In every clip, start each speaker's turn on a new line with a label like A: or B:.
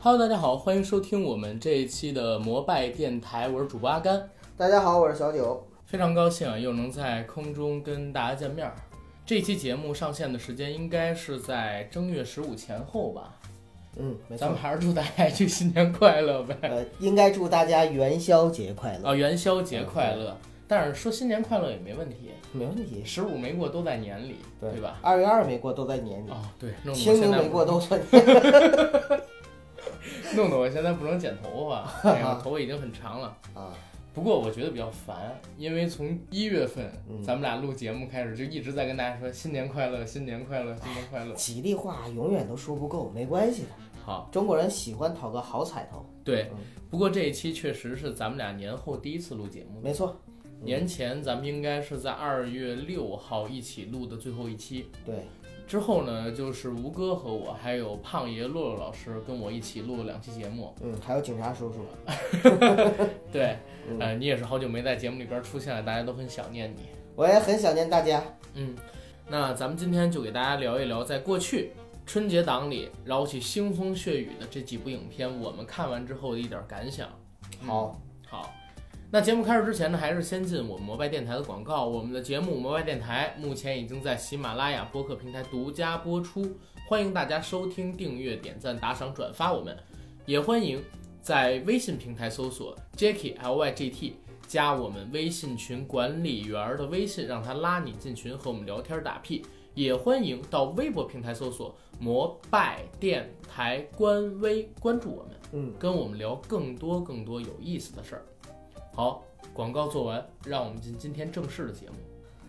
A: Hello，大家好，欢迎收听我们这一期的摩拜电台，我是主播阿甘，
B: 大家好，我是小九。
A: 非常高兴啊，又能在空中跟大家见面儿。这期节目上线的时间应该是在正月十五前后吧，
B: 嗯，没
A: 咱
B: 错
A: 们。还是祝大家一句新年快乐呗。
B: 呃，应该祝大家元宵节快乐，
A: 啊，元宵节快乐！但是说新年快乐也没问题，
B: 没问题。
A: 十五没过都在年里，对吧？？
B: 二月二没过都在年里，
A: 哦，对，弄得我
B: 清
A: 现
B: 明
A: 在
B: 没过都算。
A: 弄得我现在不能剪头 发，哎呀，头发已经很长了。
B: 啊，
A: 不过我觉得比较烦，因为从一月份、
B: 嗯
A: 咱们俩录节目开始，就一直在跟大家说新年快乐，新年快乐，新年快乐。
B: 吉利话永远都说不够，没关系的。
A: 好，
B: 中国人喜欢讨个好彩头，
A: 对
B: 嗯。
A: 不过这一期确实是咱们俩年后第一次录节目，
B: 没错。嗯
A: 年前咱们应该是在二月六号一起录的最后一期。
B: 对，
A: 之后呢，就是吴哥和我，还有胖爷洛洛老师跟我一起录了两期节目。
B: 嗯，还有警察叔叔，
A: 对，
B: 嗯
A: 呃，你也是好久没在节目里边出现了，大家都很想念你。
B: 我也很想念大家。
A: 嗯，那咱们今天就给大家聊一聊，在过去春节档里捞起腥风血雨的这几部影片，我们看完之后的一点感想。
B: 好，
A: 好，那节目开始之前呢，还是先进我们摩拜电台的广告。我们的节目《摩拜电台》目前已经在喜马拉雅播客平台独家播出，欢迎大家收听、订阅、点赞、打赏、转发我们，也欢迎在微信平台搜索 Jacky L Y G T。加我们微信群管理员儿的微信，让他拉你进群和我们聊天打屁。也欢迎到微博平台搜索“摩拜电台”官微关注我们。
B: 嗯，
A: 跟我们聊更多更多有意思的事儿。好，广告做完，让我们进今天正式的节目。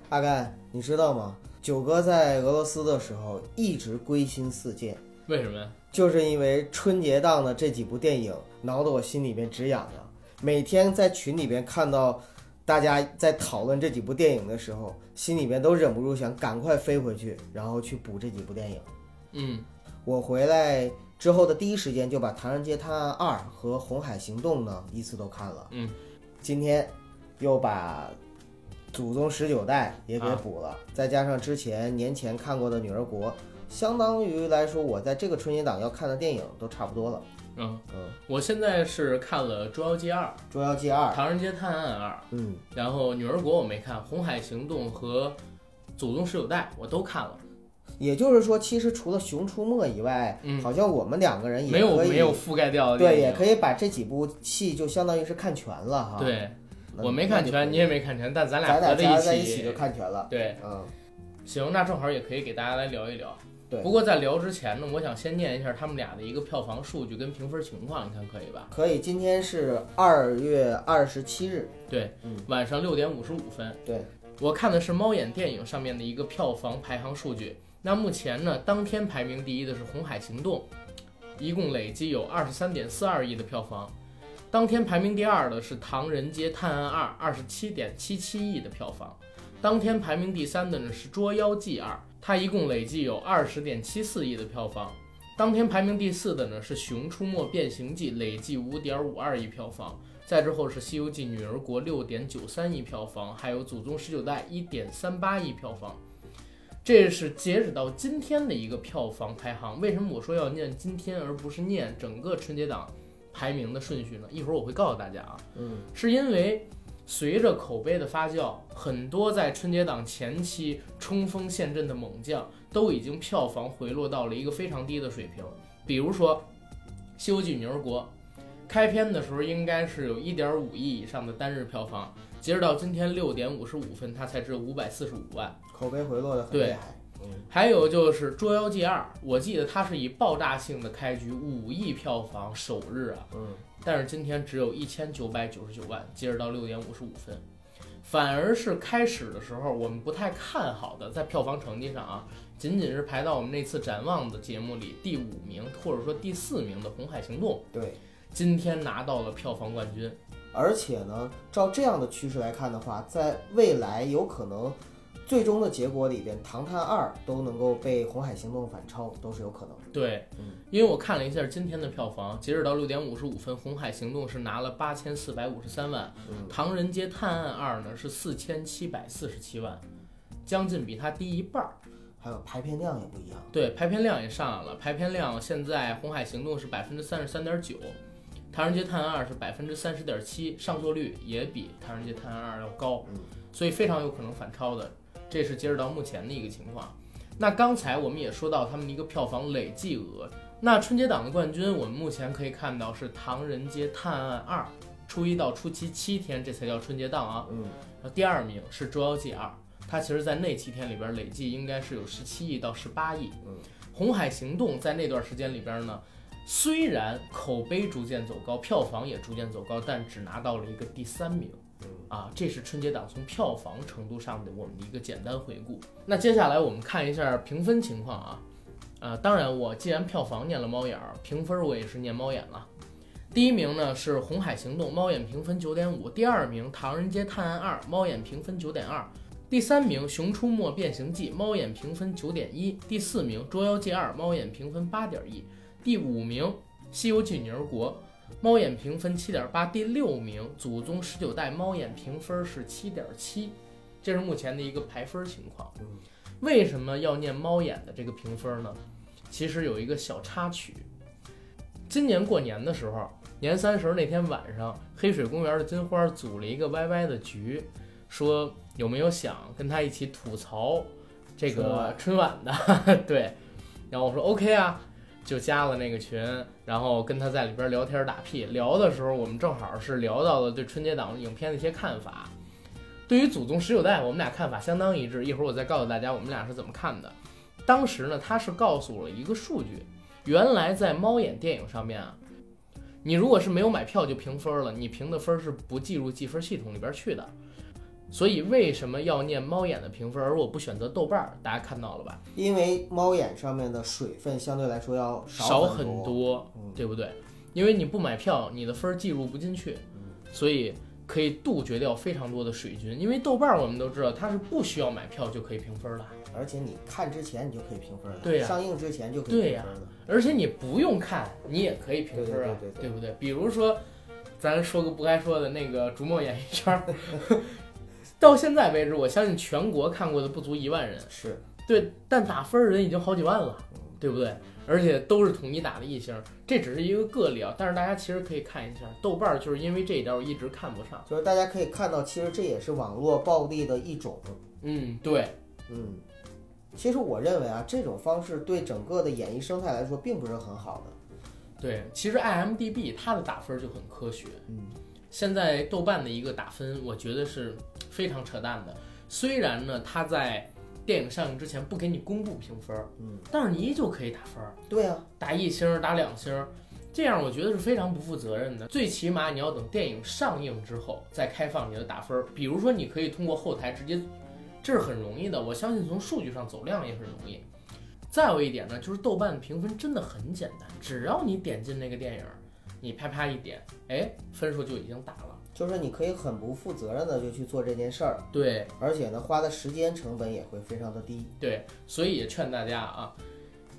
B: 阿甘，你知道吗？九哥在俄罗斯的时候一直归心似箭，
A: 为什么呀？
B: 就是因为春节档的这几部电影，挠得我心里面直痒痒。每天在群里边看到大家在讨论这几部电影的时候，心里面都忍不住想赶快飞回去，然后去补这几部电影。
A: 嗯
B: 我回来之后的第一时间就把《唐人街探案二》和《红海行动》呢依次都看了。
A: 嗯，
B: 今天又把《祖宗十九代》也给
A: 啊
B: 补了，再加上之前年前看过的《女儿国》，相当于来说我在这个春节档要看的电影都差不多了。
A: 嗯，
B: 嗯，
A: 我现在是看了《捉妖记二
B: 《捉妖记》二》，
A: 唐人街探案二》，
B: 嗯，
A: 然后《女儿国》我没看，《红海行动》和《祖宗十九代》我都看了，
B: 也就是说，其实除了《熊出没》以外，
A: 嗯
B: 好像我们两个哎人也
A: 没有
B: 可以
A: 没有覆盖掉的
B: 对，
A: 电
B: 也
A: 影。
B: 可以把这几部戏就相当于是看全了哈。
A: 对，
B: 啊那，
A: 我没看
B: 那就可
A: 全，
B: 以
A: 你也没看全，但咱俩
B: 咱
A: 合
B: 俩加在
A: 在
B: 一起就看全了。
A: 对，
B: 嗯，
A: 行，那正好也可以给大家来聊一聊。
B: 对
A: 不过在聊之前呢，我想先念一下他们俩的一个票房数据跟评分情况，你看可以吧？
B: 可以。今天是二月二十七日，
A: 对，
B: 嗯
A: 晚上六点五十五分，
B: 对，
A: 我看的是猫眼电影上面的一个票房排行数据。那目前呢，当天排名第一的是《红海行动》，一共累计有二十三点四二亿的票房。当天排名第二的是《唐人街探案二》，二十七点七七亿的票房。当天排名第三的呢是《捉妖记二》，它一共累计有二十点七四亿的票房。当天排名第四的呢是《熊出没变形记》，累计五点五二亿票房。再之后是《西游记》《女儿国》六点九三亿票房，还有《祖宗十九代》一点三八亿票房。这是截止到今天的一个票房排行。为什么我说要念今天而不是念整个春节档排名的顺序呢？一会儿我会告诉大家啊，
B: 嗯，
A: 是因为随着口碑的发酵，很多在春节档前期冲锋陷阵的猛将都已经票房回落到了一个非常低的水平。比如说《西游记》《女儿国》，开篇的时候应该是有1.5亿以上的单日票房，截止到今天6点55分，它才值545万。
B: 口碑回落的很
A: 对
B: 厉害。嗯，
A: 还有就是《捉妖记二》，我记得它是以爆炸性的开局，五亿票房首日啊，
B: 嗯，
A: 但是今天只有一千九百九十九万，截止到六点五十五分。反而是开始的时候，我们不太看好的，在票房成绩上啊，仅仅是排到我们那次展望的节目里第五名，或者说第四名的《红海行动》，
B: 对。
A: 今天拿到了票房冠军。
B: 而且呢，照这样的趋势来看的话，在未来有可能最终的结果里边，《唐探二》都能够被《红海行动》反超，都是有可能的。
A: 对
B: 嗯，
A: 因为我看了一下今天的票房，截止到六点五十五分，《红海行动》是拿了八千四百五十三万，
B: 嗯
A: 《唐人街探案二》呢是四千七百四十七万，将近比它低一半儿。
B: 还有排片量也不一样。
A: 对，排片量也上来了，排片量现在《红海行动》是百分之三十三点九，《唐人街探案二》是百分之三十点七，上座率也比《唐人街探案二》要高，
B: 嗯
A: 所以非常有可能反超的，这是截止到目前的一个情况。那刚才我们也说到他们的一个票房累计额，那春节档的冠军我们目前可以看到是《唐人街探案二》，初一到初七七天，这才叫春节档啊。
B: 嗯，
A: 然后第二名是《捉妖记二》，它其实在那七天里边累计应该是有十七亿到十八亿。
B: 嗯，
A: 《红海行动》在那段时间里边呢，虽然口碑逐渐走高，票房也逐渐走高，但只拿到了一个第三名。
B: 嗯
A: 啊，这是春节档从票房程度上的我们的一个简单回顾。那接下来我们看一下评分情况啊。呃，当然，我既然票房念了猫眼儿，评分我也是念猫眼了。第一名呢是《红海行动》，猫眼评分九点五；第二名《唐人街探案二》，猫眼评分九点二；第三名《熊出没变形记》，猫眼评分九点一；第四名《捉妖记二》，猫眼评分八点一；第五名《西游记女儿国》，猫眼评分七点八；第六名《祖宗十九代》，猫眼评分是七点七。这是目前的一个排分情况
B: 嗯。
A: 为什么要念猫眼的这个评分呢？其实有一个小插曲，今年过年的时候，年三十那天晚上，黑水公园的金花组了一个 YY 的局，说有没有想跟他一起吐槽这个春晚的？ 对，然后我说 OK 啊，就加了那个群，然后跟他在里边聊天打屁。聊的时候，我们正好是聊到了对春节档影片的一些看法。对于《祖宗十九代》，我们俩看法相当一致。一会儿我再告诉大家我们俩是怎么看的。当时呢，他是告诉我一个数据，原来在猫眼电影上面啊，你如果是没有买票就评分了，你评的分是不计入计分系统里边去的。所以为什么要念猫眼的评分，而我不选择豆瓣儿？大家看到了吧？
B: 因为猫眼上面的水分相对来说要
A: 少
B: 很
A: 很多，
B: 嗯
A: 对不对？因为你不买票，你的分儿计入不进去，所以可以杜绝掉非常多的水军。因为豆瓣儿我们都知道，它是不需要买票就可以评分的，
B: 而且你看之前你就可以评分了，
A: 对呀
B: 上映之前就可以
A: 对
B: 评
A: 呀
B: 分了，
A: 而且你不用看，你也可以评分啊，
B: 对对对对对
A: 不对？比如说，咱说个不该说的那个《逐梦演艺圈》， 到现在为止，我相信全国看过的不足一万人，
B: 是
A: 对，但打分儿人已经好几万了，对不对？而且都是统一打的一星，这只是一个个例啊。但是大家其实可以看一下，豆瓣儿就是因为这一点儿我一直看不上。
B: 就是大家可以看到，其实这也是网络暴力的一种。
A: 嗯，对，
B: 嗯，其实我认为啊，这种方式对整个的演艺生态来说并不是很好的。
A: 对，其实 IMDB 它的打分就很科学。
B: 嗯，
A: 现在豆瓣的一个打分，我觉得是非常扯淡的。虽然呢，它在电影上映之前不给你公布评分，
B: 嗯，
A: 但是你依旧可以打分儿，
B: 对啊，
A: 打一星儿、打两星儿，这样我觉得是非常不负责任的。最起码你要等电影上映之后再开放你的打分儿，比如说你可以通过后台直接，这是很容易的。我相信从数据上走量也很容易。再有一点呢，就是豆瓣评分真的很简单，只要你点进那个电影儿，你啪啪一点，哎，分数就已经打了。
B: 就是你可以很不负责任的就去做这件事儿，
A: 对
B: 而且呢，花的时间成本也会非常的低。
A: 对，所以也劝大家啊，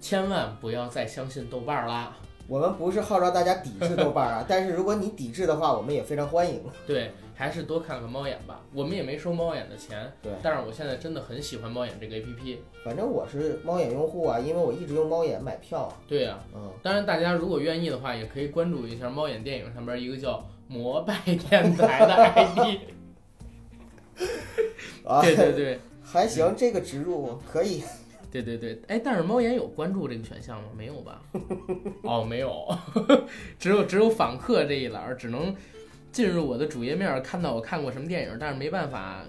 A: 千万不要再相信豆瓣儿啦。
B: 我们不是号召大家抵制豆瓣啊， 但是如果你抵制的话，我们也非常欢迎。
A: 对，还是多看看猫眼吧。我们也没收猫眼的钱，
B: 对
A: 但是我现在真的很喜欢猫眼这个 APP。
B: 反正我是猫眼用户啊，因为我一直用猫眼买票。
A: 对呀、
B: 嗯，
A: 当然大家如果愿意的话，也可以关注一下猫眼电影上边一个叫“膜拜电台”的 ID。
B: 啊，
A: 对对对
B: 还行，这个植入可以。
A: 对对对。哎，但是猫眼有关注这个选项吗？没有吧？哦，没有， 只有只有访客这一栏儿只能进入我的主页面儿看到我看过什么电影，但是没办法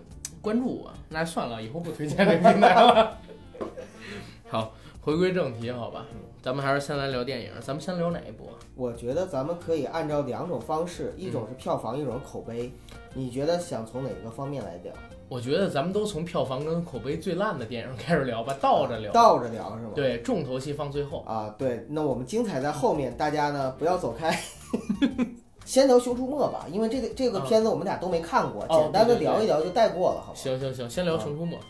A: 关注我。那算了，以后不推荐这平台了。好，回归正题，好吧，咱们还是先来聊电影。咱们先聊哪一部啊？
B: 我觉得咱们可以按照两种方式，一
A: 嗯
B: 种是票房，一种是口碑。你觉得想从哪个方面来聊？
A: 我觉得咱们都从票房跟口碑最烂的电影开始聊吧，倒着聊。
B: 倒着聊是吗？
A: 对，重头戏放最后。
B: 啊，对，那我们精彩在后面，大家呢不要走开。 先聊《熊出没》吧，因为这个这个
A: 嗯
B: 片子我们俩都没看过，
A: 哦
B: 简单
A: 对
B: 的
A: 对对
B: 聊一聊就带过了，好吗？
A: 行行行，先聊《熊出没》。《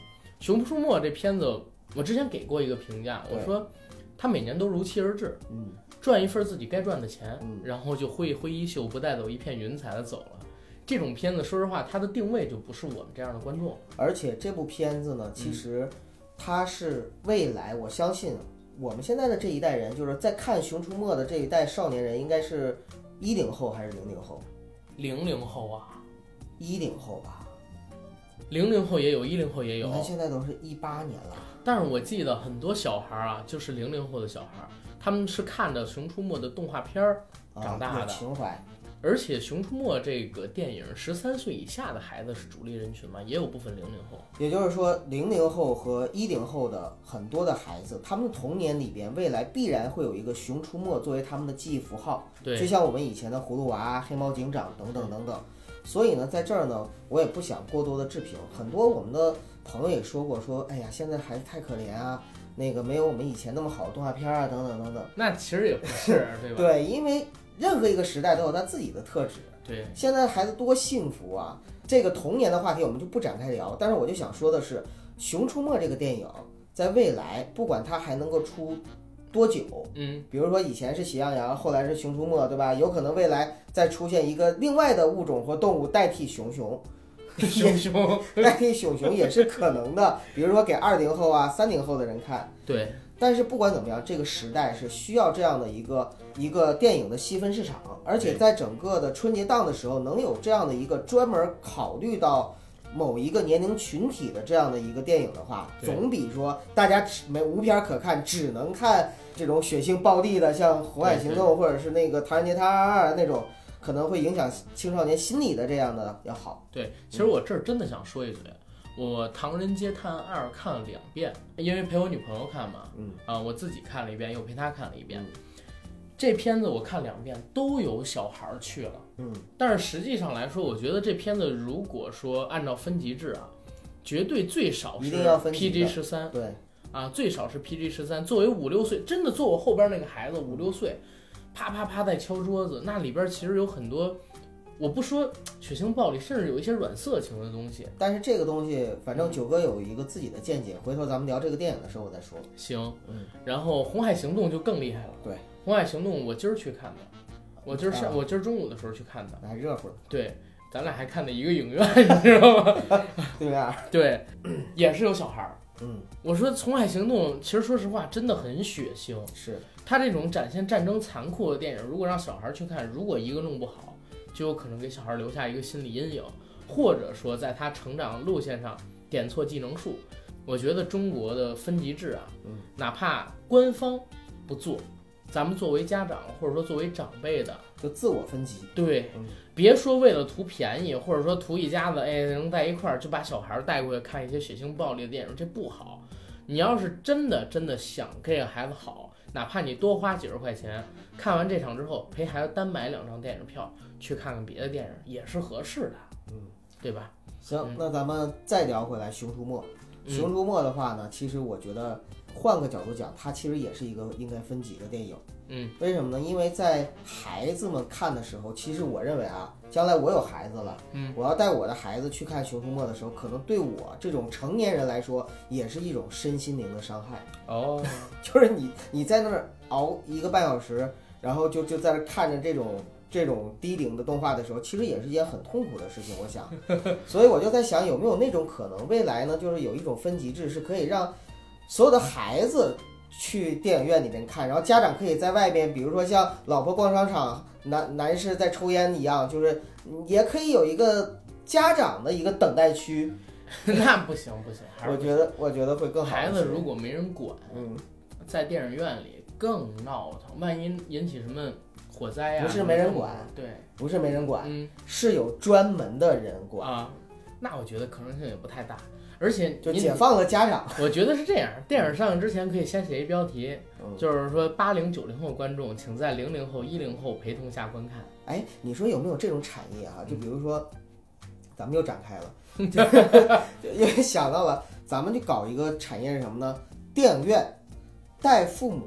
A: 熊出没》这片子，我之前给过一个评价，我
B: 对
A: 说他每年都如期而至，
B: 嗯，
A: 赚一份自己该赚的钱，
B: 嗯
A: 然后就挥一挥衣袖，不带走一片云彩的走了。这种片子，说实话，它的定位就不是我们这样的观众。嗯
B: 而且这部片子呢，其实它是未来，我相信我们现在的这一代人，就是在看《熊出没》的这一代少年人，应该是一零后还是零零后？
A: 零零后啊，
B: 一零后吧。
A: 零零后也有，一零后也有
B: 你。看现在都是一八年了，
A: 但是我记得很多小孩儿啊，就是零零后的小孩儿，他们是看着《熊出没》的动画片儿，
B: 啊、
A: 长大
B: 有
A: 的
B: 情怀。
A: 而且《熊出没》这个电影，十三岁以下的孩子是主力人群嘛，也有部分零零后。
B: 也就是说，零零后和一零后的很多的孩子，他们的童年里边，未来必然会有一个《熊出没》作为他们的记忆符号，就
A: 对，
B: 像我们以前的葫芦娃、黑猫警长等等等等。所以呢，在这儿呢，我也不想过多的置评。很多我们的朋友也说过，说哎呀，现在孩子太可怜啊，那个没有我们以前那么好的动画片啊，等等等等。
A: 那其实也不是，对吧？
B: 对，因为任何一个时代都有它自己的特质。
A: 对，
B: 现在孩子多幸福啊！这个童年的话题我们就不展开聊，但是我就想说的是，《熊出没》这个电影在未来，不管它还能够出多久，
A: 嗯，
B: 比如说以前是喜羊羊，后来是熊出没，对吧？有可能未来再出现一个另外的物种或动物代替熊熊，
A: 熊熊，
B: 代替熊熊也是可能的。比如说给二零后啊、三零后的人看，
A: 对，
B: 但是不管怎么样，这个时代是需要这样的一个一个电影的细分市场，而且在整个的春节档的时候，能有这样的一个专门考虑到某一个年龄群体的这样的一个电影的话，
A: 对
B: 总比说大家只没无片儿可看，只能看这种血腥暴力的，像《红海行动》或者是那个《唐人街探案二》那种，可能会影响青少年心理的这样的要好。
A: 对，其实我这儿真的想说一句，我《唐人街探案二》看了两遍，因为陪我女朋友看嘛，
B: 嗯，
A: 啊、我自己看了一遍，又陪她看了一遍
B: 嗯。
A: 这片子我看两遍都有小孩儿去了，
B: 嗯，
A: 但是实际上来说，我觉得这片子如果说按照分级制啊，绝对最少
B: 一
A: 是
B: 定要分级
A: PG
B: 的
A: 十三
B: 嗯对，
A: 啊，最少是 PG 十三。作为五六岁，真的坐我后边那个孩子五六岁，啪啪啪在敲桌子，那里边其实有很多，我不说血腥暴力，甚至有一些软色情的东西。
B: 但是这个东西，反正九哥有一个自己的见解，回头咱们聊这个电影的时候我再说。
A: 行，
B: 嗯
A: 然后《红海行动》就更厉害了。
B: 对，
A: 《红海行动》我今儿去看的，我今儿上、
B: 啊
A: 我今儿中午的时候去看的。
B: 那还热乎呢，
A: 对，咱俩还看的一个影院，你知道吗？
B: 对啊 面。
A: 对， 也是有小孩儿。
B: 嗯，
A: 我说《红海行动》其实说实话真的很血腥，
B: 是
A: 它这种展现战争残酷的电影，如果让小孩儿去看，如果一个弄不好，就有可能给小孩儿留下一个心理阴影，或者说在他成长路线上点错技能树。我觉得中国的分级制啊，
B: 嗯
A: 哪怕官方不做，咱们作为家长或者说作为长辈的，
B: 就自我分级。
A: 对，
B: 嗯
A: 别说为了图便宜，或者说图一家子哎能在一块儿，就把小孩儿带过去看一些血腥暴力的电影，这不好。你要是真的真的想给孩子好，哪怕你多花几十块钱，看完这场之后陪孩子单买两张电影票去看看别的电影也是合适的，
B: 嗯，
A: 对吧？嗯
B: 行，那咱们再聊回来《熊出没》。
A: 嗯
B: 《熊出没》的话呢，其实我觉得换个角度讲，它其实也是一个应该分级的电影。
A: 嗯，
B: 为什么呢？因为在孩子们看的时候，其实我认为啊，将来我有孩子了，
A: 嗯，
B: 我要带我的孩子去看《熊出没》的时候，可能对我这种成年人来说，也是一种身心灵的伤害。
A: 哦，
B: 就是你你在那儿熬一个半小时，然后就就在那儿看着这种这种低龄的动画的时候，其实也是一件很痛苦的事情。我想，所以我就在想有没有那种可能，未来呢，就是有一种分级制，是可以让所有的孩子去电影院里面看，然后家长可以在外边，比如说像老婆逛商场，男男士在抽烟一样，就是也可以有一个家长的一个等待区。
A: 那不行不行，还
B: 我
A: 是
B: 觉得我觉得会更好一些。
A: 孩子如果没人管，
B: 嗯，
A: 在电影院里更闹腾，万一引起什么火灾啊呀、
B: 不是没人管，
A: 对，
B: 不是没人管。
A: 嗯。
B: 是有专门的人管，
A: 啊，那我觉得可能性也不太大。而且
B: 就
A: 您
B: 解，放了家长。
A: 我觉得是这 样。电影上映之前可以先写一标题，就是说八零九零后观众，请在零零后、一零后陪同下观看。
B: 哎，你说有没有这种产业啊？就比如说，咱们又展开了，就就又想到了，咱们就搞一个产业是什么呢？电影院带父母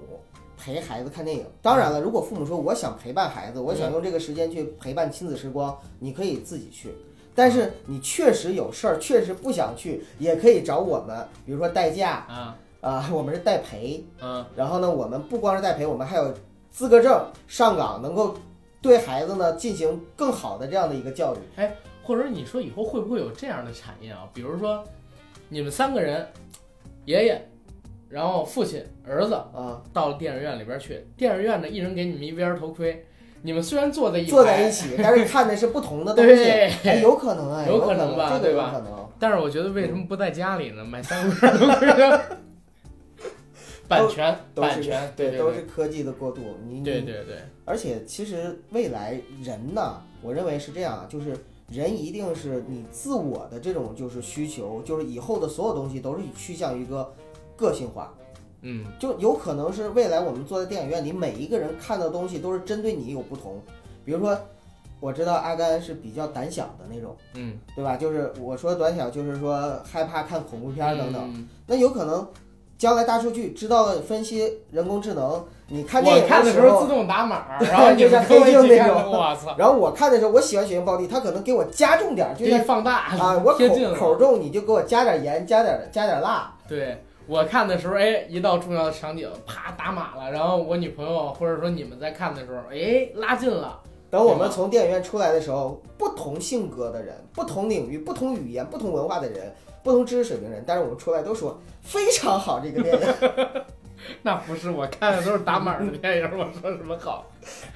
B: 陪孩子看电影。当然了，如果父母说我想陪伴孩子，我想用这个时间去陪伴亲子时光，你可以自己去。但是你确实有事儿，确实不想去，也可以找我们，比如说代驾
A: 啊，
B: 啊、我们是代陪，
A: 嗯，
B: 然后呢，我们不光是代培，我们还有资格证上岗，能够对孩子呢进行更好的这样的一个教育。
A: 或者你说以后会不会有这样的产业啊？比如说，你们三个人，爷爷，然后父亲、儿子
B: 啊，
A: 到了电影院里边去。电影院呢，一人给你们一 VR 头盔，你们虽然坐在一
B: 坐在一
A: 起，
B: 起，但是看的是不同的东 西，
A: 对，
B: 哎，有可能 哎，
A: 有
B: 可
A: 可能吧
B: 这个
A: 对
B: 有
A: 吧
B: 可能。哦
A: 但是我觉得为什
B: 嗯
A: 么不在家里呢？买三个 VR 头盔，版权，
B: 都是
A: 版权，对
B: 都
A: 对
B: 是科技的过渡。你
A: 对
B: 你
A: 对对，
B: 而且其实未来人呐，我认为是这样，啊就是人一定是你自我的这种就是需求，就是以后的所有东西都是趋向于一个个性化，
A: 嗯。
B: 就有可能是未来我们坐在电影院里，每一个人看到东西都是针对你有不同。比如说，我知道阿甘是比较胆小的那种，
A: 嗯，
B: 对吧？就是我说胆小，就是说害怕看恐怖片儿等等。
A: 嗯
B: 那有可能将来大数据知道了分析人工智能，你看电
A: 我
B: 影
A: 看
B: 的
A: 的时候自动打 码，然后你
B: 就
A: 们
B: 像
A: 跟我一
B: 黑
A: 起
B: 镜
A: 看
B: 那
A: 的，
B: 种
A: 我操，
B: 然后我看的时候，我喜欢血腥暴力，他可能给我加重点儿， 就
A: 给你
B: 像
A: 放大
B: 啊，我
A: 贴近
B: 口
A: 了
B: 口重你就给我加点盐，加点加点辣，
A: 对我看的时候，哎，一到重要的场景，啪打码了，然后我女朋友或者说你们在看的时候，哎，拉近了，
B: 等我们
A: 对吧
B: 从电影院出来的时候，不同性格的人、不同领域、不同语言、不同文化的人、不同知识水平的人，但是我们出来都说非常好这个电影，
A: 那不是我看的都是打码的电影，我说什么好？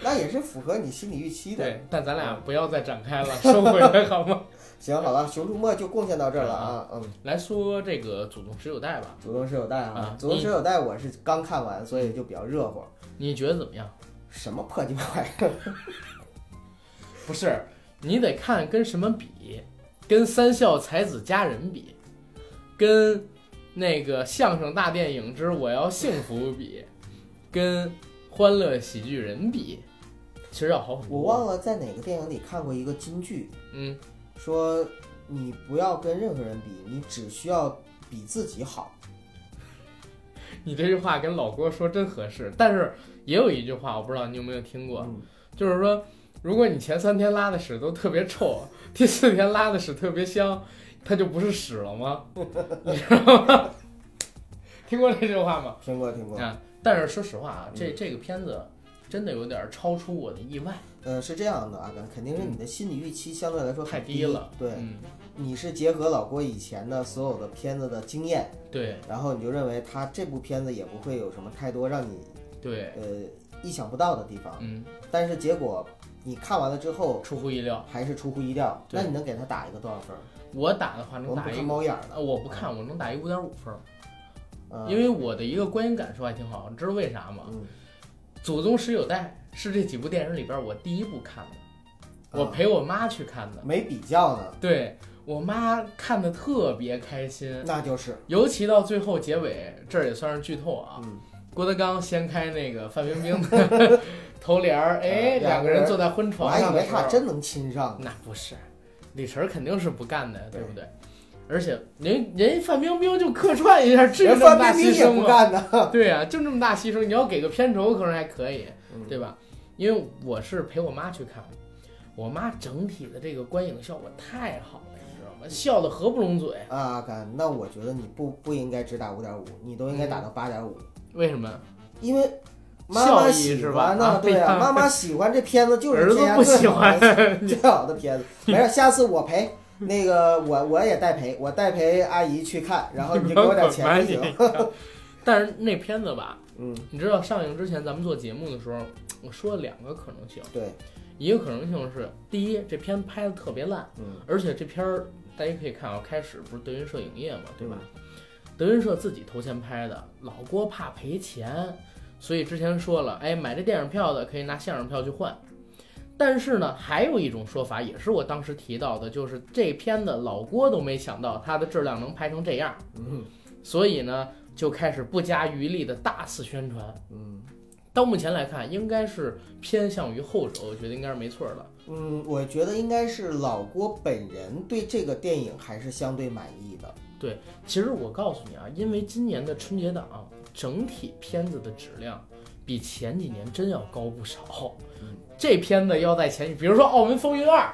B: 那也是符合你心理预期的。
A: 对，但咱俩
B: 嗯
A: 不要再展开了，收回来好吗？
B: 行，好了，《熊出没》就贡献到这儿了啊，嗯，
A: 来说这个祖宗十九代吧，
B: 《祖宗十九代》啊，
A: 啊嗯
B: 《祖宗
A: 你
B: 十九代》我是刚看完，所以就比较热乎。
A: 你觉得怎么样？
B: 什么破鸡巴玩意儿？
A: 不是，你得看跟什么比，跟三笑才子佳人比，跟那个相声大电影之我要幸福比，跟欢乐喜剧人比，其实要好很多。
B: 我忘了在哪个电影里看过一个金句，
A: 嗯，
B: 说你不要跟任何人比，你只需要比自己好。
A: 你这句话跟老郭说真合适，但是也有一句话我不知道你有没有听过，
B: 嗯
A: 就是说，如果你前三天拉的屎都特别臭，第四天拉的屎特别香，它就不是屎了吗？ 你知道吗？ 听过这句话吗？
B: 听过听过，
A: 啊，但是说实话啊，
B: 嗯
A: 这这个片子真的有点超出我的意外，
B: 呃，是这样的，阿甘，肯定是你的心理预期相对来说
A: 嗯太
B: 很低
A: 了。
B: 对，
A: 嗯，
B: 你是结合老郭以前的所有的片子的经验，
A: 对
B: 然后你就认为他这部片子也不会有什么太多让你
A: 对，
B: 呃意想不到的地方，
A: 嗯，
B: 但是结果你看完了之后
A: 出乎意料。
B: 还是出乎意料。
A: 对
B: 那你能给他打一个多少分儿？
A: 我打的话
B: 我
A: 能
B: 们
A: 打
B: 不看
A: 一，
B: 猫眼儿
A: 呃，
B: 了，
A: 我不看，我能打一五点五分儿，
B: 嗯
A: 因为我的一个观影感受还挺好。你知道为啥吗？
B: 嗯，
A: 《祖宗十九代》是这几部电影里边儿我第一部看的，我
B: 啊
A: 陪我妈去看的。
B: 没比较呢，
A: 对我妈看的特别开心，
B: 那就是
A: 尤其到最后结尾，这儿也算是剧透啊。
B: 嗯
A: 郭德纲掀开那个范冰冰 的头帘儿，哎，
B: 啊两
A: 两
B: 个
A: 个
B: 人
A: 人坐在婚
B: 我
A: 床
B: 还
A: 上
B: 以
A: 的
B: 为
A: 时
B: 他
A: 候，
B: 俩真能亲上呢。
A: 那不是，李晨肯定是不干的，
B: 对
A: 对不对？而且人人范冰冰就客串一下，至于
B: 人
A: 这么
B: 范
A: 大
B: 冰
A: 牺
B: 冰也
A: 牲
B: 不
A: 吗？
B: 干呢。
A: 对啊，就这么大牺牲，你要给个片酬可能还可以，
B: 嗯
A: 对吧？因为我是陪我妈去看，我妈整体的这个观影效果太好了，你知道
B: 嗯
A: 吗？笑得合不拢嘴。
B: 啊，干，那我觉得你不不应该只打五点五，你都
A: 嗯
B: 应该打到八点五，
A: 为什么？
B: 因为妈妈
A: 效益
B: 喜
A: 是吧
B: 欢呢，
A: 啊
B: 对呀、
A: 对呀
B: 妈妈喜欢这片子就是
A: 儿子
B: 天下
A: 不
B: 最
A: 喜
B: 好
A: 欢
B: 的最 好的片子。没事，下次我陪那个我我也代陪，我代陪阿姨去看，然后你就给我点钱就 行。
A: 但是那片子吧，
B: 嗯，
A: 你知道上映之前咱们做节目的时候，我说了两个可能性，
B: 对，
A: 一个可能性是，第一，这片拍的特别烂，
B: 嗯
A: 而且这片儿大家可以看啊，开始不是德云社影业嘛，对吧？德云社自己投钱拍的，老郭怕赔钱，所以之前说了，哎，买这电影票的可以拿相声票去换。但是呢，还有一种说法，也是我当时提到的，就是这片子老郭都没想到它的质量能拍成这样，
B: 嗯
A: 所以呢，就开始不加余力的大肆宣传。
B: 嗯
A: 到目前来看，应该是偏向于后者，我觉得应该是没错的。
B: 嗯，我觉得应该是老郭本人对这个电影还是相对满意的。
A: 其实我告诉你啊，因为今年的春节档整体片子的质量比前几年真要高不少
B: 嗯。
A: 这片子要在前几，比如说《澳门风云二》《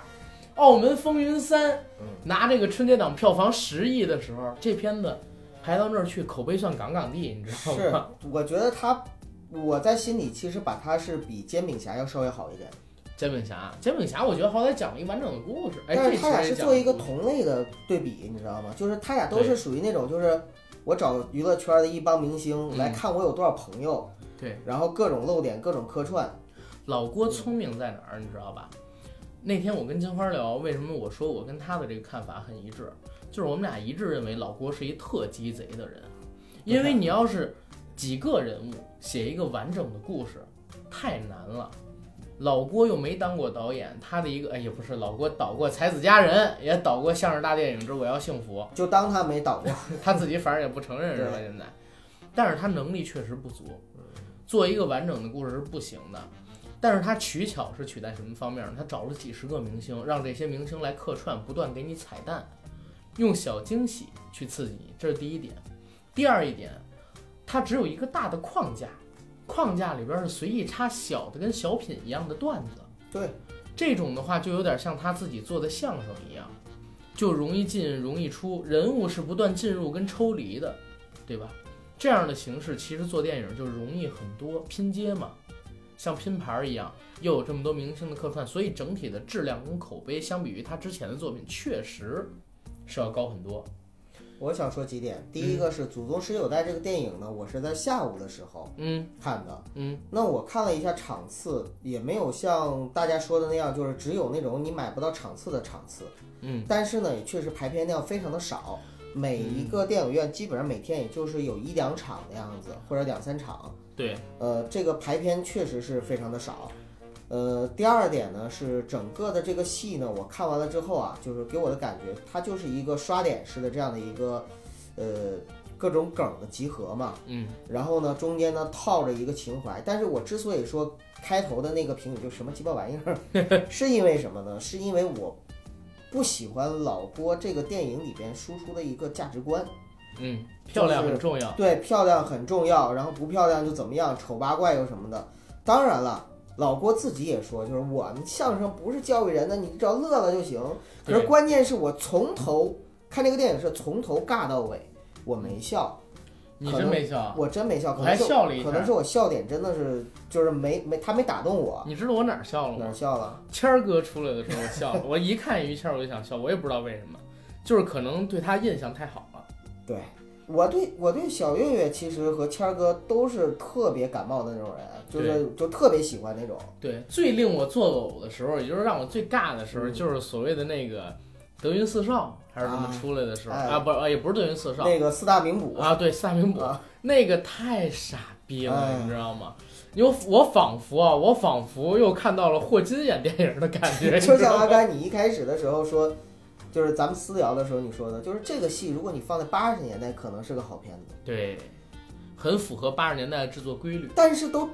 A: 澳门风云三》
B: 嗯，
A: 拿这个春节档票房十亿的时候，这片子排到那儿去，口碑算杠杠地，你知道
B: 是
A: 吗？，
B: 我觉得他，我在心里其实把他是比煎饼侠要稍微好一点，
A: 煎饼侠，煎饼侠，我觉得好歹讲了一完整的故事。哎，
B: 但是
A: 这
B: 他俩
A: 其实
B: 是
A: 也讲
B: 做
A: 了
B: 一个
A: 故事
B: 同类的对比，你知道吗？就是他俩都是属于那种就是。我找娱乐圈的一帮明星来看我有多少朋友，
A: 嗯对，哦
B: 然后各种露点，各种客串。
A: 老郭聪明在哪儿，你知道吧？那天我跟金花聊，为什么我说我跟他的这个看法很一致，就是我们俩一致认为老郭是一特鸡贼的人，因为你要是几个人物写一个完整的故事，太难了。老郭又没当过导演，他的一个哎也不是，老郭导过《才子佳人》，也导过相声大电影之《我要幸福》，
B: 就当他没倒过，
A: 他自己反正也不承认是吧？现在，但是他能力确实不足，做一个完整的故事是不行的。但是他取巧是取在什么方面呢？他找了几十个明星，让这些明星来客串，不断给你彩蛋，用小惊喜去刺激你，这是第一点。第二一点，他只有一个大的框架，框架里边是随意插小的跟小品一样的段子。
B: 对，
A: 这种的话就有点像他自己做的相声一样，就容易进容易出，人物是不断进入跟抽离的，对吧？这样的形式其实做电影就容易很多，拼接嘛，像拼盘儿一样，又有这么多明星的客串，所以整体的质量跟口碑相比于他之前的作品，确实是要高很多。
B: 我想说几点。第一个是《祖宗十九代》这个电影呢，我是在下午的时候
A: 嗯
B: 看的。
A: 嗯，
B: 那我看了一下场次，也没有像大家说的那样，就是只有那种你买不到场次的场次。
A: 嗯，
B: 但是呢，也确实排片量非常的少，每一个
A: 嗯
B: 电影院基本上每天也就是有一两场的样子，或者两三场。
A: 对，
B: 呃，这个排片确实是非常的少。呃，第二点呢是整个的这个戏呢，我看完了之后啊，就是给我的感觉，它就是一个刷脸式的这样的一个，呃，各种梗的集合嘛。
A: 嗯
B: 然后呢，中间呢套着一个情怀。但是我之所以说开头的那个评语就什么鸡巴玩意儿， 是因为什么呢？是因为我不喜欢老郭这个电影里边输出的一个价值观。
A: 嗯，漂亮很重要。
B: 对，漂亮很重要，然后不漂亮就怎么样，丑八怪又什么的。当然了，老郭自己也说，就是我们相声不是教育人的，你只要乐了就行。可是
A: 对
B: 关键是我从头看这个电影是从头尬到尾，我没笑，
A: 你真没笑啊，
B: 我真没笑，可
A: 我
B: 能
A: 还
B: 是
A: 笑了一
B: 可能
A: 下
B: 是。我笑点真的是就是没没他没打动我，
A: 你知道我哪儿笑了
B: 哪
A: 吗
B: 儿？笑了？
A: 谦儿哥出来的时候我笑了，我一看于谦儿我就想笑，我也不知道为什么，就是可能对他印象太好了。
B: 对。我对我对小岳岳其实和谦儿哥都是特别感冒的那种人，就是就特别喜欢那种。
A: 对，最令我作呕的时候，也就是让我最尬的时候，
B: 嗯
A: 就是所谓的那个德云四少还是什么
B: 啊
A: 出来的时候
B: 哎
A: 啊，不是，啊也不是德云四少
B: 那个四大名捕
A: 啊，对，萨明补
B: 啊
A: 那个太傻逼了，
B: 哎
A: 你知道吗？有我仿佛啊，我仿佛又看到了霍金演电影的感 觉，你知
B: 就像
A: 道
B: 阿
A: 吗
B: 甘，你一开始的时候说，就是咱们私聊的时候你说的，就是这个戏如果你放在八十年代可能是个好片子，
A: 对，很符合八十年代的制作规 律。
B: 但是都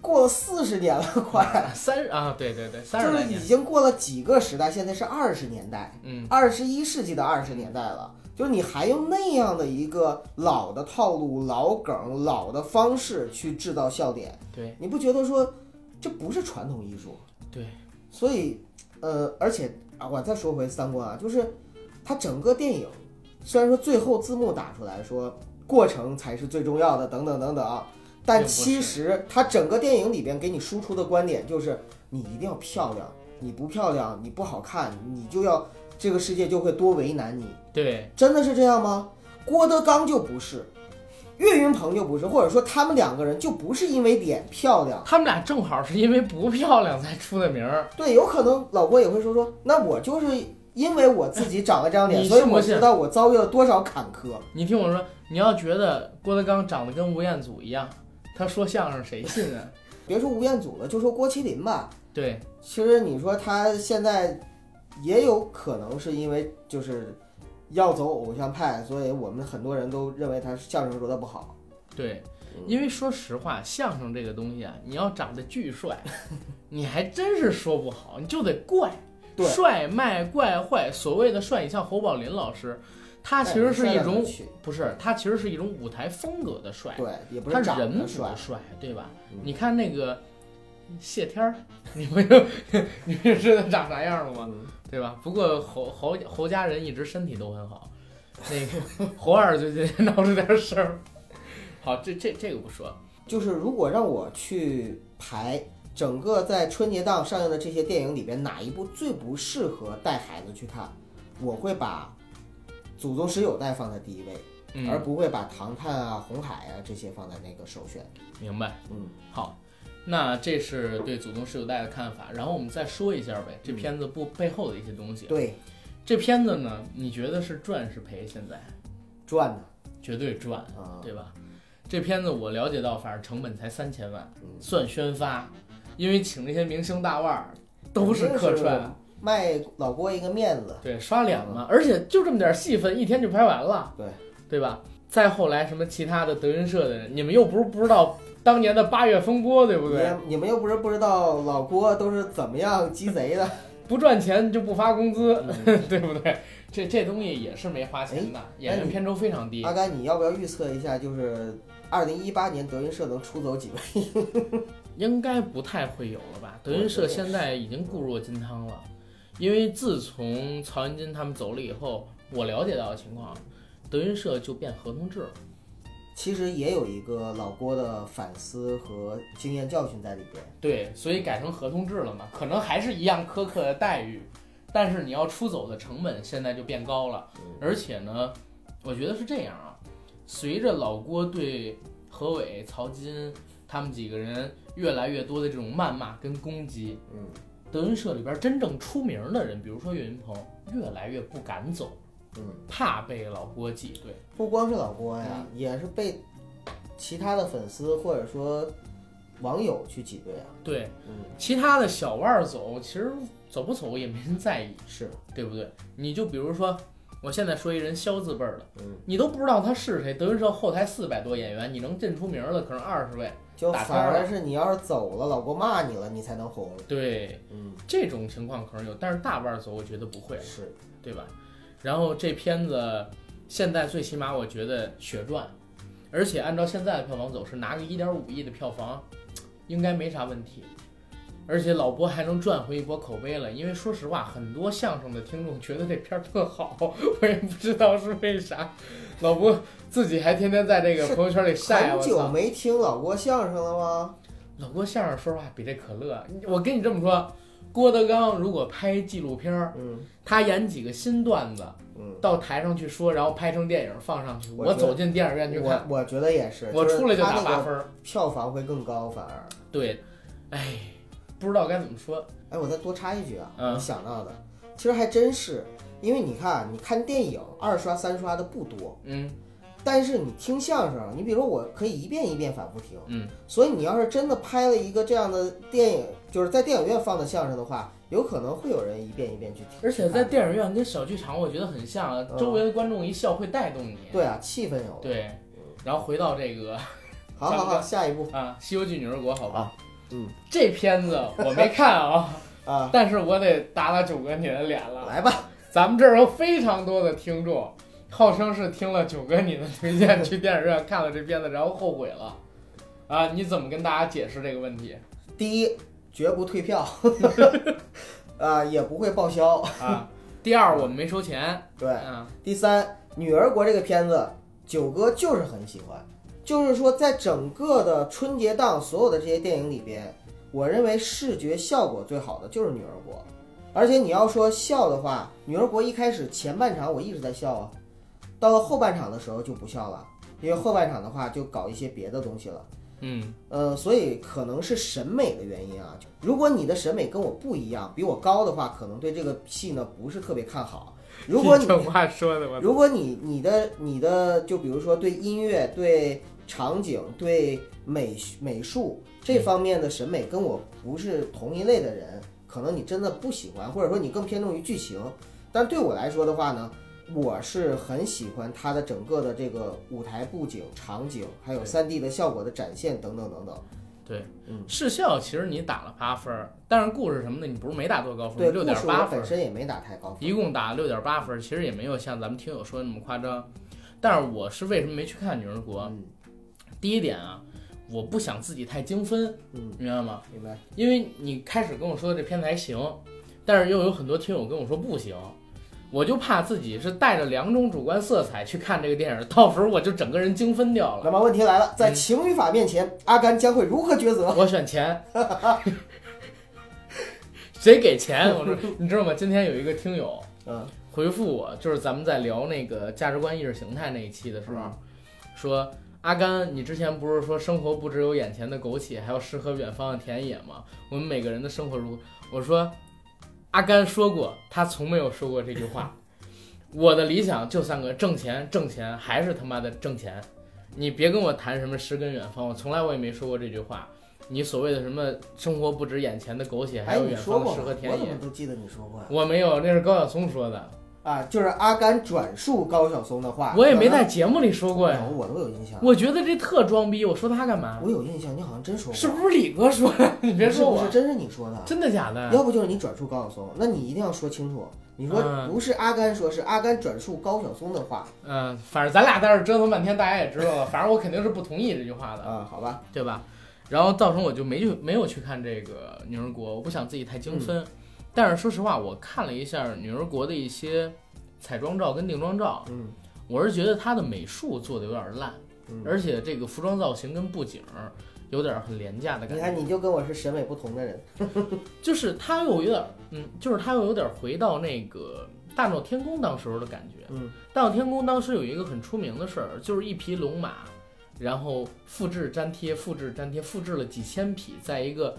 B: 过了四十年了，快，
A: 三啊，对对对， 三
B: 就
A: 十来
B: 是
A: 年
B: 已，经过了几个时代，现在是二十年代，
A: 嗯，
B: 二十一世纪的二十年代了。就是你还用那样的一个老的套路、老梗、老的方式去制造笑点，
A: 对
B: 你不觉得说这不是传统艺术？
A: 对，
B: 所以，呃，而且啊，我再说回三观啊，就是它整个电影，虽然说最后字幕打出来说过程才是最重要的，等等等等啊，但
A: 并不是
B: 其实它整个电影里边给你输出的观点就是你一定要漂亮，你不漂亮，你不好看，你就要这个世界就会多为难你，
A: 对
B: 真的是这样吗？郭德纲就不是。岳云鹏就不是，或者说他们两个人就不是因为脸漂亮，
A: 他们俩正好是因为不漂亮才出的名儿。
B: 对，有可能老郭也会说说，那我就是因为我自己长了这张 脸，
A: 你
B: 所以
A: 信不
B: 我
A: 信
B: 知道我遭遇了多少坎坷。
A: 你听我说，你要觉得郭德纲长得跟吴彦祖一样，他说相声谁信啊？
B: 别说吴彦祖了，就说郭麒麟吧，
A: 对，
B: 其实你说他现在也有可能是因为就是要走偶像派，所以我们很多人都认为他相声说的不好。
A: 对，
B: 嗯
A: 因为说实话，相声这个东西啊，你要长得巨帅， 你还真是说不好，你就得怪，
B: 对
A: 帅卖怪坏。所谓的帅，你像侯宝林老师，他其
B: 哎
A: 实是一种不是，他其实是一种舞台风格的帅，
B: 对，也不
A: 他
B: 是长
A: 人
B: 得
A: 不
B: 帅，
A: 帅，对吧？
B: 嗯
A: 你看那个谢天儿，你们就 你们知道长啥样了吗？
B: 嗯
A: 对吧？不过侯侯侯家人一直身体都很好，那个 侯二最近闹出点事儿。好，这这这个不说，
B: 就是如果让我去排整个在春节档上映的这些电影里边，哪一部最不适合带孩子去看，我会把《祖宗十九代》放在第一位，
A: 嗯，
B: 而不会把《唐探》啊、《红海啊》这些放在那个首选。
A: 明白。
B: 嗯，
A: 好，那这是对《祖宗十九代》的看法，然后我们再说一下呗，这片子不背后的一些东西。
B: 对，
A: 这片子呢，你觉得是赚是赔？现在
B: 赚呢
A: 绝对赚，
B: 啊，
A: 对吧？这片子我了解到，反正成本才三千万，
B: 嗯
A: 算宣发，因为请那些明星大腕儿都是客串，，
B: 卖老郭一个面子。
A: 对，刷脸嘛，而且就这么点戏份，一天就拍完了，
B: 对，
A: 对吧？再后来什么其他的德云社的人，你们又不是不知道当年的八月风波，对不对？
B: 你你们又不是不知道老郭都是怎么样鸡贼的。
A: 不赚钱就不发工资， 对不对？这这东西也是没花钱的，演员片酬非常低
B: 阿。甘，你要不要预测一下，就是二零一八年德云社能出走几位？
A: 应该不太会有了吧？德云社现在已经固若金汤了，因为自从曹云金他们走了以后，我了解到的情况，德云社就变合同制了。
B: 其实也有一个老郭的反思和经验教训在里边。
A: 对，所以改成合同制了嘛，可能还是一样苛刻的待遇，但是你要出走的成本现在就变高了。
B: 嗯
A: 而且呢，我觉得是这样啊，随着老郭对何伟、曹金他们几个人越来越多的这种谩骂跟攻击，
B: 嗯，
A: 德云社里边真正出名的人，比如说岳云鹏，越来越不敢走，
B: 嗯，
A: 怕被老郭挤兑。
B: 不光是老郭呀，
A: 嗯
B: 也是被其他的粉丝或者说网友去挤兑啊。
A: 对，
B: 嗯，
A: 其他的小腕儿走，其实走不走也没人在意，
B: 是，
A: 对不对？你就比如说，我现在说一人肖字辈儿的，
B: 嗯，
A: 你都不知道他是谁，德云社后台四百多演员，你能认出名儿的可能二十位。
B: 就
A: 打
B: 反
A: 圈
B: 而是你要是走了，老郭骂你了，你才能红。
A: 对，
B: 嗯，
A: 这种情况可能有，但是大腕儿走我觉得不会，
B: 是，
A: 对吧？然后这片子现在最起码我觉得血赚，而且按照现在的票房走势，拿个一点五亿的票房应该没啥问题。而且老博还能赚回一波口碑了，因为说实话，很多相声的听众觉得这片儿特好， 我也不知道是为啥。老博自己还天天在这个
B: 是
A: 朋友圈里晒，
B: 很
A: 我
B: 久
A: 操！嗯
B: 没听老郭相声了吗？
A: 老郭相声说实话比这可乐，我跟你这么说，郭德纲如果拍纪录片儿，
B: 嗯
A: 他演几个新段子
B: 嗯，
A: 到台上去说，然后拍成电影放上去，我
B: 我觉得
A: 走进电影院去
B: 我
A: 看，
B: 我觉得也是，
A: 我
B: 是
A: 出来就
B: 他
A: 打
B: 那
A: 八
B: 个
A: 分儿。
B: 票房会更高，反而。
A: 对，哎，不知道该怎么说。
B: 哎，我再多插一句啊，
A: 嗯
B: 我想到的，其实还真是，因为你看啊，你看电影二刷三刷的不多，
A: 嗯
B: 但是你听相声，你比如我可以一遍一遍反复听，
A: 嗯，
B: 所以你要是真的拍了一个这样的电影，就是在电影院放的相声的话，有可能会有人一遍一遍去听，啊
A: 而且在
B: 去看
A: 电影院跟小剧场，我觉得很像啊，
B: 嗯
A: 周围的观众一笑会带动你。
B: 对嗯啊，气氛有了。
A: 对，然后回到这个
B: 好好好，下一步
A: 啊《西游记女儿国》，好吧
B: 啊？嗯，
A: 这片子我没看啊，
B: 啊，
A: 但是我得打打九哥你的脸了。
B: 来吧，
A: 咱们这儿有非常多的听众，号称是听了九哥你的推荐去电影院看了这片子，然后后悔了。啊，你怎么跟大家解释这个问题
B: 第一，绝不退票， 啊，也不会报销。
A: 啊？ 第二，我们没收钱。
B: 对，
A: 啊，
B: 第三，《女儿国》这个片子，九哥就是很喜欢，就是说在整个的春节档所有的这些电影里边，我认为视觉效果最好的就是《女儿国》，而且你要说笑的话，《女儿国》一开始前半场我一直在笑啊，到了后半场的时候就不笑了，因为后半场的话就搞一些别的东西了。
A: 嗯，
B: 呃，所以可能是审美的原因啊。如果你的审美跟我不一样，比我高的话，可能对这个戏呢不是特别看好。如果 你
A: 这话说的我
B: 如果你你的你的就比如说对音乐、对场景、对美美术这
A: 嗯
B: 方面的审美跟我不是同一类的人，可能你真的不喜欢，或者说你更偏重于剧情。但对我来说的话呢，我是很喜欢它的整个的这个舞台布景、场景，还有
A: 对哦
B: 3D 的效果的展现等等等等。
A: 对
B: 嗯
A: 视效其实你打了八分儿，但是故事什么的你不是没打多高
B: 对，
A: 分，六
B: 故
A: 点
B: 事
A: 八
B: 我
A: 分
B: 本
A: 儿，
B: 身也没打太高分。
A: 一共打六点八分儿，其实也没有像咱们听友说的那么夸张。但是我是为什么没去看《女儿国》
B: 嗯
A: 第一点啊，我不想自己太精分，
B: 嗯，
A: 明白吗？
B: 明白。
A: 因为你开始跟我说的这片子还行，但是又有很多听友跟我说不行，我就怕自己是带着两种主观色彩去看这个电影，到时候我就整个人精分掉
B: 那
A: 了。
B: 么问题来了，在
A: 嗯
B: 情与法面前，阿甘将会如何抉择？
A: 我选钱，谁给钱？我说，你知道吗？今天有一个听友，
B: 嗯
A: 回复我，就是咱们在聊那个价值观、意识形态那一期的时候，
B: 嗯
A: 说阿甘，你之前不是说生活不只有眼前的苟且，还有诗和远方的田野吗？我们每个人的生活如……我说，阿甘说过，他从没有说过这句 话。我的理想就三个：挣钱，挣钱，还是他妈的挣钱。你别跟我谈什么诗跟远方，我从来我也没说过这句话。你所谓的什么生活不止眼前的苟且，还
B: 哎，
A: 有
B: 你
A: 远
B: 说
A: 方的
B: 过
A: 诗
B: 吗
A: 和
B: 我
A: 田
B: 怎
A: 野
B: 么。都记得哎你说过呀？
A: 我没有，那是高晓松说的，
B: 啊，就是阿甘转述高晓松的话，
A: 我也没
B: 可能
A: 在节目里说过
B: 有
A: 呀。
B: 我都有印象，
A: 我觉得这特装逼，我说他干嘛？
B: 我有印象，你好像真说过，
A: 是不是李哥说的？你别
B: 是
A: 说
B: 不
A: 我
B: 是，真是你说的？ 啊
A: 真的假的？
B: 要不就是你转述高晓松，那你一定要说清楚。你说
A: 嗯
B: 不是阿甘说，是阿甘转述高晓松的话
A: 嗯，反正咱俩在这儿折腾半天，大家也知道了。反正我肯定是不同意这句话的。
B: 啊，好吧？
A: 对吧？然后造成我就没去没有去看这个《女儿国》，我不想自己太精分。但是说实话，我看了一下《女儿国》的一些彩妆照跟定妆照，
B: 嗯
A: 我是觉得它的美术做的有点烂，
B: 嗯，
A: 而且这个服装造型跟布景儿有点很廉价的感
B: 你
A: 觉。
B: 看你就跟我是审美不同的人，
A: 就是它又有点，嗯，就是它又有点回到那个大闹天宫当时候的感觉。
B: 嗯，
A: 大闹天宫当时有一个很出名的事儿，就是一匹龙马，然后复制粘贴、复制粘贴、复制了几千匹，在一个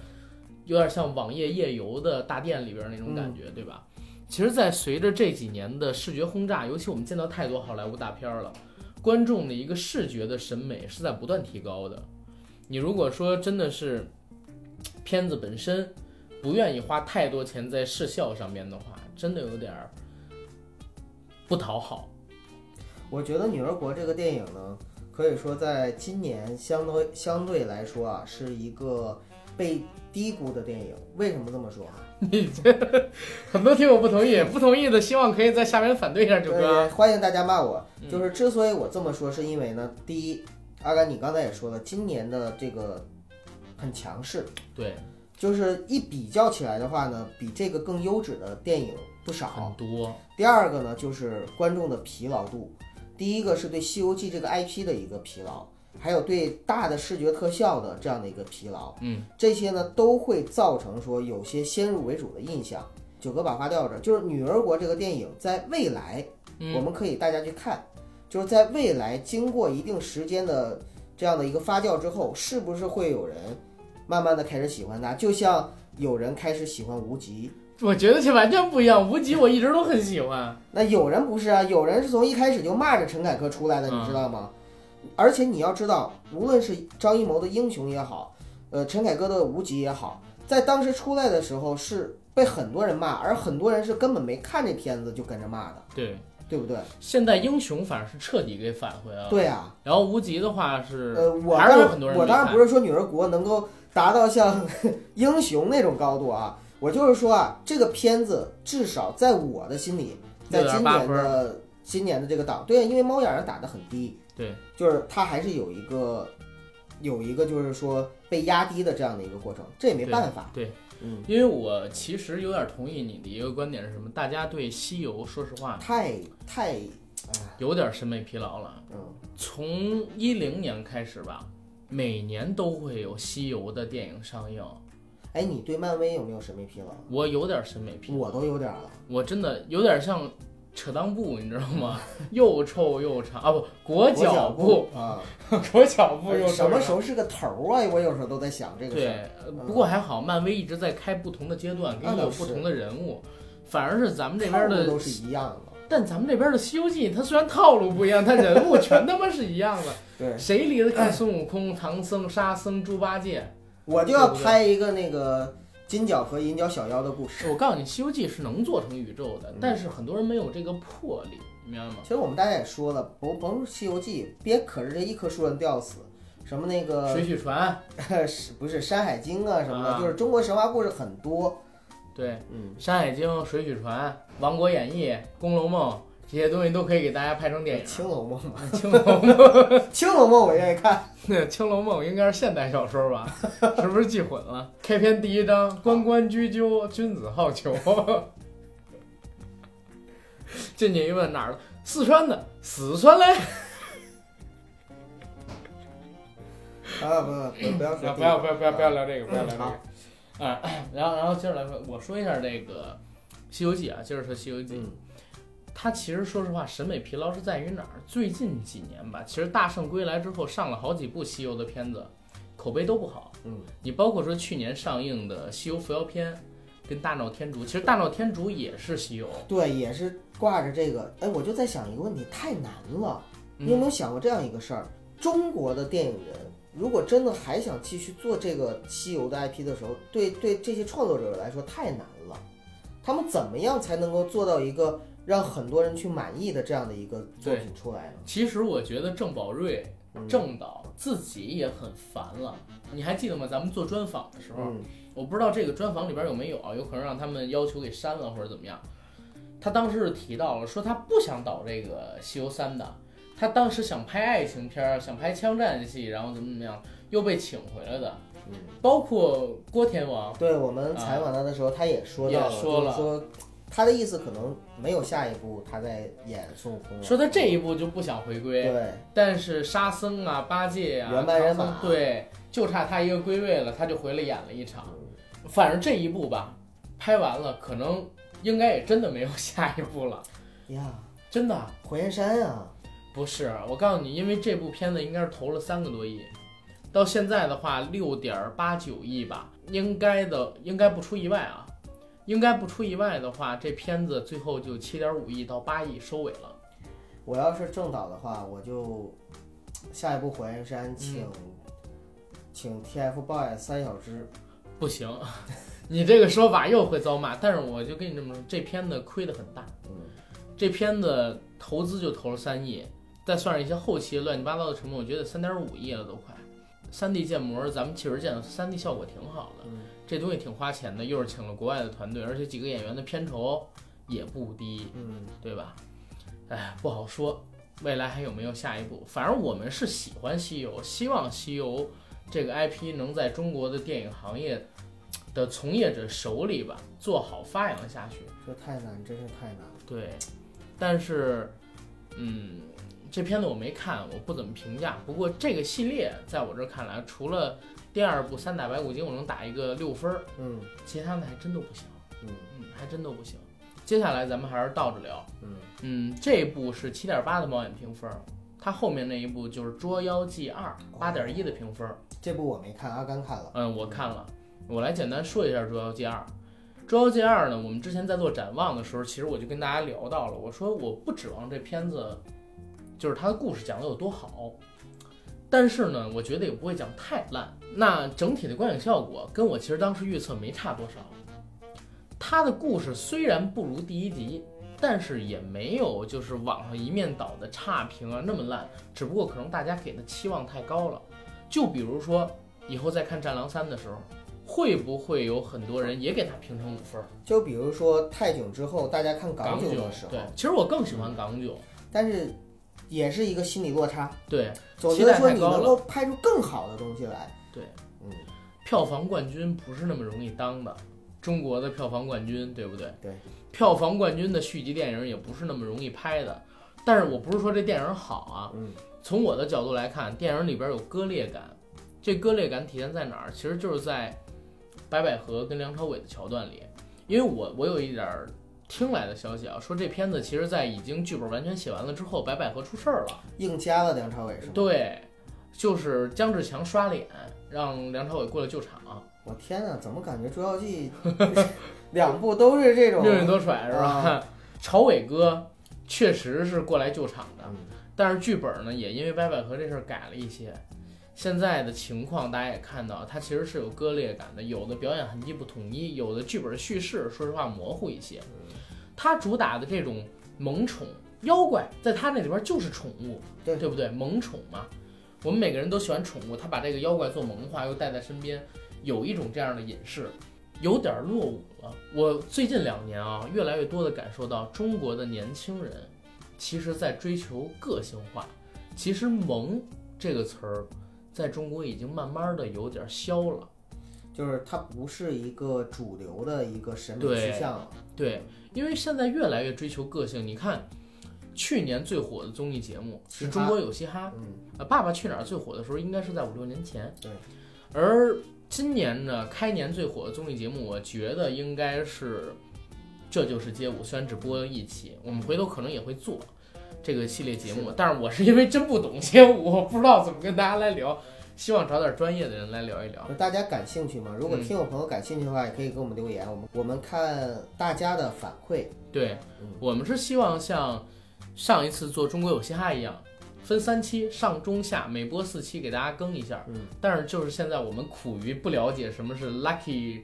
A: 有点像网页页游的大店里边那种感觉，对吧？其实，在随着这几年的视觉轰炸，尤其我们见到太多好莱坞大片儿了，观众的一个视觉的审美是在不断提高的。你如果说真的是片子本身不愿意花太多钱在视效上面的话，真的有点儿不讨好。
B: 我觉得《女儿国》这个电影呢，可以说在今年相对相对来说啊，是一个被低估的电影。为什么这么说啊？
A: 你这很多听友不同意，不同意的希望可以在下面反对一下九哥。
B: 对，欢迎大家骂我。
A: 嗯
B: 就是之所以我这么说，是因为呢，第一，阿甘你刚才也说了，今年的这个很强势，
A: 对，
B: 就是一比较起来的话呢，比这个更优质的电影不少
A: 很。多，
B: 第二个呢，就是观众的疲劳度。第一个是对《西游记》这个 IP 的一个疲劳，还有对大的视觉特效的这样的一个疲劳，
A: 嗯，
B: 这些呢都会造成说有些先入为主的印象。九哥把话撂这儿，就是《女儿国》这个电影在未来我
A: 嗯，
B: 们可以大家去看，就是在未来经过一定时间的这样的一个发酵之后，是不是会有人慢慢的开始喜欢它？就像有人开始喜欢无极，
A: 我觉得这完全不一样。无极我一直都很喜欢，
B: 那有人不是啊，有人是从一开始就骂着陈凯歌出来的，
A: 嗯
B: 你知道吗？而且你要知道，无论是张艺谋的《英雄》也好，呃，陈凯歌的《无极》也好，在当时出来的时候是被很多人骂，而很多人是根本没看这片子就跟着骂的，
A: 对。
B: 对不对？
A: 现在英雄反而是彻底给返回了，
B: 对啊，
A: 然后无极的话是，
B: 呃，我
A: 还
B: 当
A: 是有
B: 然
A: 很多人
B: 我当然
A: 没看
B: 不是说女儿国能够达到像 英雄那种高度啊，我就是说啊，这个片子至少在我的心里，在今
A: 6.8
B: 年的今年的这个档，对，因为猫眼儿打得很低，
A: 对，
B: 就是它还是有一个有一个就是说被压低的这样的一个过程，这也没
A: 对
B: 办法，
A: 对，
B: 嗯，
A: 因为我其实有点同意你的一个观点是什么？大家对西游说实话
B: 太太，哎，
A: 有点审美疲劳了，
B: 嗯，
A: 从一零年开始吧，每年都会有西游的电影上映。
B: 哎，你对漫威有没有审美疲劳？
A: 我有点审美疲劳，
B: 我都有点儿了，
A: 我真的有点像扯裆布，你知道 吗？又臭又长啊，不裹脚布，
B: 啊，
A: 裹脚布 又
B: 什么时
A: 候？
B: 候是个头儿啊？我有时候都在想这个事儿。
A: 对，呃不过还好，漫威一直在开不同的阶段，给
B: 那
A: 你
B: 倒
A: 有
B: 是
A: 不同的人物。反而是咱们这边
B: 嗯套路
A: 的
B: 都，是一样的。
A: 但咱们这边的《西游记》，它虽然套路不一样，但人物全他妈是一样的。
B: 对，
A: 谁离得开孙悟空、唐僧、沙僧、猪八戒？
B: 我就要
A: 对不对
B: 拍一个那个金角和银角小妖的故事。
A: 我告诉你，《西游记》是能做成宇宙的
B: 嗯，
A: 但是很多人没有这个魄力，你明白吗？
B: 其实我们大家也说了，甭甭说《西游记》，别可是这一棵树上吊死，什么那个
A: 水浒传，
B: 是不是《山海经》啊什么的，
A: 啊
B: 就是中国神话故事很多。
A: 对，《
B: 嗯，
A: 山海经》《水浒传》《王国演义》《红楼梦》这些东西都可以给大家拍成电影。
B: 青楼梦》嘛，
A: 青楼
B: 《青楼梦》我愿意看。
A: 梦，青楼梦应该是现代小说吧？是不是记混了？开篇第一章，关关雎鸠，君子好逑。 进去一问哪儿的？四川的，四川嘞。
B: 啊，不不不要说
A: 啊，不要不要不要不要聊这个，不要聊这
B: 好
A: 个。啊，然后然后接着来说，我说一下这个《西游记》啊，接着说《西游记》
B: 嗯
A: 它其实说实话，审美疲劳是在于哪儿？最近几年吧，其实《大圣归来》之后上了好几部西游的片子，口碑都不好。
B: 嗯，
A: 你包括说去年上映的《西游伏妖篇》跟《大闹天竺》，其实《大闹天竺》也是西游，
B: 对，也是挂着这个。哎，我就在想一个问题，太难了。
A: 嗯
B: 你有没有想过这样一个事儿？中国的电影人如果真的还想继续做这个西游的 IP 的时候，对对这些创作者来说太难了。他们怎么样才能够做到一个让很多人去满意的这样的一个作品出来呢？
A: 其实我觉得郑宝瑞、
B: 嗯
A: 郑导自己也很烦了。你还记得吗？咱们做专访的时候，
B: 嗯
A: 我不知道这个专访里边有没有啊，有可能让他们要求给删了或者怎么样。他当时是提到了说他不想导这个《西游三》的，他当时想拍爱情片儿，想拍枪战戏，然后怎么怎么样，又被请回来的。
B: 嗯，
A: 包括郭天王，
B: 对我们采访他的时候，他也说到了，
A: 哦啊也说了
B: 就是说他的意思可能没有下一部他在演孙悟空了，
A: 说他这一步就不想回归，
B: 嗯对，
A: 但是沙僧啊、八戒啊、
B: 原班人马
A: 唐僧对，就差他一个归位了，他就回来演了一场。
B: 嗯
A: 反正这一部吧，拍完了，可能应该也真的没有下一部了，
B: 呀，
A: 真的
B: 火焰山啊，
A: 不是。我告诉你，因为这部片子应该是投了三个多亿，到现在的话六点八九亿吧，应该的，应该不出意外啊，应该不出意外的话，这片子最后就七点五亿到八亿收尾了。
B: 我要是正导的话，我就下一部火焰山请、请 TFBOYS 三小只，
A: 不行， 你这个说法又会遭骂。但是我就跟你这么说，这片子亏得很大。
B: 嗯，
A: 这片子投资就投了三亿，再算上一些后期乱七八糟的成本，我觉得三点五亿了都快。三 D 建模，咱们其实见的三 D 效果挺好的，
B: 嗯
A: 这东西挺花钱的，又是请了国外的团队，而且几个演员的片酬也不低，
B: 嗯，
A: 对吧？哎，不好说，未来还有没有下一步？反正我们是喜欢西游，希望西游这个 IP 能在中国的电影行业的从业者手里吧做好发扬下去。
B: 这太难，真是太难了。
A: 对，但是，嗯，这片子我没看，我不怎么评价。不过这个系列在我这儿看来，除了第二部《三打白骨精》我能打一个六分儿，
B: 嗯
A: 其他的还真都不行，
B: 嗯
A: 嗯，还真都不行。接下来咱们还是倒着聊，
B: 嗯，
A: 嗯，这一部是七点八的猫眼评分儿，它后面那一部就是《捉妖记二》八点一的评分儿，
B: 这部我没看，阿甘看了，
A: 嗯，我看了，我来简单说一下《捉妖记二》。《捉妖记二》呢，我们之前在做展望的时候，其实我就跟大家聊到了，我说我不指望这片子就是它的故事讲得有多好，但是呢，我觉得也不会讲太烂。那整体的观影效果跟我其实当时预测没差多少。它的故事虽然不如第一集，但是也没有就是网上一面倒的差评啊那么烂，只不过可能大家给的期望太高了。就比如说以后再看《战狼三》的时候，会不会有很多人也给它评成五分儿？
B: 就比如说泰囧之后，大家看港
A: 九
B: 囧的时候
A: 对，，其实我更喜欢港囧，
B: 但是也是一个心理落差，
A: 对
B: 总
A: 期
B: 觉
A: 待
B: 得说
A: 太
B: 你
A: 高
B: 能
A: 了
B: 够拍出更好的东西来，
A: 对，
B: 嗯，
A: 票房冠军不是那么容易当的，中国的票房冠军，对不对？
B: 对，
A: 票房冠军的续集电影也不是那么容易拍的。但是我不是说这电影好啊，
B: 嗯
A: 从我的角度来看，电影里边有割裂感，这割裂感体现在哪儿？其实就是在白百合跟梁朝伟的桥段里，因为我我有一点儿听来的消息啊，说这片子其实在已经剧本完全写完了之后，白百合出事儿了。
B: 硬加了梁朝伟是吗？
A: 对，就是姜志强刷脸，让梁朝伟过来救场，
B: 我天哪，怎么感觉《捉妖记》 两部都是这 种
A: 六人多甩是吧？
B: 啊
A: 朝伟哥确实是过来救场的，
B: 嗯
A: 但是剧本呢也因为白百合这事儿改了一些。现在的情况大家也看到，它其实是有割裂感的，有的表演痕迹不统一，有的剧本叙事说实话模糊一些。它主打的这种萌宠妖怪，在它那里边就是宠物，
B: 对
A: 对不对？萌宠嘛，我们每个人都喜欢宠物，他把这个妖怪做萌化，又带在身边，有一种这样的隐士，有点落伍了。我最近两年啊，越来越多的感受到中国的年轻人，其实在追求个性化。其实“萌”这个词儿，在中国已经慢慢的有点消了。
B: 就是它不是一个主流的一个审美
A: 对
B: 趋向了。
A: 对，因为现在越来越追求个性。你看，去年最火的综艺节目是
B: 嘻
A: 《
B: 哈
A: 中国有嘻哈》，
B: 嗯，
A: 呃，《爸爸去哪儿》最火的时候应该是在五六年前。
B: 对。
A: 而今年呢，开年最火的综艺节目，我觉得应该是这就是街舞，虽然只播一期，我们回头可能也会做这个系列节目，但是我是因为真不懂街舞，我不知道怎么跟大家来聊，希望找点专业的人来聊一聊。
B: 大家感兴趣吗？如果
A: 嗯
B: 听友朋友感兴趣的话，也可以给我们留言，我们我们看大家的反馈。
A: 对
B: 嗯
A: 我们是希望像上一次做中国有嘻哈一样，分三期，上中下，每播四期给大家更一下。
B: 嗯，
A: 但是就是现在我们苦于不了解什么是 lucky，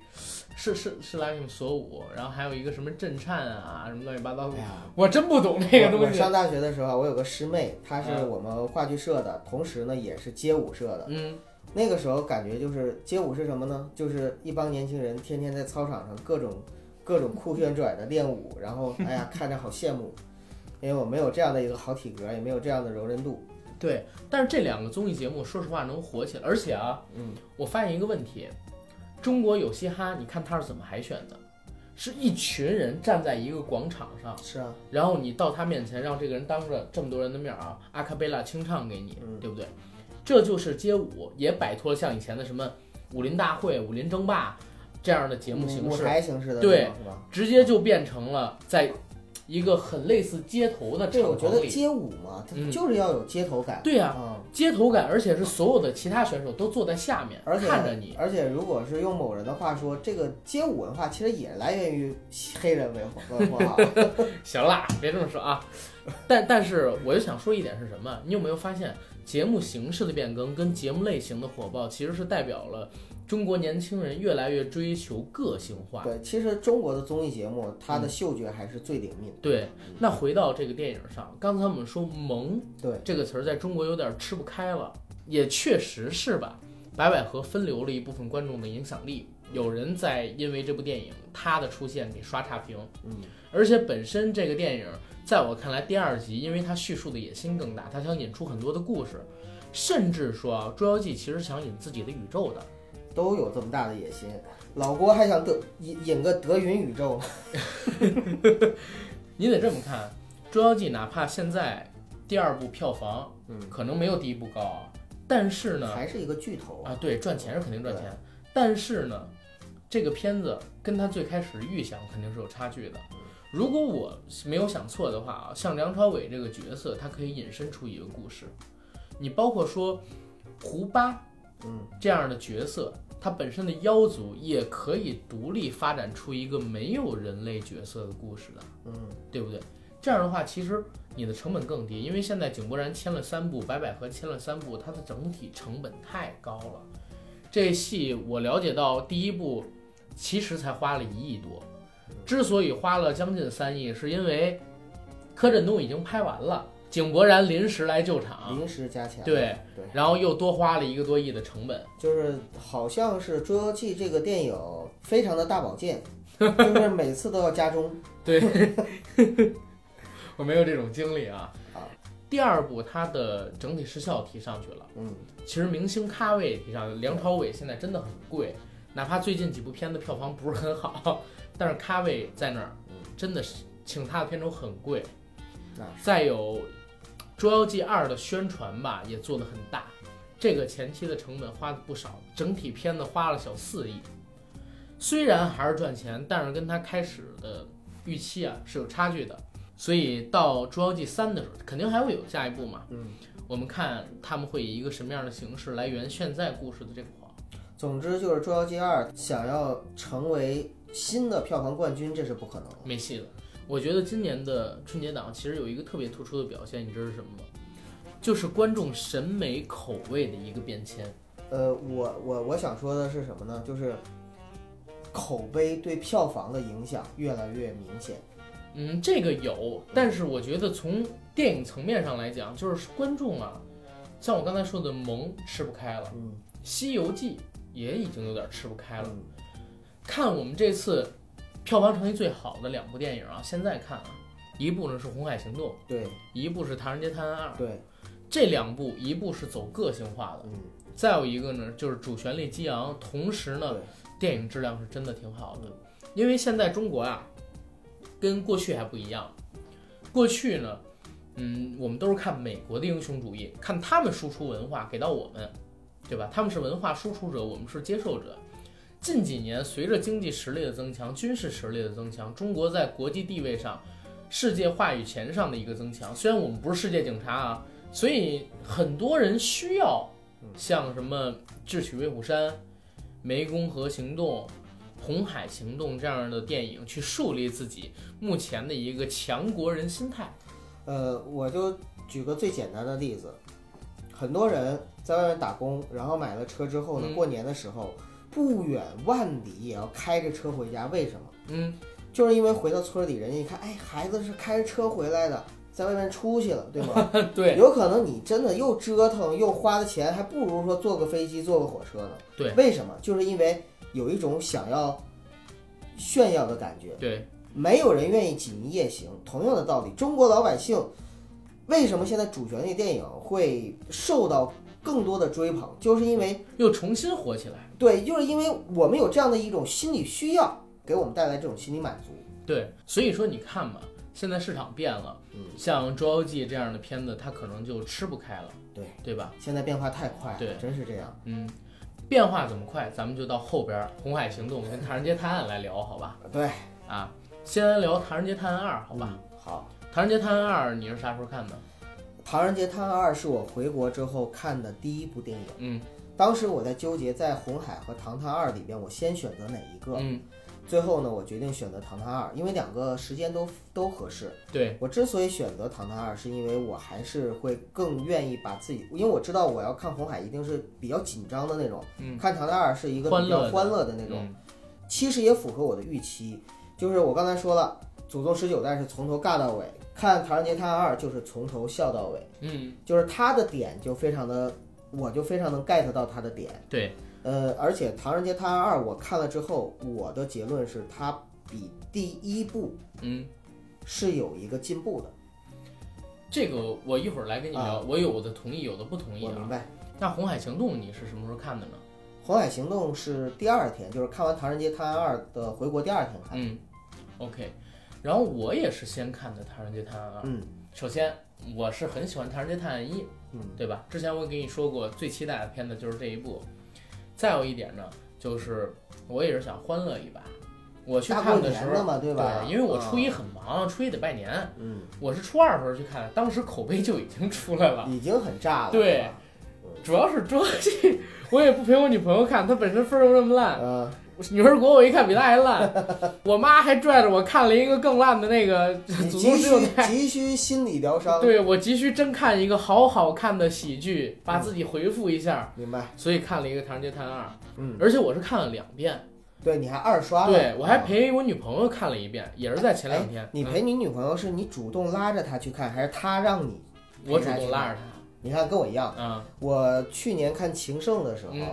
A: 是是是 lucky 锁舞，然后还有一个什么震颤啊，什么乱七八糟的
B: 哎，呀，
A: 我真不懂啊这个
B: 我
A: 东
B: 我
A: 西。
B: 上大学的时候啊，我有个师妹，她是
A: 嗯
B: 我们话剧社的，同时呢也是街舞社的。
A: 嗯，
B: 那个时候感觉就是街舞是什么呢？就是一帮年轻人天天在操场上各种各种酷炫拽的练舞，然后 哎呀看着好羡慕，因为我没有这样的一个好体格，也没有这样的柔韧度。
A: 对。但是这两个综艺节目，说实话能火起来，而且啊，
B: 嗯，
A: 我发现一个问题，中国有嘻哈，你看它是怎么海选的？是一群人站在一个广场上。
B: 是啊，
A: 然后你到他面前，让这个人当着这么多人的面儿啊，阿卡贝拉清唱给你
B: 嗯，
A: 对不对？这就是街舞，也摆脱像以前的什么武林大会、武林争霸这样的节目形
B: 嗯舞
A: 式，
B: 台形式的
A: 对
B: 那种是吧？
A: 直接就变成了在一个很类似街头的
B: 对，我
A: 场
B: 觉
A: 合
B: 得
A: 里。
B: 街舞嘛，它
A: 嗯
B: 就是要有街头感。
A: 对呀、
B: 啊，
A: 街头感，而且是所有的其他选手都坐在下面
B: 而且
A: 看着你。
B: 而且如果是用某人的话说，这个街舞文化其实也来源于黑人文化文化啊。
A: 行啦，别这么说啊。但但是我就想说一点是什么？你有没有发现节目形式的变更跟节目类型的火爆，其实是代表了中国年轻人越来越追求个性 化。
B: 啊对，其实中国的综艺节目，它
A: 嗯
B: 的嗅觉还是最灵敏。
A: 对，那回到这个电影上，刚才我们说“萌
B: 对”，
A: 这个词儿在中国有点吃不开了，也确实是吧。白百合分流了一部分观众的影响力，有人在因为这部电影她的出现给刷差评，
B: 嗯，
A: 而且本身这个电影，在我看来，第二集因为它叙述的野心更大，它想引出很多的故事，甚至说啊，《捉妖记》其实想引自己的宇宙的。
B: 都有这么大的野心。老郭还想得引引个德云宇宙，
A: 你得这么看，《捉妖记》哪怕现在第二部票房，
B: 嗯，
A: 可能没有第一部高啊，但是呢，
B: 还是一个巨头。
A: 啊，对，赚钱是肯定赚钱，但是呢，这个片子跟他最开始预想肯定是有差距的。如果我没有想错的话啊，像梁朝伟这个角色，他可以引申出一个故事。你包括说胡巴
B: 嗯，
A: 这样的角色，他本身的妖族也可以独立发展出一个没有人类角色的故事的，
B: 嗯，
A: 对不对？这样的话，其实你的成本更低，因为现在井柏然签了三部，白百合签了三部，它的整体成本太高了。这戏我了解到，第一部其实才花了一亿多，之所以花了将近三亿，是因为柯震东已经拍完了，井柏然临时来救场，
B: 临时加钱。
A: 啊对
B: 嗯对，啊
A: 然后又多花了一个多亿的成本。
B: 就是好像是《捉妖记》这个电影非常的大保健，就是每次都要加钟。
A: 对，我没有这种经历啊。
B: 啊
A: 第二部它的整体时效提上去了。
B: 嗯，
A: 其实明星咖位提上，梁朝伟现在真的很贵，哪怕最近几部片子票房不是很好，但是咖位在那儿
B: 嗯，
A: 真的是请他的片酬很贵。
B: 那
A: 再有《捉妖记二》的宣传吧，也做得很大，这个前期的成本花的不少，整体片子花了小四亿。虽然还是赚钱，但是跟他开始的预期啊是有差距的，所以到《捉妖记三》的时候，肯定还会有下一步嘛。
B: 嗯，
A: 我们看他们会以一个什么样的形式来圆现在故事的这个谎。
B: 总之就是《捉妖记二》想要成为新的票房冠军，这是不可能的。
A: 没戏了。我觉得今年的春节档其实有一个特别突出的表现，你知道是什么吗？就是观众审美口味的一个变迁。
B: 呃，我我我想说的是什么呢？就是口碑对票房的影响越来越明显。
A: 嗯，这个有，但是我觉得从电影层面上来讲，就是观众啊，像我刚才说的萌吃不开了，《
B: 嗯，
A: 西游记》也已经有点吃不开了。
B: 嗯
A: 看我们这次票房成绩最好的两部电影啊，现在看啊，一部呢是《红海行动》，
B: 对
A: 一部是《唐人街探案二》，
B: 对，
A: 这两部一部是走个性化的。
B: 嗯，
A: 再有一个呢，就是主旋律激昂，同时呢
B: 对，
A: 电影质量是真的挺好的。因为现在中国啊，跟过去还不一样。过去呢，嗯，我们都是看美国的英雄主义，看他们输出文化给到我们，对吧？他们是文化输出者，我们是接受者。近几年，随着经济实力的增强、军事实力的增强，中国在国际地位上、世界话语权上的一个增强。虽然我们不是世界警察啊，所以很多人需要像什么《智取威虎山》《湄公河行动》《红海行动》这样的电影去树立自己目前的一个强国人心态。
B: 呃，我就举个最简单的例子，很多人在外面打工，然后买了车之后呢，
A: 嗯
B: 过年的时候不远万里也要开着车回家，为什么？
A: 嗯，
B: 就是因为回到村里，人家一看，哎，孩子是开着车回来的，在外面出去了，对吗？
A: 对
B: 有可能你真的又折腾又花的钱，还不如说坐个飞机、坐个火车呢。
A: 对
B: 为什么？就是因为有一种想要炫耀的感觉，
A: 对，
B: 没有人愿意锦衣夜行。同样的道理，中国老百姓为什么现在主旋律电影会受到更多的追捧，就是因为
A: 又重新火起来。
B: 对，就是因为我们有这样的一种心理需要，给我们带来这种心理满足。
A: 对，所以说你看嘛，现在市场变了，
B: 嗯
A: 像《捉妖记》这样的片子，它可能就吃不开了，
B: 对
A: 对吧？
B: 现在变化太快了，
A: 对
B: 真是这样。
A: 嗯，变化怎么快，咱们就到后边儿《红海行动》跟《唐人街探案》来聊，好吧？
B: 对，
A: 啊，先来聊《唐人街探案二》，好吧？
B: 好，
A: 《唐人街探案二》你是啥时候看的？
B: 《唐人街探案二》是我回国之后看的第一部电影。
A: 嗯
B: 当时我在纠结，在《红海》和《唐探二》里边，我先选择哪一个？
A: 嗯，
B: 最后呢，我决定选择《唐探二》，因为两个时间都都合适。
A: 对，
B: 我之所以选择《唐探二》，是因为我还是会更愿意把自己，因为我知道我要看《红海》一定是比较紧张的那种，
A: 嗯
B: 看《唐探二》是一个
A: 欢
B: 比较
A: 乐的
B: 欢乐的那种。
A: 嗯
B: 其实也符合我的预期，就是我刚才说了，祖宗十九代是从头尬到尾，看《唐人街探案二》就是从头笑到尾，
A: 嗯，
B: 就是他的点就非常的，我就非常能 get 到他的点。
A: 对，
B: 呃，而且《唐人街探案二》我看了之后，我的结论是它比第一部
A: 嗯，
B: 是有一个进步的。
A: 这个我一会儿来跟你聊，
B: 啊
A: 我有的同意，有的不同意
B: 我明
A: 啊。
B: 白，啊
A: 那《红海行动》你是什么时候看的呢？
B: 《红海行动》是第二天，就是看完《唐人街探案二》的回国第二天看。
A: 嗯，OK，然后我也是先看的《唐人街探案二》。
B: 嗯
A: 首先，我是很喜欢《唐人街探案一》，
B: 嗯，
A: 对吧？之前我跟你说过，最期待的片子就是这一部。再有一点呢，就是我也是想欢乐一把。我去
B: 大过
A: 看的时
B: 年的
A: 候，
B: 嘛，对吧？
A: 因为我初一
B: 啊，
A: 很忙，初一得拜年，
B: 嗯，
A: 我是初二的时候去看的，当时口碑就已经出来了。
B: 已经很炸了。
A: 对
B: 是吧，
A: 主要是捉戏，我也不陪我女朋友看，她本身分儿就这么烂。
B: 嗯，
A: 女儿国我一看比她还烂，我妈还拽着我看了一个更烂的那个《
B: 你
A: 祖宗
B: 急
A: 十六
B: 需
A: 代》。
B: 急需心理疗伤，
A: 对我急需真看一个好好看的喜剧，把自己回复一下。
B: 明白？
A: 所以看了一个《唐人街探案二》，
B: 嗯，
A: 而且我是看了两遍，
B: 对，你还二刷了，
A: 对我还
B: 啊
A: 陪我女朋友看了一遍，也是在前两天
B: 哎。你
A: 嗯
B: 陪你女朋友是你主动拉着她去看，还是她让你？
A: 我主动拉着
B: 你看跟我一样，
A: 她啊，
B: 我去年看《情圣》的时候，
A: 嗯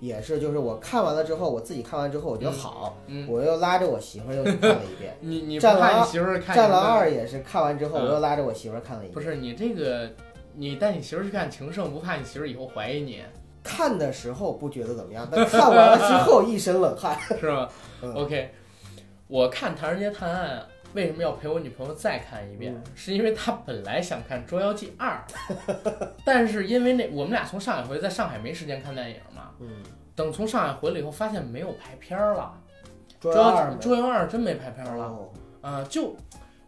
B: 也是就是我看完了之后，我自己看完之后我觉得好，
A: 嗯，。
B: 我又拉着我媳妇儿又去看了一遍
A: 你你不
B: 战狼
A: 怕你
B: 二
A: 媳妇儿看
B: 《
A: 一个
B: 战狼二》也是看完之后，
A: 嗯
B: 我又拉着我媳妇儿看了一遍。
A: 不是你这个，你带你媳妇儿去看《情圣》，不怕你媳妇儿以后怀疑你
B: 看的时候不觉得怎么样，但看完了之后一身冷汗。
A: 是吗
B: 嗯
A: ？OK，我看《唐人街探案》为什么要陪我女朋友再看一遍
B: 嗯？
A: 是因为她本来想看《捉妖记二》， 但是因为那我们俩从上海回，在上海没时间看电影嘛，
B: 嗯，
A: 等从上海回来以后，发现没有排片儿了。
B: 捉
A: 捉
B: 妖
A: 妖
B: 二
A: 捉妖二真没排片儿了，
B: 哦，
A: 啊，就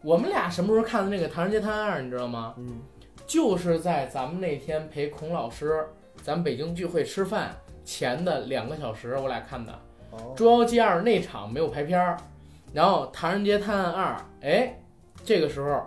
A: 我们俩什么时候看的那个《唐人街探案二》，你知道吗？
B: 嗯，
A: 就是在咱们那天陪孔老师咱们北京聚会吃饭前的两个小时，我俩看的
B: 哦
A: 《捉妖记二》那场没有排片儿，然后《唐人街探案二》，哎，这个时候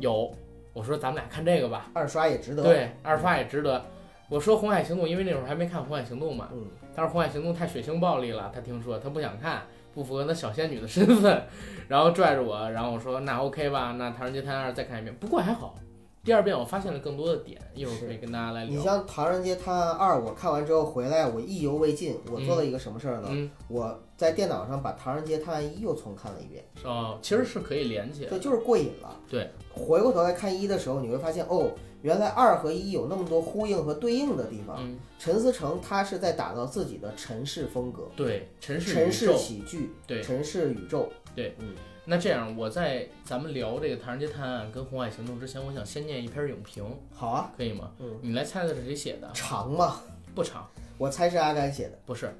A: 有，我说咱们俩看这个吧，
B: 二刷也值得。，
A: 对，二刷也值得。我说《红海行动》，因为那会儿还没看《红海行动》嘛，
B: 嗯，
A: 但是《红海行动》太血腥暴力了，他听说他不想看，不符合他小仙女的身份，然后拽着我，然后我说那 OK 吧，那《唐人街探案二》再看一遍。不过还好，第二遍我发现了更多的点，一会儿可以跟大家来
B: 你
A: 聊。
B: 像《唐人街探案二》，我看完之后回来，我意犹未尽。我做了一个什么事儿呢？
A: 嗯，
B: 我在电脑上把《唐人街探案一》又重看了一遍，
A: 哦，其实是可以连起来
B: 对，
A: 的。
B: 就是过瘾了。
A: 对，
B: 回过头来看一的时候，你会发现哦，原来二和一有那么多呼应和对应的地方。
A: 嗯，
B: 陈思诚他是在打造自己的陈氏风格，
A: 对，陈氏
B: 陈
A: 宇
B: 氏
A: 宙。
B: 喜剧，
A: 对
B: 陈氏宇宙，嗯
A: 那这样，我在咱们聊这个《唐人街探案》跟《红海行动》之前，我想先念一篇影评，
B: 好啊，
A: 可以吗？
B: 嗯，
A: 你来猜猜是谁写的？
B: 长嘛，
A: 不长，
B: 我猜是阿甘写的，
A: 不是，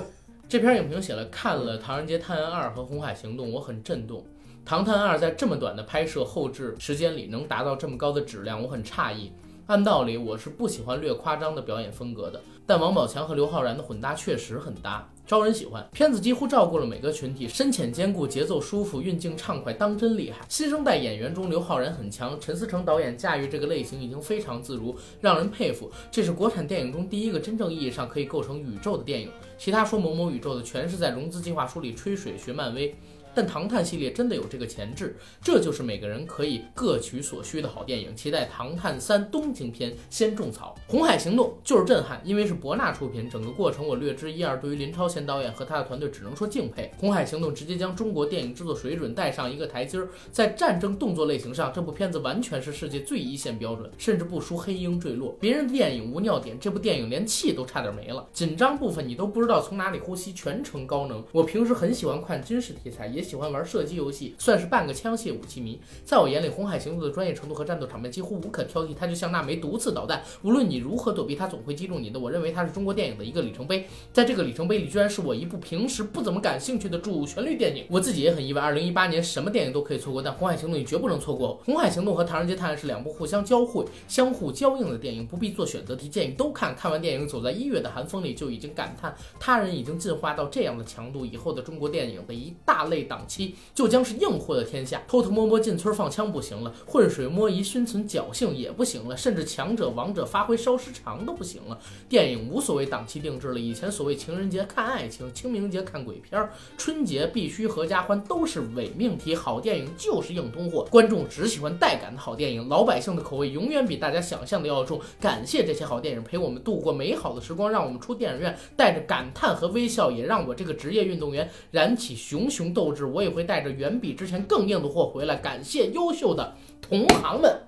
A: 这篇影评写了，看了《唐人街探案二》和《红海行动》，我很震动。《唐探二》在这么短的拍摄后置时间里能达到这么高的质量，我很诧异。按道理我是不喜欢略夸张的表演风格的，但王宝强和刘昊然的混搭确实很搭，招人喜欢。片子几乎照顾了每个群体，深浅兼顾，节奏舒服，运镜畅快，当真厉害。新生代演员中，刘昊然很强，陈思诚导演驾驭这个类型已经非常自如，让人佩服。这是国产电影中第一个真正意义上可以构成宇宙的电影，其他说某某宇宙的全是在融资计划书里吹水学漫威。但《唐探》系列真的有这个潜质，这就是每个人可以各取所需的好电影。期待《唐探三东京篇》先种草，《红海行动》就是震撼，因为是博纳出品，整个过程我略知一二。对于林超贤导演和他的团队，只能说敬佩。《红海行动》直接将中国电影制作水准带上一个台阶儿，在战争动作类型上，这部片子完全是世界最一线标准，甚至不输《黑鹰坠落》。别人的电影无尿点，这部电影连气都差点没了。紧张部分你都不知道从哪里呼吸，全程高能。我平时很喜欢看军事题材，也喜欢玩射击游戏，算是半个枪械武器迷。在我眼里，《红海行动》的专业程度和战斗场面几乎无可挑剔，它就像那枚毒刺导弹，无论你如何躲避，它总会击中你的。我认为它是中国电影的一个里程碑。在这个里程碑里，居然是我一部平时不怎么感兴趣的主旋律电影，我自己也很意外。二零一八年什么电影都可以错过，但《红海行动》你绝不能错过。《红海行动》和《唐人街探案》是两部互相交汇、相互交映的电影，不必做选择题，建议都看。看完电影，走在一月的寒风里，就已经感叹他人已经进化到这样的强度，以后的中国电影的一大类档期就将是硬货的天下。偷偷摸摸进村放枪不行了，浑水摸鱼心存侥幸也不行了，甚至强者王者发挥烧时长都不行了。电影无所谓档期定制了，以前所谓情人节看爱情，清明节看鬼片儿，春节必须合家欢，都是伪命题。好电影就是硬通货，观众只喜欢带感的好电影，老百姓的口味永远比大家想象的要重。感谢这些好电影陪我们度过美好的时光，让我们出电影院带着感叹和微笑，也让我这个职业运动员燃起熊熊斗志。我也会带着远比之前更硬的货回来。感谢优秀的同行们。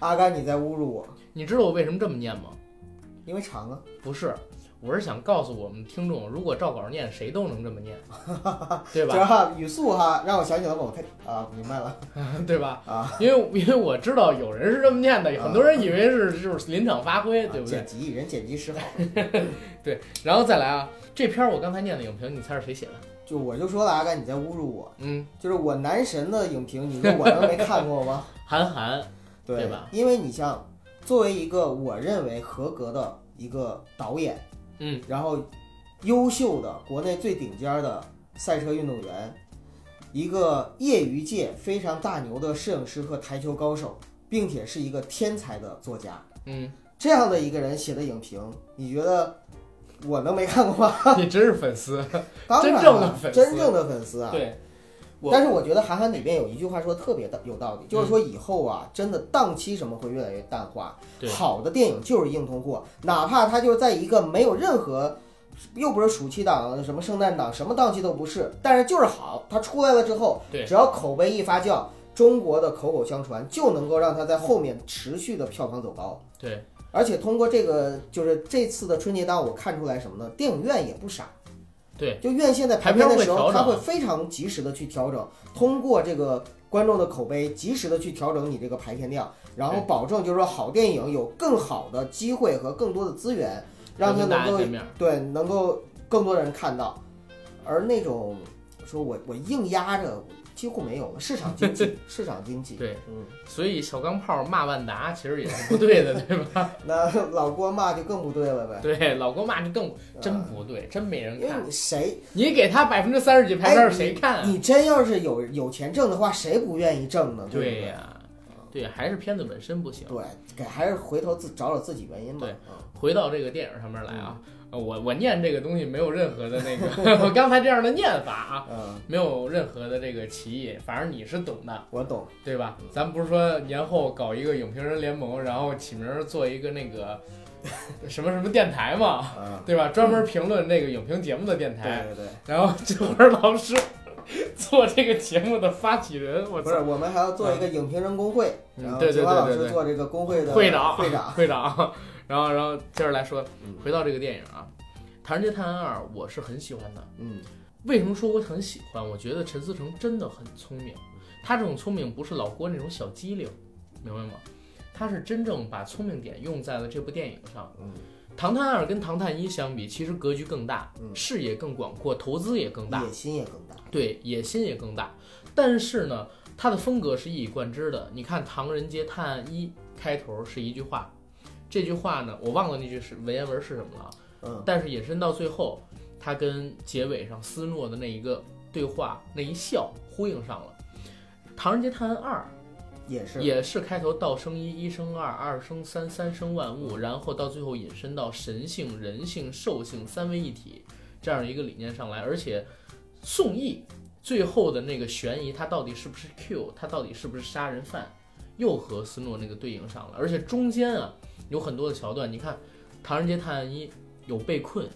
B: 阿甘，你在侮辱我，
A: 你知道我为什么这么念吗？
B: 因为长啊，
A: 不是，我是想告诉我们听众，如果照稿念，谁都能这 么念，对
B: 就
A: 吧？
B: 是哈语速哈，让我想起了某太啊，明白了
A: 对吧？
B: 啊，
A: 因为因为我知道有人是这么念的，
B: 啊
A: 很多人以为是就是临场发挥，对
B: 啊
A: 不对
B: 剪？辑人剪辑师好，
A: 然后再来啊，这篇我刚才念的影评，你猜是谁写的？
B: 就我就说了，阿甘你在侮辱我，
A: 嗯，
B: 就是我男神的影评，你说我能没看过吗？
A: 韩寒，
B: 对
A: 对吧？
B: 因为你像作为一个我认为合格的一个导演，
A: 嗯，
B: 然后优秀的国内最顶尖的赛车运动员，一个业余界非常大牛的摄影师和台球高手，并且是一个天才的作家，
A: 嗯，
B: 这样的一个人写的影评，你觉得我能没看过吗？
A: 你真是粉丝，
B: 当然
A: 真正的
B: 了
A: 粉丝
B: 真正的粉丝啊，
A: 对，我嗯
B: 但是我觉得韩寒里边有一句话说得特别的有道理，就是说以后啊，真的档期什么会越来越淡化。
A: 对
B: 好的电影就是硬通货，哪怕它就在一个没有任何，又不是暑期档、什么圣诞档、什么档期都不是，但是就是好，它出来了之后，
A: 对
B: 只要口碑一发酵，中国的口口相传就能够让它在后面持续的票房走高。
A: 对，
B: 而且通过这个，就是这次的春节档，我看出来什么呢？电影院也不傻，
A: 对，
B: 就院线在
A: 排
B: 排片
A: 片
B: 的
A: 会
B: 时候，
A: 调
B: 它
A: 整
B: 会非常及时的去调整，通过这个观众的口碑，及时的去调整你这个排片量，然后
A: 对
B: 保证就是说好电影有更好的机会和更多的资源，让它
A: 跟大
B: 能
A: 家
B: 够
A: 见面，
B: 对能够更多人看到，而那种说我我硬压着几乎没有了，市场 经济，市场经济，
A: 对，
B: 嗯，
A: 所以小钢炮骂万达其实也是不对 的，对吧？
B: 那老郭骂就更不对了呗，
A: 对，老郭骂就更真
B: 啊
A: 不对，真没人
B: 因为
A: 看。
B: 你谁
A: 你给他百分之三十几排
B: 哎
A: 片，
B: 你
A: 谁看啊？
B: 你真要是有有钱挣的话，谁不愿意挣呢？对不
A: 对呀，对，还是片子本身不行。
B: 对，给还是回头自找找自己原因吧。
A: 对
B: 嗯，
A: 回到这个电影上面来啊，呃我我念这个东西没有任何的那个， 我刚才这样的念法啊，
B: 嗯，
A: 没有任何的这个歧义，反正你是懂的，
B: 我懂。
A: 对吧？
B: 嗯
A: 咱不是说年后搞一个影评人联盟，然后起名儿做一个那个什么什么电台嘛，
B: 嗯，
A: 对吧？专门评论那个影评节目的电台，
B: 对对对，
A: 然后九儿老师做这个节目的发起人，我
B: 不
A: 操
B: 是，，我们还要做一个影评人工会，
A: 嗯
B: 然后
A: 对对
B: 九华
A: 对
B: 老
A: 对
B: 师
A: 对
B: 做这个工会的
A: 会长
B: 会长。
A: 会长，啊然后然后接着来说
B: 嗯，
A: 回到这个电影啊，《唐人街探案二》，我是很喜欢的。
B: 嗯，
A: 为什么说我很喜欢？我觉得陈思诚真的很聪明，他这种聪明不是老郭那种小机灵，明白吗？他是真正把聪明点用在了这部电影上。
B: 嗯
A: 《唐探二》跟《唐探一》相比，其实格局更大，
B: 嗯
A: 视野更广阔，投资也 更大，
B: 野心也更大。
A: 对，野心也更大。但是呢，它的风格是一以贯之的。你看《唐人街探案一》开头是一句话，这句话呢，我忘了那句是文言文是什么了啊，
B: 嗯
A: 但是引申到最后，它跟结尾上斯诺的那一个对话那一笑呼应上了。《唐人街探案二》
B: 也是
A: 也是开头道生一，一生二，二生三，三生万物，然后到最后引申到神性、人性、兽性三位一体这样一个理念上来，而且宋轶最后的那个悬疑，他到底是不是 Q，他到底是不是杀人犯，又和斯诺那个对应上了，而且中间啊有很多的桥段，你看《唐人街探案一》有被困，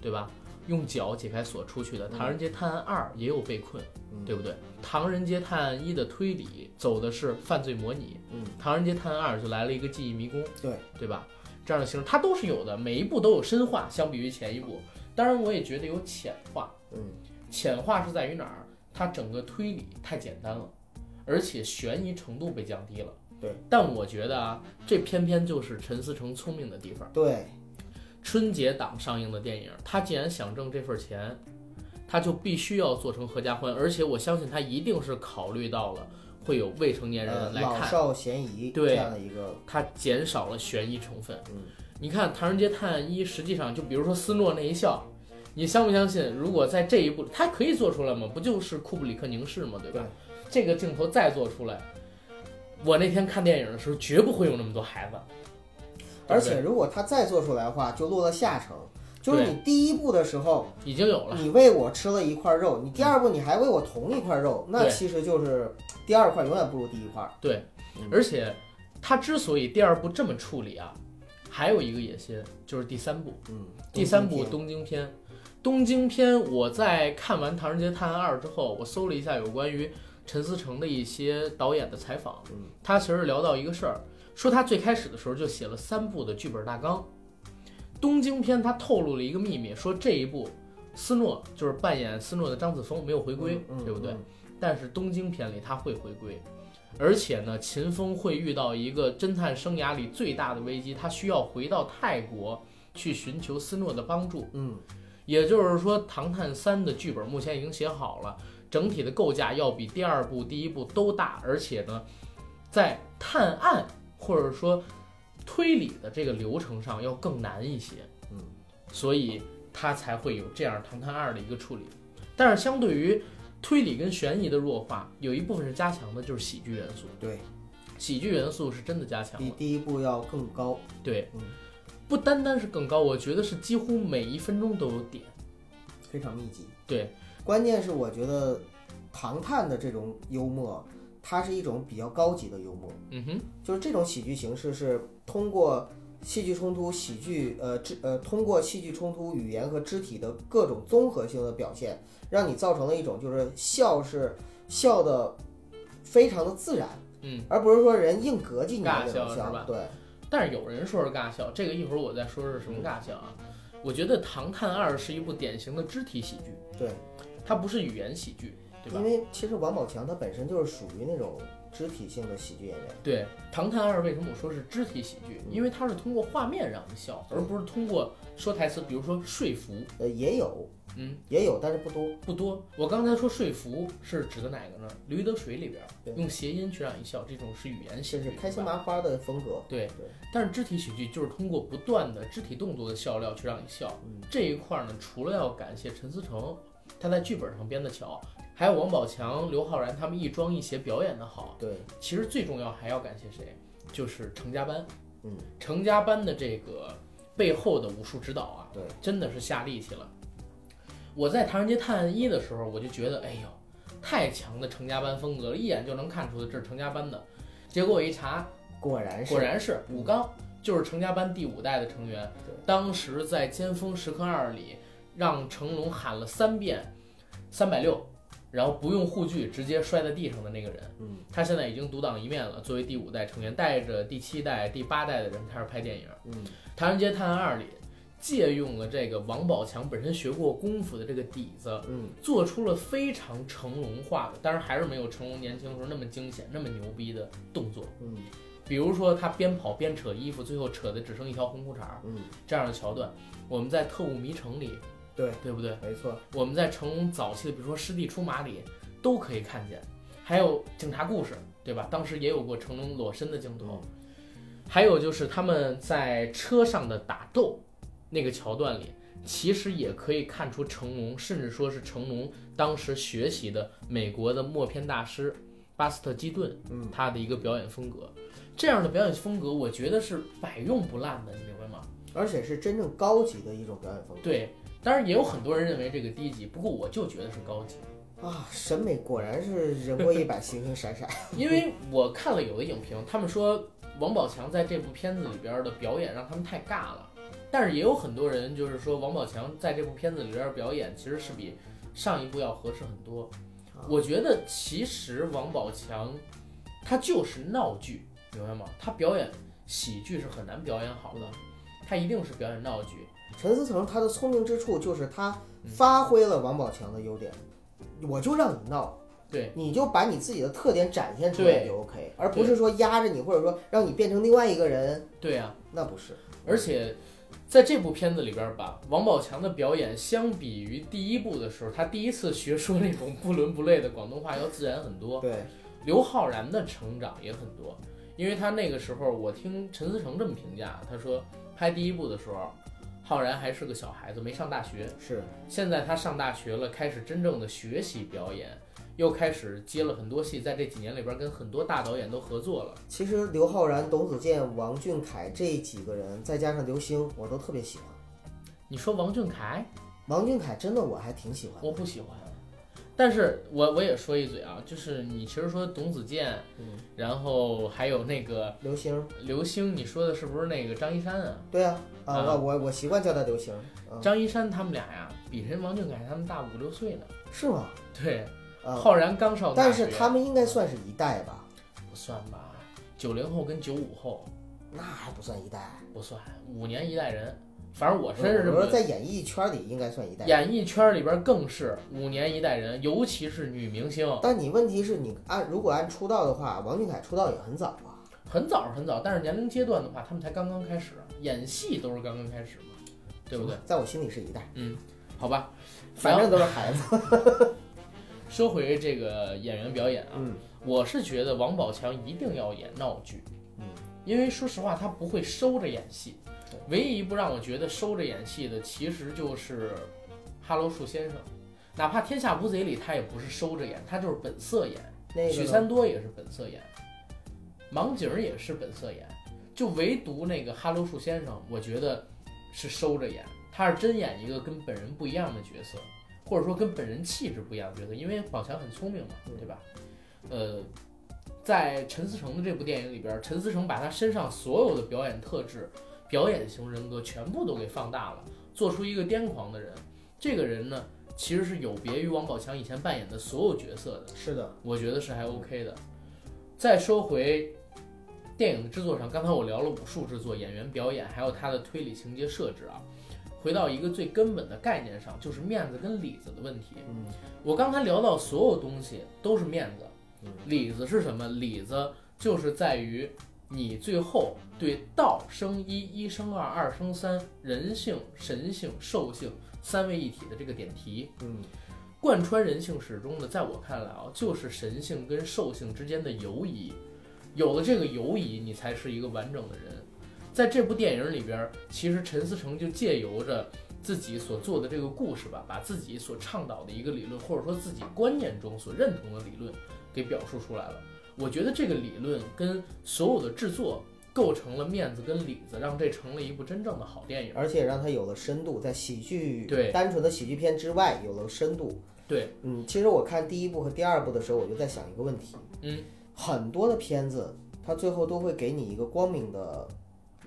A: 对吧？用脚解开锁出去的，《
B: 嗯
A: 唐人街探案二》也有被困。
B: 嗯
A: 对不对？《唐人街探案一》的推理走的是犯罪模拟，
B: 嗯
A: 《唐人街探案二》就来了一个记忆迷宫，
B: 对
A: 对吧？这样的形式它都是有的，每一步都有深化，相比于前一部，当然我也觉得有浅化。
B: 嗯
A: 浅化是在于哪儿？它整个推理太简单了，而且悬疑程度被降低了。
B: 对，
A: 但我觉得啊，这偏偏就是陈思诚聪明的地方。
B: 对
A: 春节档上映的电影，他既然想挣这份钱，他就必须要做成合家欢，而且我相信他一定是考虑到了会有未成年
B: 呃
A: 人来
B: 老
A: 看，
B: 少咸宜
A: 对
B: 这样的一个
A: 他减少了悬疑成分。
B: 嗯
A: 你看《唐人街探案一》，实际上就比如说斯诺那一笑，你相不相信？如果在这一步，他可以做出来吗？不就是库布里克凝视吗？对吧？这个镜头再做出来，我那天看电影的时候绝不会有那么多孩子，
B: 而且如果他再做出来的话，就落到下乘。就是
A: 对
B: 你第一步的时候，
A: 已经有了。
B: 你喂我吃了一块肉，你第二步你还喂我同一块肉，那
A: 对
B: 其实就是第二块永远不如第一块。
A: 对
B: 嗯，
A: 而且他之所以第二部这么处理啊，还有一个野心就是第三部，
B: 嗯，
A: 第三部《
B: 东
A: 东京篇》。东京篇，我在看完《唐人街探案二》之后，我搜了一下有关于陈思诚的一些导演的采访
B: 嗯，
A: 他其实聊到一个事儿，说他最开始的时候就写了三部的剧本大纲。东京篇他透露了一个秘密，说这一部斯诺就是扮演斯诺的张子枫没有回
B: 京
A: 归，
B: 嗯嗯
A: 对不对？
B: 嗯
A: 但是东京篇里他会回归，而且呢，秦风会遇到一个侦探生涯里最大的危机，他需要回到泰国去寻求斯诺的帮助。
B: 嗯，
A: 也就是说，《唐探三》的剧本目前已经写好了，整体的构架要比第二部、第一部都大，而且呢，在探案或者说推理的这个流程上要更难一些。
B: 嗯，
A: 所以它才会有这样《唐探二》的一个处理。但是相对于推理跟悬疑的弱化，有一部分是加强的，就是喜剧元素。
B: 对，
A: 喜剧元素是真的加强
B: 嗯比
A: 了。
B: 第一步要更高。
A: 对
B: 嗯，
A: 不单单是更高，我觉得是几乎每一分钟都有点。
B: 非常密集。
A: 对，
B: 关键是我觉得唐探的这种幽默，它是一种比较高级的幽默，
A: 嗯哼，
B: 就是这种喜剧形式是通过戏剧冲突、喜剧呃肢呃通过戏剧冲突、语言和肢体的各种综合性的表现，让你造成了一种就是笑是笑的非常的自然，
A: 嗯。
B: 而不是说人硬膈进你的那
A: 尬笑
B: 种
A: 是吧
B: 对，
A: 但是有人说是尬笑，这个一会儿我再说是什
B: 嗯
A: 么尬笑啊。我觉得《唐探二》是一部典型的肢体喜剧，
B: 对，
A: 它不是语言喜剧，对吧
B: 因？为其实王宝强他本身就是属于那种肢体性的喜剧演员。
A: 对，《唐探二》为什么我说是肢体喜
B: 嗯
A: 剧？因为它是通过画面让你笑，而不是通过说台词，比如说说服，
B: 呃，也有，
A: 嗯，
B: 也有，但是不多。
A: 不多。我刚才说说服是指的哪个呢？《驴得水》里边
B: 对
A: 用谐音去让你笑，这种是语言喜
B: 这
A: 剧，
B: 是开心
A: 对吧
B: 麻花的风格。
A: 对
B: 对，
A: 但是肢体喜剧就是通过不断的肢体动作的笑料去让你笑。
B: 嗯
A: 这一块儿呢，除了要感谢陈思诚他在剧本上编的巧，还有王宝强、刘昊然他们一庄一谐表演的好，
B: 对，
A: 其实最重要还要感谢谁？就是成家班。
B: 嗯，
A: 成家班的这个背后的武术指导啊，
B: 对，
A: 真的是下力气了。我在《唐人街探案一》的时候，我就觉得，哎呦，太强的成家班风格了，一眼就能看出这是成家班的。结果我一查，
B: 果然是。
A: 果然是武刚，就是成家班第五代的成员
B: 对。
A: 当时在《尖峰时刻二》里，让成龙喊了三遍“三百六”，然后不用护具直接摔在地上的那个人，
B: 嗯，
A: 他现在已经独当一面了。作为第五代成员，带着第七代、第八代的人开始拍电影。
B: 嗯，
A: 《唐人街探案二》里借用了这个王宝强本身学过功夫的这个底子，
B: 嗯，
A: 做出了非常成龙化的，当然还是没有成龙年轻时候那么惊险、那么牛逼的动作。
B: 嗯，
A: 比如说他边跑边扯衣服，最后扯的只剩一条红裤衩儿
B: 嗯，
A: 这样的桥段，我们在《特务迷城》里，
B: 对
A: 对不对？
B: 没错，
A: 我们在成龙早期的，比如说《师弟出马》里都可以看见，还有《警察故事》，对吧？当时也有过成龙裸身的镜头，还有就是他们在车上的打斗那个桥段里，其实也可以看出成龙，甚至说是成龙当时学习的美国的默片大师巴斯特基顿
B: 嗯，
A: 他的一个表演风格。这样的表演风格，我觉得是百用不烂的，你明白吗？
B: 而且是真正高级的一种表演风
A: 对，当然也有很多人认为这个低级，不过我就觉得是高级。
B: 格啊，审美果然是人过一百，形形色色。
A: 因为我看了有的影评，他们说王宝强在这部片子里边的表演让他们太尬了，但是也有很多人就是说王宝强在这部片子里边的表演其实是比上一部要合适很多。我觉得其实王宝强他就是闹剧，明白吗？他表演喜剧是很难表演好的，他一定是表演闹剧。
B: 陈思诚他的聪明之处就是他
A: 嗯
B: 发挥了王宝强的优点，我就让你闹，
A: 对，
B: 你就把你自己的特点展现出来
A: 对
B: 就 OK，而不是说压着你，或者说让你变成另外一个人，
A: 对啊，
B: 那不是。
A: 而且在这部片子里边儿吧，王宝强的表演相比于第一部的时候，他第一次学说那种不伦不类的广东话要自然很多。
B: 对，
A: 刘昊然的成长也很多，因为他那个时候，我听陈思诚这么评价，他说拍第一部的时候，昊然还是个小孩子，没上大学。
B: 是
A: 现在他上大学了，开始真正的学习表演，又开始接了很多戏，在这几年里边儿跟很多大导演都合作了。
B: 其实刘昊然、董子健、王俊凯这几个人，再加上刘星，我都特别喜欢。
A: 你说王俊凯？
B: 王俊凯真的我还挺喜欢的，
A: 我不喜欢。但是我我也说一嘴啊，就是你其实说董子健，
B: 嗯
A: 然后还有那个
B: 刘星，
A: 刘星，你说的是不是那个张一山啊？
B: 对啊，啊，
A: 啊
B: 我我我习惯叫他刘星，嗯，
A: 张一山他们俩呀，比人王俊凯他们大五六岁呢。
B: 是吗？
A: 对，
B: 啊，
A: 浩然刚上大
B: 但
A: 学
B: 是他们应该算是一代吧？
A: 不算吧，九零后跟九五后
B: 那还不算一代，
A: 不算，五年一代人。反正我
B: 我
A: 真是这
B: 说
A: 么
B: 在演艺圈里应该算一代。
A: 演艺圈里边更是五年一代人，尤其是女明星，
B: 但你问题是你按如果按出道的话，王俊凯出道也很早啊。
A: 很早很早，但是年龄阶段的话，他们才刚刚开始演戏，都是刚刚开始嘛，对不对？？
B: 在我心里是一代，
A: 好吧，
B: 反正都是孩子。
A: 说回这个演员表演啊，
B: 嗯
A: 我是觉得王宝强一定要演闹剧，
B: 嗯，
A: 因为说实话他不会收着演戏
B: 对。
A: 唯一一部让我觉得收着演戏的，其实就是《哈喽树先生》，哪怕《天下无贼》里他也不是收着演，他就是本色演。
B: 那
A: 许
B: 个呢
A: 三多也是本色演，盲井儿也是本色演，就唯独那个哈喽树先生，我觉得是收着演，他是真演一个跟本人不一样的角色，或者说跟本人气质不一样的角色，因为宝强很聪明嘛，
B: 嗯
A: 对吧？呃，在陈思诚的这部电影里边，陈思诚把他身上所有的表演特质、表演型人格全部都给放大了，做出一个癫狂的人。这个人呢，其实是有别于王宝强以前扮演的所有角色的。
B: 是的，
A: 我觉得是还 OK 的。再说回电影的制作上，刚才我聊了武术制作、演员表演，还有它的推理情节设置啊。回到一个最根本的概念上，就是面子跟里子的问题。
B: 嗯
A: 我刚才聊到所有东西都是面子，
B: 嗯
A: 里子是什么？里子就是在于你最后对道生一，一生二，二生三，人性、神性、兽性三位一体的这个点题。
B: 嗯，
A: 贯穿人性始终的，在我看来啊，就是神性跟兽性之间的游移。有了这个游移，你才是一个完整的人。在这部电影里边，其实陈思诚就借由着自己所做的这个故事吧，把自己所倡导的一个理论，或者说自己观念中所认同的理论，给表述出来了。我觉得这个理论跟所有的制作构成了面子跟里子，让这成了一部真正的好电影。
B: 而且让他有了深度，在喜剧
A: 对
B: 单纯的喜剧片之外有了深度。
A: 对，
B: 嗯，其实我看第一部和第二部的时候，我就在想一个问题，
A: 嗯，
B: 很多的片子它最后都会给你一个光明的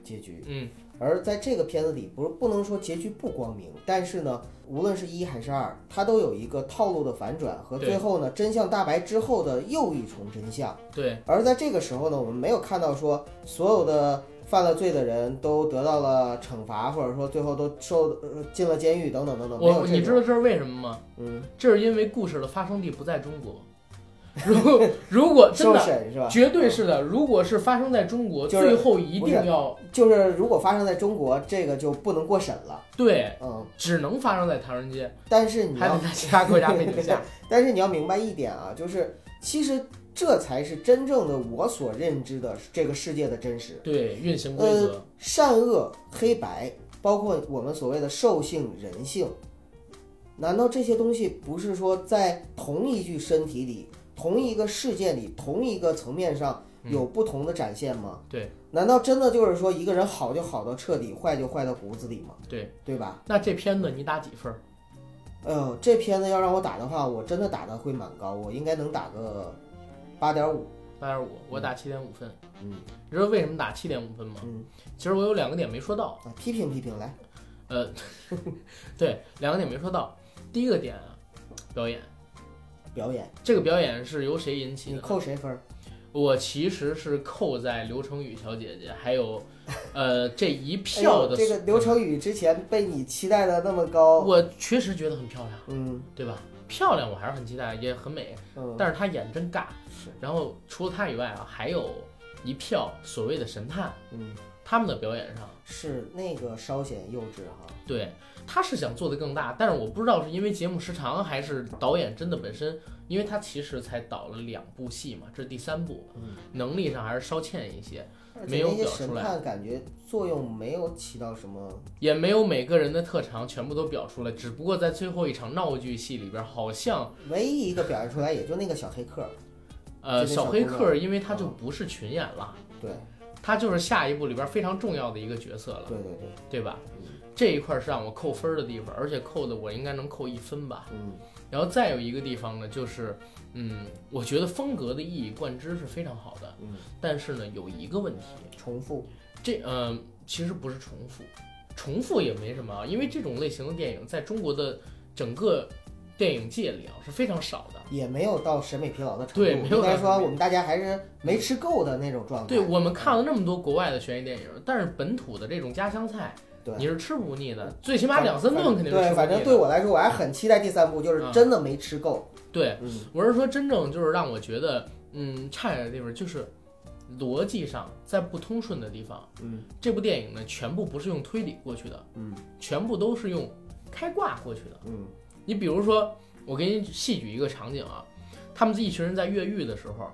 B: 结局，
A: 嗯，
B: 而在这个片子里，不是不能说结局不光明，但是呢，无论是一还是二，它都有一个套路的反转和
A: 对
B: 最后呢真相大白之后的又一重真相。
A: 对，
B: 而在这个时候呢，我们没有看到说所有的犯了罪的人都得到了惩罚，或者说最后都受呃进了监狱等嗯等等等。没有
A: 我
B: 这
A: 你知
B: 种
A: 道这是为什么吗？
B: 嗯，
A: 这是因为故事的发生地不在中国，如 如果真
B: 受
A: 的，
B: 审是吧？
A: 绝对是的。如果是发生在中国，
B: 就是
A: 最后一定
B: 不是
A: 要
B: 就是如果发生在中国，这个就不能过审了。
A: 对，
B: 嗯，
A: 只能发生在唐人街，
B: 但是你
A: 还
B: 要
A: 得在嗯其他 国家背景下。
B: 但是你要明白一点啊，就是其实这才是真正的我所认知的这个世界的真实。
A: 对，运行规则，
B: 善恶、黑白，包括我们所谓的兽性、人性，难道这些东西不是说在同一具身体里、同一个事件里、同一个层面上
A: 嗯
B: 有不同的展现吗？
A: 对，
B: 难道真的就是说一个人好就好到彻底，坏就坏到骨子里吗？
A: 对。
B: 对吧？
A: 那这片子你打几分儿？
B: 呃，这片子要让我打的话，我真的打的会蛮高，我应该能打个八点五。
A: 八点五，我打七点五分。
B: 嗯
A: 你知道为什么打七点五分吗？
B: 嗯，
A: 其实我有两个点没说到，
B: 啊，批评批评来，
A: 呃， 对，两个点没说到。第一个点啊，表演，
B: 表演
A: 这个表演是由谁引起
B: 你
A: 的？
B: 扣谁分儿？
A: 我其实是扣在刘成宇小姐姐，还 有，呃，这一票的、
B: 哎呦这个刘成宇之前被你期待的那么高，
A: 我确实觉得很漂亮，
B: 嗯
A: 对吧？漂亮我还是很期待，也很美，
B: 嗯，
A: 但是她演得真尬。
B: 是
A: 然后除了她以外啊，还有一票所谓的神探，
B: 嗯
A: 他们的表演上，
B: 是那个稍显幼稚哈。
A: 对，他是想做得更大，但是我不知道是因为节目时长还是导演真的本身，因为他其实才导了两部戏嘛，这是第三部，
B: 嗯
A: 能力上还是稍欠一些，
B: 而
A: 没
B: 且
A: 有
B: 那些
A: 表
B: 神
A: 出来
B: 探感觉作用没有起到什么，
A: 也没有每个人的特长全部都表出来，只不过在最后一场闹剧戏里边，好像
B: 唯一一个表现出来也就那个小黑客，
A: 呃
B: 就那
A: 小
B: 小
A: 黑
B: 姑娘啊
A: 客儿，因为他就不是群演了，
B: 对
A: 他就是下一部里边非常重要的一个角色了，
B: 对对对，
A: 对吧？
B: 嗯
A: 这一块儿是让我扣分儿的地方，而且扣的我应该能扣一分吧。
B: 嗯
A: 然后再有一个地方呢，就是，嗯，我觉得风格的一以贯之是非常好的，
B: 嗯，
A: 但是呢，有一个问题，
B: 重复，
A: 这呃，其实不是重复，重复也没什么啊，因为这种类型的电影在中国的整个电影界里啊是非常少的。
B: 也没有到审美疲劳的程度。
A: 对没有
B: 应该
A: 到
B: 说
A: 审美
B: 我们大家还是没吃够的那种状态。
A: 对我们看了那么多国外的悬疑电影，但是本土的这种家乡菜，
B: 对
A: 你是吃不腻的。最起码两三顿肯定是吃
B: 对，
A: 不
B: 反
A: 腻
B: 正对
A: 的。
B: 我来说，我还很期待第三部，就是
A: 嗯
B: 真的没吃够。
A: 对，
B: 嗯，
A: 我是说真正就是让我觉得，嗯，差点的地方就是逻辑上在不通顺的地方。
B: 嗯，
A: 这部电影呢，全部不是用推理过去的，
B: 嗯，
A: 全部都是用开挂过去的。
B: 嗯，
A: 你比如说，我给你细举一个场景啊，他们这一群人在越狱的时候，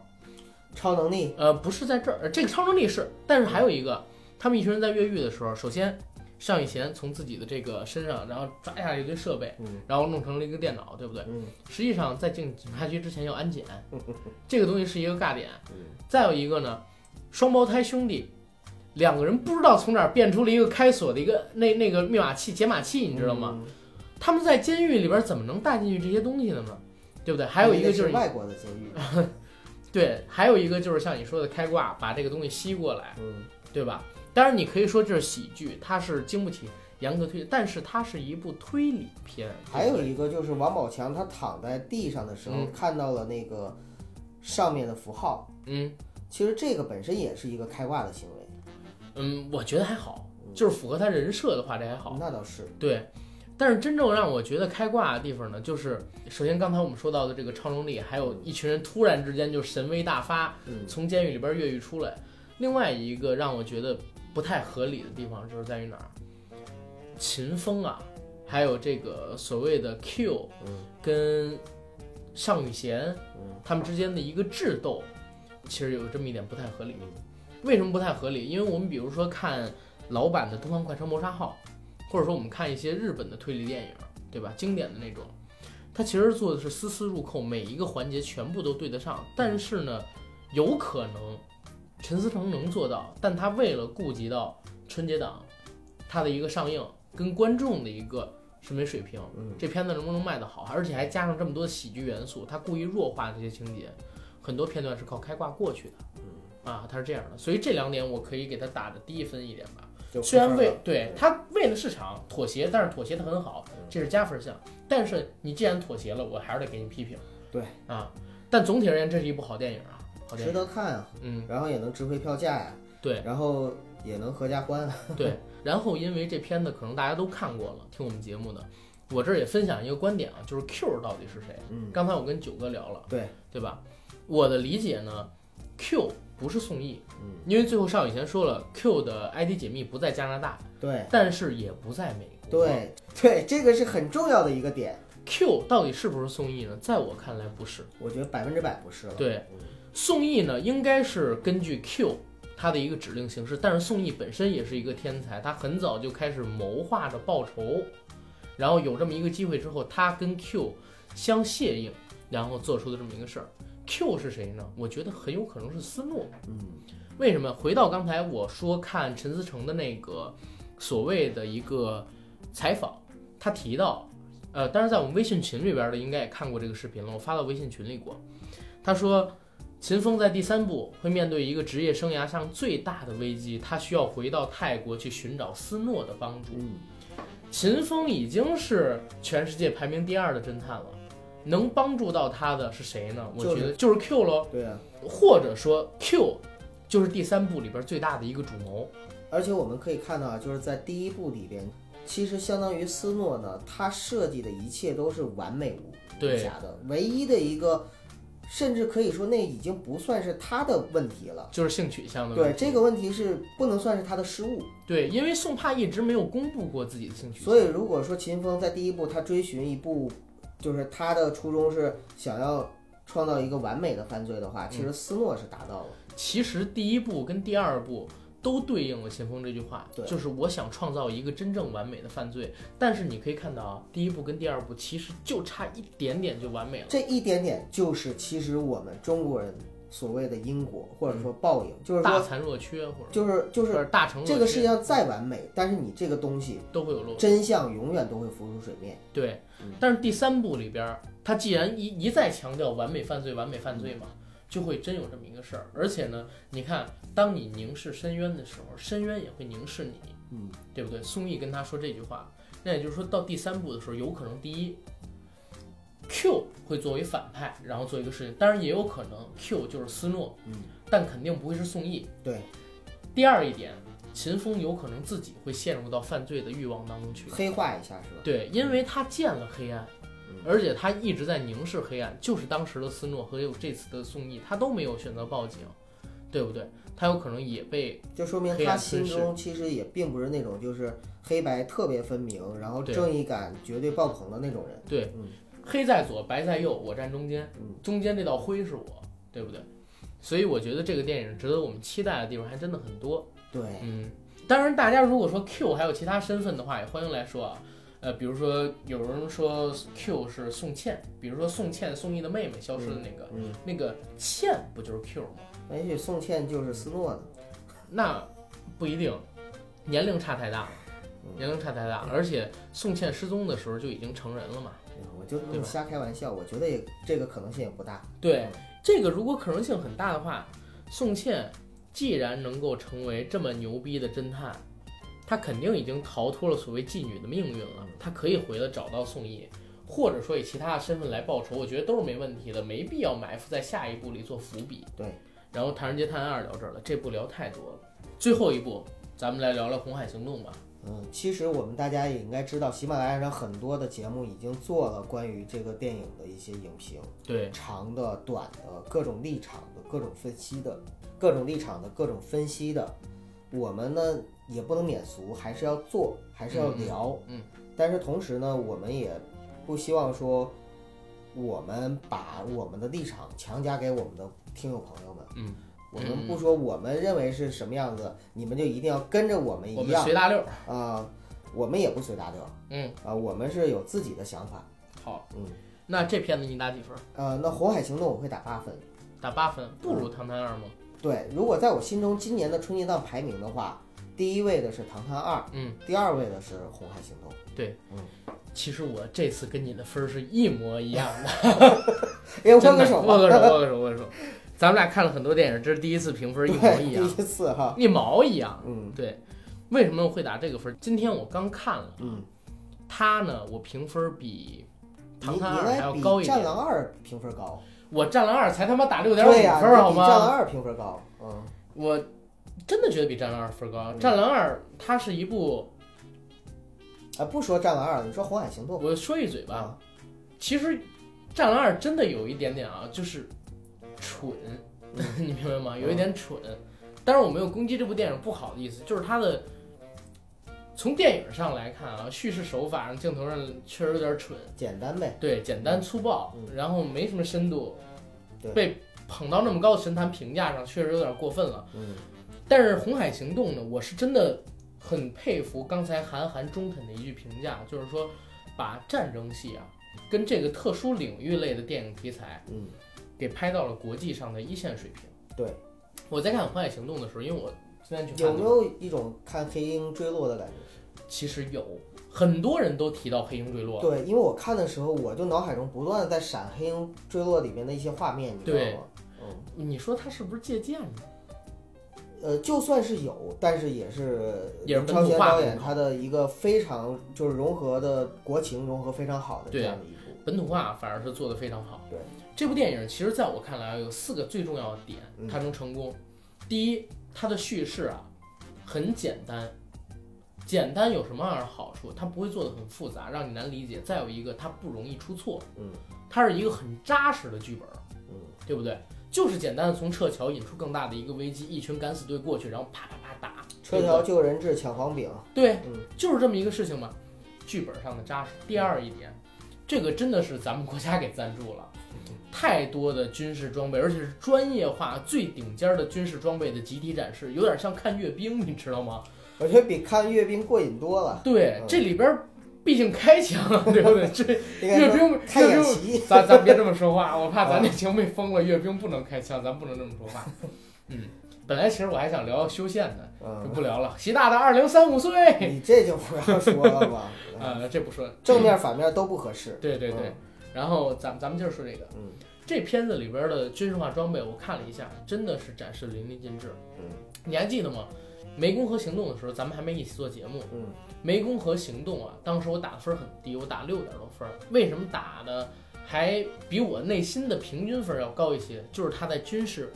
B: 超能力，
A: 呃，不是在这儿，呃这个超能力是，但是还有一个，他们一群人在越狱的时候，首先尚以贤从自己的这个身上，然后抓下一堆设备，
B: 嗯
A: 然后弄成了一个电脑，对不对？
B: 嗯
A: 实际上在进警察局之前要安检，这个东西是一个尬点。
B: 嗯，
A: 再有一个呢，双胞胎兄弟，两个人不知道从哪儿变出了一个开锁的一个那那个密码器解码器，你知道吗？
B: 嗯？
A: 他们在监狱里边怎么能带进去这些东西的呢？对不对？还有一个就
B: 那
A: 是
B: 外国的监 狱，
A: 对，还有一个就是像你说的开挂，把这个东西吸过来，
B: 嗯，
A: 对吧？当然你可以说这是喜剧，它是经不起严格推理，但是它是一部推理片。
B: 还有
A: 对不对
B: 一个就是王宝强他躺在地上的时候
A: 嗯
B: 看到了那个上面的符号，
A: 嗯
B: 其实这个本身也是一个开挂的行为。嗯
A: 嗯，我觉得还好，就是符合他人设的话，这还好。
B: 那倒是，
A: 对，但是真正让我觉得开挂的地方呢，就是首先刚才我们说到的这个超能力，还有一群人突然之间就神威大发，
B: 嗯
A: 从监狱里边越狱出来。另外一个让我觉得不太合理的地方就是在于哪儿，秦风啊，还有这个所谓的 Q
B: 嗯
A: 跟尚宇贤
B: 嗯
A: 他们之间的一个智斗，其实有这么一点不太合理。为什么不太合理？因为我们比如说看老版的《东方快车谋杀号》，或者说我们看一些日本的推理电影，对吧？经典的那种，它其实做的是丝丝入扣，每一个环节全部都对得上。但是呢，有可能陈思诚能做到，但他为了顾及到春节档它的一个上映跟观众的一个审美水平，
B: 嗯
A: 这片子能不能卖得好，而且还加上这么多喜剧元素，他故意弱化这些情节，很多片段是靠开挂过去的。啊，他是这样的，所以这两点我可以给他打的低分一点吧。
B: 就
A: 虽然为
B: 不
A: 对他为了市场妥协，但是妥协的很好，这是加分项。但是你既然妥协了，我还是得给你批评。
B: 对
A: 啊，但总体而言，这是一部好电影啊，好
B: 分
A: 电
B: 了值
A: 影。
B: 得看啊，
A: 嗯，
B: 然后也能值回票价呀，
A: 对
B: 然后也能合家欢啊，
A: 对。然后因为这片子可能大家都看过了，听我们节目的，我这儿也分享一个观点啊，就是 Q 到底是谁？
B: 嗯，
A: 刚才我跟九哥聊了，
B: 对
A: 对吧？我的理解呢，Q 不是宋轶，
B: 嗯，
A: 因为最后邵以前说了，Q 的 ID 解密不在加拿大，
B: 对
A: 但是也不在美国。
B: 对对，这个是很重要的一个点，
A: Q 到底是不是宋轶呢？在我看来不是。
B: 我觉得百分之百不是了。
A: 对
B: 嗯，
A: 宋轶呢，应该是根据 Q 他的一个指令行事，但是宋轶本身也是一个天才，他很早就开始谋划着报仇，然后有这么一个机会之后，他跟 Q 相谢应，然后做出的这么一个事儿。Q 是谁呢？我觉得很有可能是斯诺。
B: 嗯
A: 为什么？回到刚才我说看陈思诚的那个所谓的一个采访，他提到，呃，当然在我们微信群里边的应该也看过这个视频了，我发到微信群里过。他说，秦风在第三部会面对一个职业生涯上最大的危机，他需要回到泰国去寻找斯诺的帮助。
B: 嗯，
A: 秦风已经是全世界排名第二的侦探了，能帮助到他的是谁呢？我
B: 就
A: 觉
B: 是
A: 得就是 Q 喽。
B: 对啊，
A: 或者说 Q 就是第三部里边最大的一个主谋。
B: 而且我们可以看到啊，就是在第一部里边，其实相当于斯诺呢，他设计的一切都是完美无
A: 对
B: 瑕的，唯一的一个，甚至可以说那已经不算是他的问题了。
A: 就是性取向的问
B: 对，
A: 题
B: 这个问题是不能算是他的失误。
A: 对，因为宋帕一直没有公布过自己的性取向，
B: 所以如果说秦风在第一部他追寻一部，就是他的初衷是想要创造一个完美的犯罪的
A: 嗯
B: 话，其实斯诺是达到了。
A: 其实第一部跟第二部都对应了秦风这句话
B: 对，
A: 就是我想创造一个真正完美的犯罪。但是你可以看到啊，第一部跟第二部其实就差一点点就完美了。
B: 这一点点就是其实我们中国人所谓的因果，或者说报应，就是
A: 大
B: 说，
A: 残若缺，或者
B: 就是就
A: 就是是大成若缺
B: 这个世界上再完美，但是你这个东西
A: 都会有落。
B: 真相永远都会浮出水面。
A: 对
B: 嗯，
A: 但是第三部里边儿，他既然一一再强调完美犯罪、完美犯罪嘛，就会真有这么一个事儿。而且呢，你看，当你凝视深渊的时候，深渊也会凝视你，
B: 嗯，
A: 对不对？宋轶跟他说这句话，那也就是说到第三部的时候，有可能第一，Q 会作为反派，然后做一个事情，当然也有可能 Q 就是斯诺，
B: 嗯，
A: 但肯定不会是宋轶。
B: 对，
A: 第二一点，秦风有可能自己会陷入到犯罪的欲望当中去。
B: 黑化一下是吧？
A: 对，因为他见了黑暗
B: 嗯，
A: 而且他一直在凝视黑暗，就是当时的斯诺和有这次的宋轶，他都没有选择报警，对不对？他有可能也被
B: 就说明
A: 黑
B: 他
A: 暗
B: 心
A: 吞噬
B: 中其实也并不是那种就是黑白特别分明，然后
A: 对
B: 正义感绝对爆棚的那种人。
A: 对、
B: 嗯
A: 黑在左，白在右，我站中间
B: 嗯，
A: 中间这道灰是我，对不对？所以我觉得这个电影值得我们期待的地方还真的很多。
B: 对，
A: 嗯，当然，大家如果说 Q 还有其他身份的话，也欢迎来说啊。呃，比如说有人说 Q 是宋茜，比如说宋茜宋轶的妹妹消失的那个，
B: 嗯，
A: 那个茜不就是 Q 吗？
B: 那也许宋茜就是斯诺呢。
A: 那不一定，年龄差太大了，
B: 嗯
A: 年龄差太大了，而且宋茜失踪的时候就已经成人了嘛。
B: 哎我就这
A: 对
B: 么
A: 吧
B: 瞎开玩笑，我觉得也这个可能性也不大。
A: 对，这个如果可能性很大的话，宋茜既然能够成为这么牛逼的侦探，她肯定已经逃脱了所谓妓女的命运
B: 嗯
A: 了，她可以回来找到宋轶。或者说以其他的身份来报仇，我觉得都是没问题的，没必要埋伏在下一步里做伏笔。
B: 对，
A: 然后《唐人街探案二》聊这儿了，这部聊太多了。最后一部，咱们来聊聊《红海行动》吧。
B: 嗯，其实我们大家也应该知道，喜马拉雅上很多的节目已经做了关于这个电影的一些影评，
A: 对，
B: 长的、短的、各种立场的、各种分析的、各种立场的、各种分析的。我们呢也不能免俗，还是要做，还是要聊。
A: 嗯
B: 但是同时呢，我们也不希望说我们把我们的立场强加给我们的听友朋友们。
A: 嗯，
B: 我们不说我们认为是什么样子，你们就一定要跟着我们
A: 我
B: 哎一
A: 们
B: 样
A: 随大溜儿。
B: 啊、我们也不随大流啊、
A: 嗯，
B: 我们是有自己的想法。
A: 好，
B: 嗯，
A: 那这片子你打几分？
B: 呃，那《红海行动》我会打八分。
A: 打八分，不如《唐探二》吗？
B: 对，如果在我心中今年的春节档排名的话，第一位的是《唐探二》，
A: 嗯，
B: 第二位的是《红海行动》。
A: 对，
B: 嗯，
A: 其实我这次跟你的分儿是一模一样的，
B: 哎，我
A: 真 的
B: 握个手吧
A: 握，个 手，握个手，握个手。咱们俩看了很多电影，这是第一次评分一模
B: 对，
A: 一样，
B: 第一次哈，
A: 一毛一样。
B: 嗯
A: 对，为什么会打这个分儿？今天我刚看了，
B: 嗯，
A: 它呢，我评分比《
B: 你
A: 唐
B: 你
A: 探
B: 应
A: 二》还
B: 该
A: 要
B: 比
A: 高
B: 《
A: 一
B: 战
A: 点。
B: 狼二》评分高，
A: 我《战狼二》才他妈打六点五
B: 对呀，
A: 分儿，好
B: 你比《战
A: 吗
B: 狼？二》评分高，嗯，
A: 我真的觉得比《战狼二》分儿高，
B: 嗯
A: 《战狼二》它是一部，
B: 啊，不说《战狼二》了，你说《红海行动》嗯
A: 我说一嘴吧，
B: 啊，
A: 其实《战狼二》真的有一点点啊，就是蠢，
B: 嗯
A: 你明白吗？有一点蠢。当然，我没有攻击这部电影不好的意思，就是它的从电影上来看啊，叙事手法上、镜头上确实有点蠢，
B: 简单呗。
A: 对，简单粗暴，
B: 嗯
A: 然后没什么深度
B: 对，
A: 被捧到那么高的神坛评价上，确实有点过分了。
B: 嗯
A: 但是《红海行动》呢，我是真的很佩服刚才韩寒中肯的一句评价，就是说把战争戏啊跟这个特殊领域类的电影题材
B: 嗯，
A: 给拍到了国际上的一线水平。
B: 对，
A: 我在看《红海行动》的时候，因为我今天去看了
B: 有没有一种看黑鹰坠落的感觉？
A: 其实有很多人都提到黑鹰坠落，
B: 对，因为我看的时候，我就脑海中不断的在闪《黑鹰坠落》里面的一些画面，你知
A: 对
B: 道吗？嗯，
A: 你说他是不是借鉴的？
B: 呃，就算是有，但是也是
A: 也是
B: 林
A: 本
B: 超
A: 土
B: 贤
A: 化
B: 导
A: 的
B: 演他的一个非常就是融合的国情融合非常好的这
A: 对啊
B: 样的一部，
A: 本土化反而是做得非常好。
B: 对，
A: 这部电影其实在我看来有四个最重要的点
B: 嗯，
A: 它能成功。第一，它的叙事啊很简单，简单有什么样的好处？它不会做得很复杂，让你难理解。再有一个，它不容易出错，
B: 嗯
A: 它是一个很扎实的剧本，
B: 嗯，
A: 对不对？就是简单的从撤侨引出更大的一个危机，一群敢死队过去，然后啪啪啪打，
B: 车条救人质抢黄饼，
A: 对，
B: 嗯
A: 就是这么一个事情嘛，剧本上的扎实。第二一点，这个真的是咱们国家给赞助了，
B: 嗯
A: 太多的军事装备，而且是专业化、最顶尖儿的军事装备的集体展示，有点像看阅兵，你知道吗？
B: 我觉得比看阅兵过瘾多了，
A: 对
B: 嗯，
A: 这里边儿毕竟开枪，对不对？这
B: 应 该
A: 阅
B: 说啊
A: 兵，
B: 看
A: 阅兵，
B: 演习，
A: 咱 咱别这么说话，我怕咱这节目被封了。阅兵不能开枪，咱不能这么说 话。嗯，本来其实我还想聊修宪呢，就
B: 嗯，
A: 不聊了。习大大二零三五岁，
B: 你这就不要说了 吧，嗯
A: 呃，这不说了。
B: 正面反面都不合适，
A: 对对对，然后咱咱们接着说这个，
B: 嗯
A: 这片子里边的军事化装备，我看了一下，真的是展示淋漓尽致。
B: 嗯
A: 你还记得吗？湄公河行动的时候，咱们还没一起做节目。
B: 嗯
A: 湄公河行动啊，当时我打的分很低，我打六点多分儿。为什么打的还比我内心的平均分儿要高一些？就是它在军事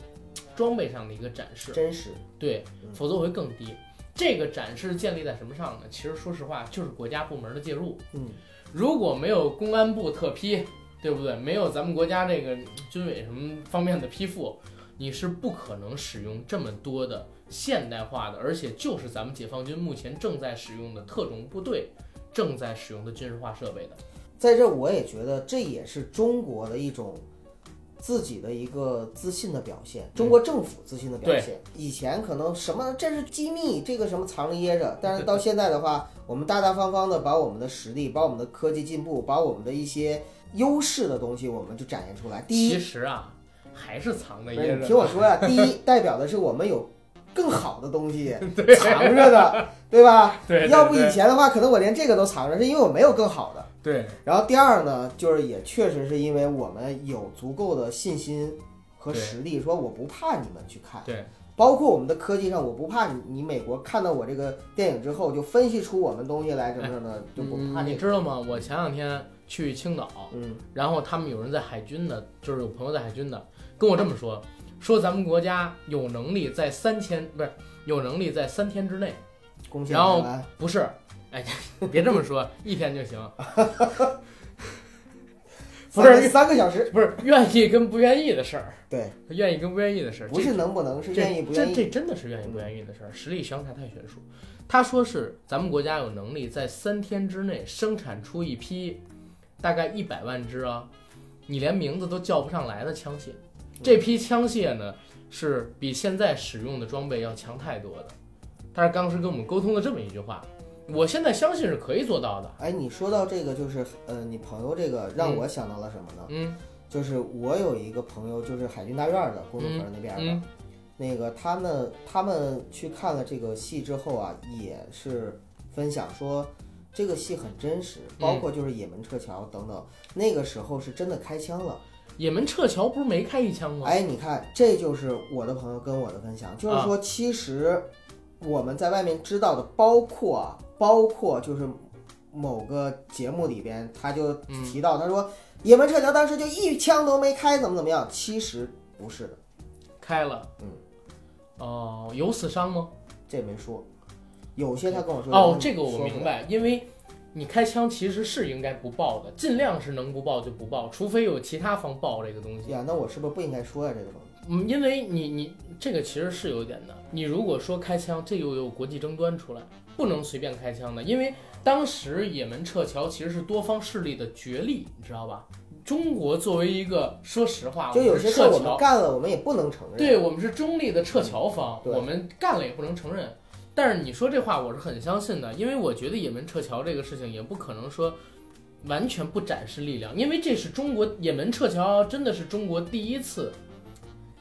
A: 装备上的一个展示，
B: 真实，
A: 对，
B: 嗯
A: 否则我会更低。这个展示建立在什么上呢？其实说实话，就是国家部门的介入。
B: 嗯
A: 如果没有公安部特批，对不对？没有咱们国家这个军委什么方面的批复，你是不可能使用这么多的现代化的，而且就是咱们解放军目前正在使用的特种部队正在使用的军事化设备的。
B: 在这我也觉得这也是中国的一种自己的一个自信的表现，中
A: 嗯
B: 国政府自信的表现。以前可能什么这是机密，这个什么藏着掖着，但是到现在的话，我们大大方方的把我们的实力、把我们的科技进步、把我们的一些优势的东西，我们就展现出来。第一
A: 其，实啊，还是藏着
B: 不是
A: 掖
B: 你
A: 着。
B: 听我说呀、第一代表的是我们有更好的东西藏着的，对吧？
A: 对，对
B: 要不以
A: 对
B: 前的话，可能我连这个都藏着，是因为我没有更好的。
A: 对嗯
B: 然后第二呢，就是也确实是因为我们有足够的信心和
A: 对
B: 实力，说我不怕你们去看，
A: 对
B: 包括我们的科技上，我不怕你你美国看到我这个电影之后就分析出我们东西来什么什么的，就不怕
A: 嗯，
B: 这
A: 你
B: 个。
A: 知道吗？我前两天去青岛，
B: 嗯
A: 然后他们有人在海军的，就是有朋友在海军的，跟我这么说，说咱们国家有能力在三千不是有能力在三天之内，
B: 恭喜你
A: 然后
B: 们，
A: 不是，哎， 别这么说，一天就行，不
B: 三
A: 是
B: 三个小时，
A: 不是愿意跟不愿意的事儿，
B: 对，
A: 愿意跟不愿意的事儿，
B: 不是能不能，是
A: 这
B: 愿意
A: 这
B: 不
A: 这
B: 愿意。
A: 这真的是愿意不愿意的事儿，实力相差太悬殊。他说是咱们国家有能力在三天之内生产出一批大概一百万支啊，你连名字都叫不上来的枪械。
B: 嗯
A: 这批枪械呢，是比现在使用的装备要强太多的。他是当时跟我们沟通的这么一句话，我现在相信是可以做到的。
B: 哎，你说到这个，就是呃，你朋友这个让
A: 嗯
B: 我想到了什么呢？
A: 嗯
B: 就是我有一个朋友，就是海军大院的工作
A: 嗯
B: 河那边的，
A: 嗯，
B: 那个他们他们去看了这个戏之后啊，也是分享说这个戏很真实，包
A: 嗯
B: 括就是也门撤侨等等，那个时候是真的开枪了。
A: 也门撤侨不是没开一枪吗？
B: 哎，你看，这就是我的朋友跟我的分享，
A: 啊
B: 就是说其实我们在外面知道的，包括啊，包括就是某个节目里边，他就
A: 嗯
B: 提到，他说也门撤侨当时就一枪都没开，怎么怎么样，其实不是的，
A: 开了。
B: 嗯。
A: 哦、有死伤吗？
B: 这没说。有些他跟我说
A: 哦，这个我
B: 说不了
A: 明白，因为你开枪其实是应该不报的，尽量是能不报就不报，除非有其他方报这个东西。
B: 哎呀，那我是不是不应该说呀、这个东西？
A: 嗯，因为你你这个其实是有一点的，你如果说开枪，这又有国际争端出来，不能随便开枪的，因为当时也门撤侨其实是多方势力的角力，你知道吧？中国作为一个，说实话，
B: 就有
A: 啊们是
B: 些事儿
A: 撤
B: 我
A: 侨
B: 们干了，我们也不能承认。
A: 对，我们是中立的撤侨方，
B: 嗯对
A: 我们干了也不能承认。但是你说这话，我是很相信的，因为我觉得也门撤侨这个事情也不可能说完全不展示力量，因为这是中国也门撤侨真的是中国第一次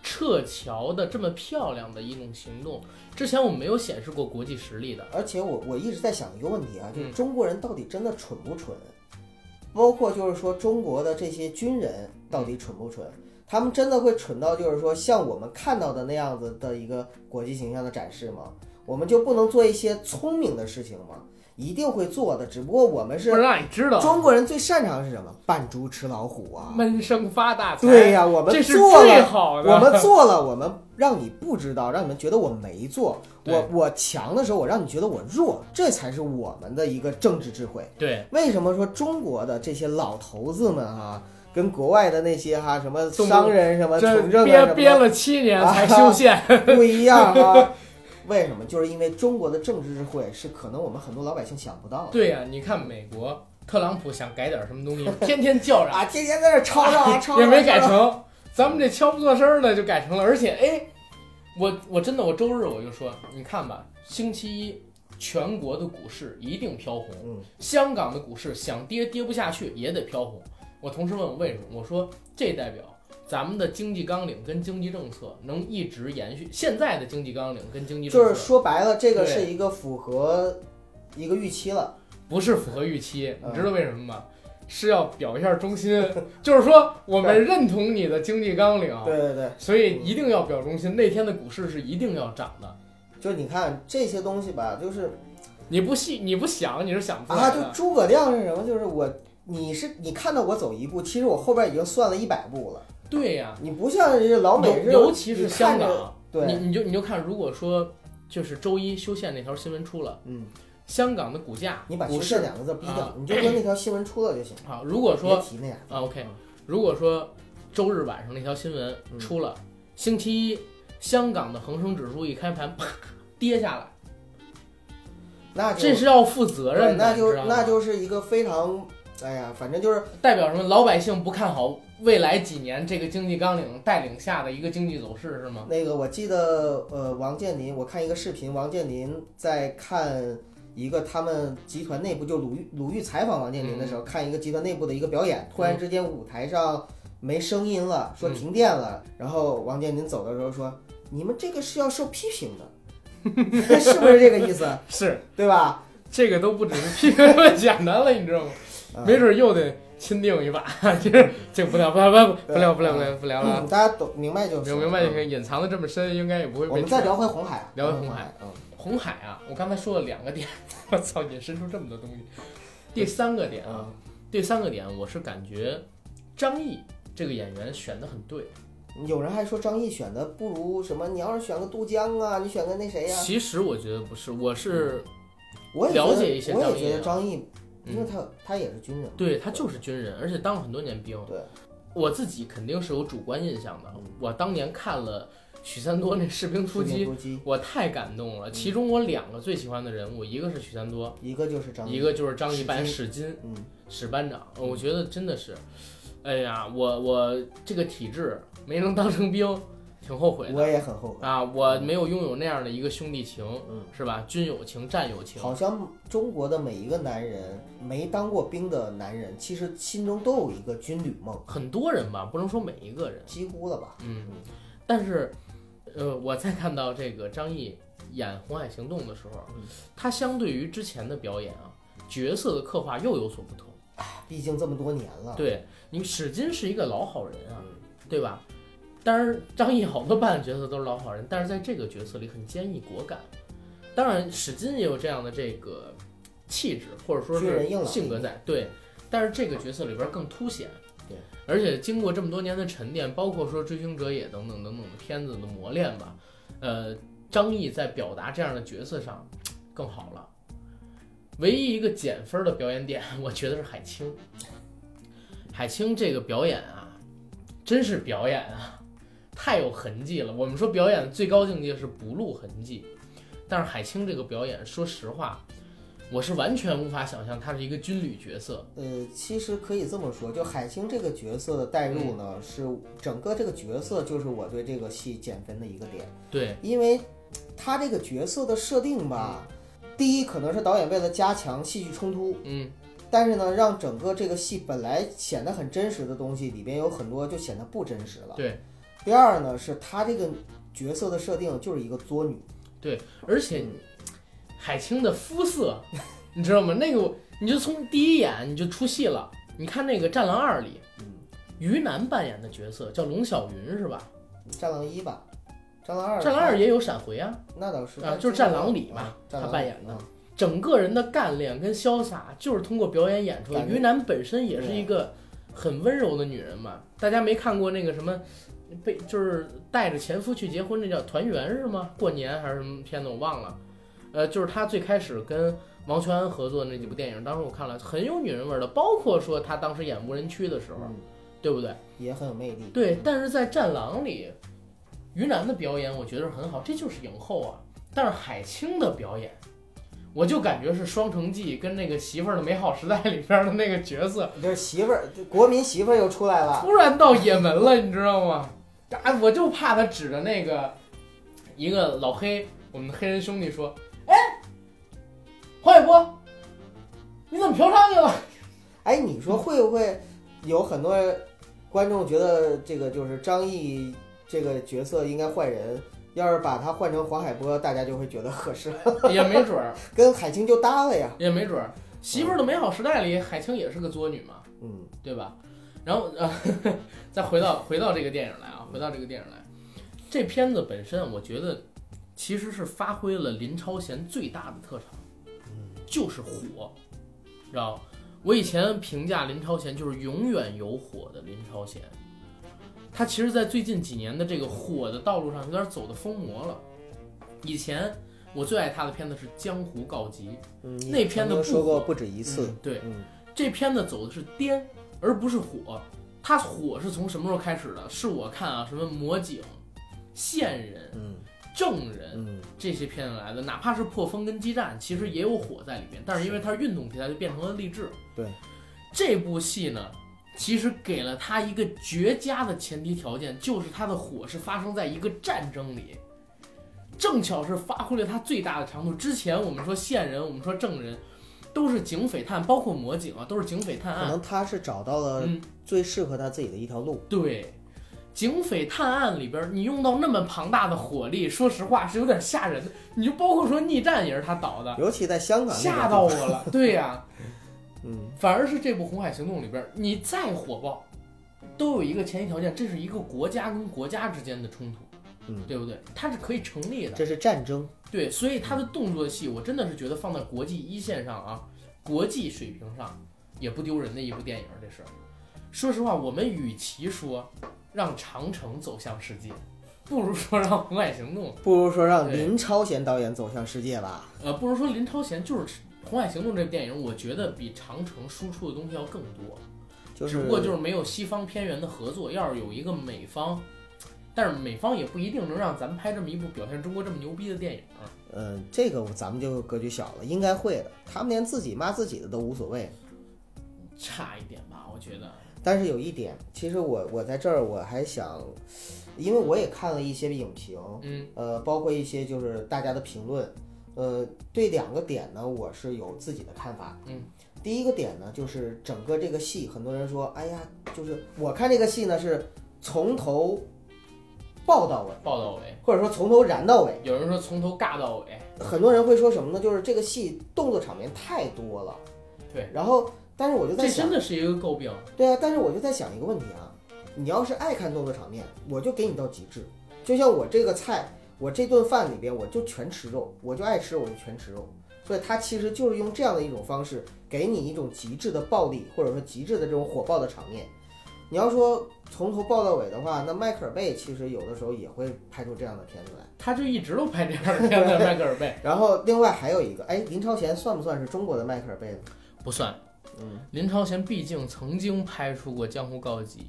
A: 撤侨的这么漂亮的一种行动，之前我们没有显示过国际实力的。
B: 而且我我一直在想一个问题啊，就是
A: 嗯
B: 中国人到底真的蠢不蠢？包括就是说中国的这些军人到
A: 嗯
B: 底蠢不蠢？他们真的会蠢到就是说像我们看到的那样子的一个国际形象的展示吗？我们就不能做一些聪明的事情吗？一定会做的，只不过我们
A: 不
B: 是
A: 是让你知道，
B: 中国人最擅长是什么？扮猪吃老虎啊！
A: 闷声发大财，
B: 对呀、我们
A: 这是
B: 做
A: 最
B: 了，
A: 好的。
B: 我们做了，我们让你不知道，让你们觉得我没做。
A: 对
B: 我我强的时候，我让你觉得我弱，这才是我们的一个政治智慧。
A: 对
B: 为什么说中国的这些老头子们哈、跟国外的那些哈、什么
A: 动不
B: 商人什么
A: 这
B: 从政
A: 憋
B: 啊
A: 憋
B: 什
A: 了七年才 修宪，
B: 么不一样哈、 为什么？就是因为中国的政治智慧是可能我们很多老百姓想不到
A: 对呀、你看美国特朗普想改点什么东西， 天天叫
B: 的
A: 嚷，
B: 啊，天天在这吵吵 啊吵吵，
A: 也没改
B: 吵吵。
A: 成。咱们这悄不作声的就改成了，而且哎，我我真的我周日我就说，你看吧，星期一全国的股市一定飘红，
B: 嗯，
A: 香港的股市想跌跌不下去也得飘红。我同事问我为什么，我说这代表咱们的经济纲领跟经济政策能一直延续，现在的经济纲领跟经济政
B: 就
A: 策
B: 是说白了，这个
A: 对
B: 是一个符合一个预期了。
A: 不是符合预期，
B: 嗯
A: 你知道为什么吗？是要表一下忠心， 就是说我们认同你的经济纲领，
B: 对对对。
A: 所以一定要表忠心。那天的股市是一定要涨的，
B: 就是你看这些东西吧，就是
A: 你不细你不想你是想不出
B: 啊，
A: 来
B: 就
A: 的。
B: 诸葛亮是什么？就是我，你是你看到我走一步，其实我后边已经算了一百步了。
A: 对呀、
B: 你不像人家老美
A: 尤
B: 是，
A: 尤其是
B: 你看
A: 香
B: 着，
A: 港，你
B: 对，
A: 你就你就看，如果说就是周一修宪那条新闻出了，
B: 嗯，
A: 香港的股价
B: 你把“
A: 股
B: 修
A: 市
B: 宪”两个字逼掉，
A: 啊
B: 你就说那条新闻出了就行，
A: 啊，如果
B: 别
A: 说
B: 提那样。
A: 啊 OK，如果说周日晚上那条新闻
B: 嗯
A: 出了，星期一香港的恒生指数一开盘，啪跌下来，
B: 那就
A: 这是要负责
B: 对
A: 任的，
B: 那
A: 你
B: 就
A: 知道吗
B: 那就是一个非常，哎呀，反正就是
A: 代表什么？老百姓不看好未来几年这个经济纲领带领下的一个经济走势是吗？
B: 那个，我记得呃，王健林，我看一个视频，王健林在看一个他们集团内部，就鲁豫鲁豫采访王健林的时
A: 嗯
B: 候，看一个集团内部的一个表演，突然之间舞台上没声音了，说
A: 嗯
B: 停电了，然后王健林走的时候说：“你们这个是要受批评 的，是不是这个意思？
A: 是，
B: 对吧？
A: 这个都不只是 批评那么简单了，你知道吗？
B: 嗯
A: 没准又得钦定一把， 这这不聊不聊不聊不聊不聊不聊不聊了
B: 嗯
A: 啊。
B: 大家懂明白就
A: 明
B: 行，
A: 明白就
B: 嗯。
A: 行，隐藏的这么深，应该也不会被。
B: 我们再聊回红海，
A: 聊回红
B: 红
A: 海，
B: 嗯，
A: 红海啊，我刚才说了两个点， 我操，引申出这么多东西。第三个点啊，第三个点，我是感觉张译这个演员选的很对。
B: 嗯有人还说张译选的不如什么，你要是选个杜江啊，你选个那谁呀、嗯
A: 其实我觉得不是，我是
B: 我也觉得
A: 了解一些
B: 我
A: 张
B: 也
A: 译
B: 觉得
A: 啊
B: 张译，
A: 嗯
B: 因为他他也是军人嘛，
A: 对他就是军人，而且当了很多年兵。
B: 对，
A: 我自己肯定是有主观印象的
B: 嗯。
A: 我当年看了许三多那《士兵突
B: 士兵
A: 击》，
B: 突击，嗯
A: 我太感动了。其中我两个最喜欢的人物，一个是许三多，
B: 一个就是张译，
A: 一个就是张译扮
B: 史
A: 史金
B: 嗯，
A: 史班长。我觉得真的是，哎呀，我我这个体质没能当成兵，挺后悔的
B: 我也很后悔。
A: 啊！我没有拥有那样的一个兄弟情，
B: 嗯
A: 是吧？军友情、战友情。
B: 好像中国的每一个男人，没当过兵的男人，其实心中都有一个军旅梦，
A: 很多人吧，不能说每一个人，
B: 几乎了吧？
A: 嗯，但是，呃，我在看到这个张译演《红海行动》的时候
B: 嗯，
A: 他相对于之前的表演啊，角色的刻画又有所不同。
B: 毕竟这么多年了。
A: 对你，史金是一个老好人啊，
B: 啊嗯
A: 对吧？当然，张译好多扮的角色都是老好人，但是在这个角色里很坚毅果敢。当然，史金也有这样的这个气质，或者说
B: 军人硬
A: 是
B: 朗
A: 性格在，对。但是这个角色里边更凸显，
B: 对。
A: 而且经过这么多年的沉淀，包括说《追凶者也》等等等等的片子的磨练吧，呃，张译在表达这样的角色上更好了。唯一一个减分的表演点，我觉得是海清。海清这个表演啊，真是表演啊，太有痕迹了。我们说表演最高境界是不露痕迹，但是海清这个表演，说实话，我是完全无法想象她是一个军旅角色。
B: 呃，其实可以这么说，就海清这个角色的代入呢，
A: 嗯
B: 是整个这个角色就是我对这个戏减分的一个点，
A: 对，
B: 因为他这个角色的设定吧，第一可能是导演为了加强戏剧冲突，
A: 嗯，
B: 但是呢，让整个这个戏本来显得很真实的东西，里边有很多就显得不真实了。
A: 对。
B: 第二呢，是她这个角色的设定就是一个作女，
A: 而且海清的肤色，你知道吗？那个我你就从第一眼你就出戏了。你看那个《战狼二》里
B: 嗯，
A: 于南扮演的角色叫龙小云是吧？
B: 战狼一吧，战狼二，
A: 《战狼二》也有闪回啊，
B: 那倒是
A: 啊就是战狼里嘛
B: 啊
A: 他
B: 战狼
A: 扮演的
B: 嗯
A: 整个人的干练跟潇洒，就是通过表演演出的。
B: 感觉
A: 于南本身也是一个很温柔的女人嘛，大家没看过那个什么被就是带着前夫去结婚，那叫团圆是吗？过年还是什么片子我忘了。呃，就是她最开始跟王全安合作的那几部电影，当时我看了很有女人味儿的，包括说她当时演无人区的时候，
B: 嗯
A: 对不对？
B: 也很有魅力。
A: 对，但是在《战狼》里，于南的表演我觉得是很好，这就是影后啊。但是海清的表演，我就感觉是《双城记》跟那个《媳妇儿的美好时代》里边的那个角色，
B: 这媳妇儿，这国民媳妇儿又出来了。
A: 突然到也门了，你知道吗？啊，我就怕他指着那个一个老黑，我们的黑人兄弟说：“哎，黄海波，你怎么嫖娼去了
B: 哎，你
A: 嗯
B: 说会不会有很多观众觉得这个就是张译这个角色应该换人？要是把他换成黄海波，大家就会觉得 合适，？”
A: 也没准儿，
B: 跟海清就搭了呀。
A: 也没准儿，《媳妇儿的美好时代》里海清也是个作女嘛。
B: 嗯，
A: 对吧？然后呃， 再回到回到这个电影来啊，回到这个电影来，这片子本身我觉得其实是发挥了林超贤最大的特长，就是火，知道吗我以前评价林超贤就是永远有火的林超贤，他其实，在最近几年的这个火的道路上有点走的疯魔了。以前我最爱他的片子是《江湖告急》，
B: 嗯你
A: 那篇的
B: 曾经
A: 不
B: 说过
A: 火
B: 不止一次
A: 嗯。对，
B: 嗯，
A: 这片子走的是颠，而不是火。它火是从什么时候开始的？是我看啊，什么魔警、线人、
B: 嗯
A: 证人
B: 嗯，
A: 这些片子来的，哪怕是破风跟激战，其实也有火在里面。但是因为它是运动题材，就变成了励志。
B: 对，
A: 这部戏呢，其实给了它一个绝佳的前提条件，就是它的火是发生在一个战争里。正巧是发挥了它最大的长度。之前我们说线人，我们说证人，都是警匪探，包括魔警啊，都是警匪探
B: 可
A: 案。
B: 能他是找到了
A: 嗯
B: 最适合他自己的一条路。
A: 对，警匪探案里边儿，你用到那么庞大的火力，说实话是有点吓人的。你就包括说逆战也是他导的，
B: 尤其在香港那个地
A: 啊吓
B: 方
A: 到我 了。对呀、
B: 嗯，
A: 反而是这部《红海行动》里边儿，你再火爆，都有一个前提条件，这是一个国家跟国家之间的冲突，
B: 嗯
A: 对不对？它是可以成立的。
B: 这是嗯战争。
A: 对，所以他的动作戏，我真的是觉得放在国际一线上啊，国际水平上也不丢人的一部电影。这是，说实话，我们与其说让长城走向世界，不如说让《红海行动》，
B: 不如说让
A: 对
B: 林超贤导演走向世界吧。
A: 呃，不如说林超贤就是《红海行动》这部电影，我觉得比长城输出的东西要更多，
B: 就是，
A: 只不过就是没有西方片源的合作。要是有一个美方，但是美方也不一定能让咱们拍这么一部表现中国这么牛逼的电影。啊
B: 嗯，这个咱们就格局小了，应该会的。他们连自己骂自己的都无所谓。
A: 差一点吧，我觉得。
B: 但是有一点，其实我我在这儿我还想，因为我也看了一些影评，
A: 嗯，
B: 呃，包括一些就是大家的评论，呃，对两个点呢，我是有自己的看法。
A: 嗯，
B: 第一个点呢，就是整个这个戏，很多人说，哎呀，就是我看这个戏呢是从头爆到尾，
A: 报道尾。
B: 或者说从头燃到尾。
A: 有人说从头尬到尾，
B: 很多人会说什么呢？就是这个戏动作场面太多了。
A: 对。
B: 然后，但是我就在
A: 这
B: 想
A: 真，的是一个诟病。
B: 对啊，但是我就在想一个问题啊，你要是爱看动作场面，我就给你到极致。就像我这个菜，我这顿饭里边我就全吃肉，我就爱吃我就全吃肉。所以它其实就是用这样的一种方式，给你一种极致的暴力，或者说极致的这种火爆的场面。你要说从头爆到尾的话，那迈克尔贝其实有的时候也会拍出这样的片子来。
A: 他就一直都拍这样的片子， 迈克尔贝
B: 然后另外还有一个，哎，林超贤算不算是中国的迈克尔贝呢？
A: 不算。
B: 嗯，
A: 林超贤毕竟曾经拍出过《江湖告急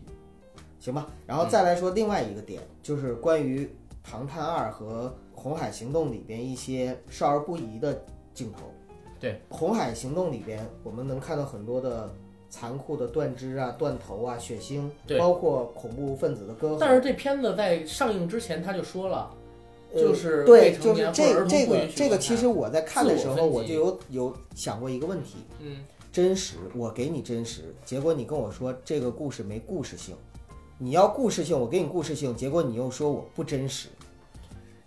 B: 行吧。然
A: 嗯
B: 后再来说另外一个点，就是关于《唐探二》和《红海行动》里边一些少儿不宜的镜头。
A: 对，
B: 《红海行动》里边我们能看到很多的残酷的断肢啊、断头啊、血腥，
A: 对
B: 包括恐怖分子的割》，
A: 但是
B: 喉。啊
A: 这片子在上映之前他就说了，
B: 呃
A: 就是
B: 对，
A: 未成
B: 就是
A: 年或者
B: 这
A: 儿童
B: 这
A: 不
B: 个
A: 允许
B: 这个，
A: 观
B: 其
A: 看
B: 实我在看的时
A: 自
B: 候，
A: 我分级
B: 我就有有想过一个问题，
A: 嗯，
B: 真实，我给你真实，结果你跟我说这个故事没故事性，你要故事性，我给你故事性，结果你又说我不真实，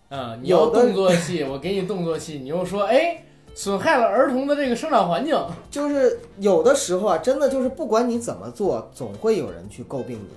A: 啊，你要
B: 有的
A: 动作戏，我给你动作戏，你又说哎，损害了儿童的这个生长环境，
B: 啊就是有的时候啊，真的就是不管你怎么做，总会有人去诟病你。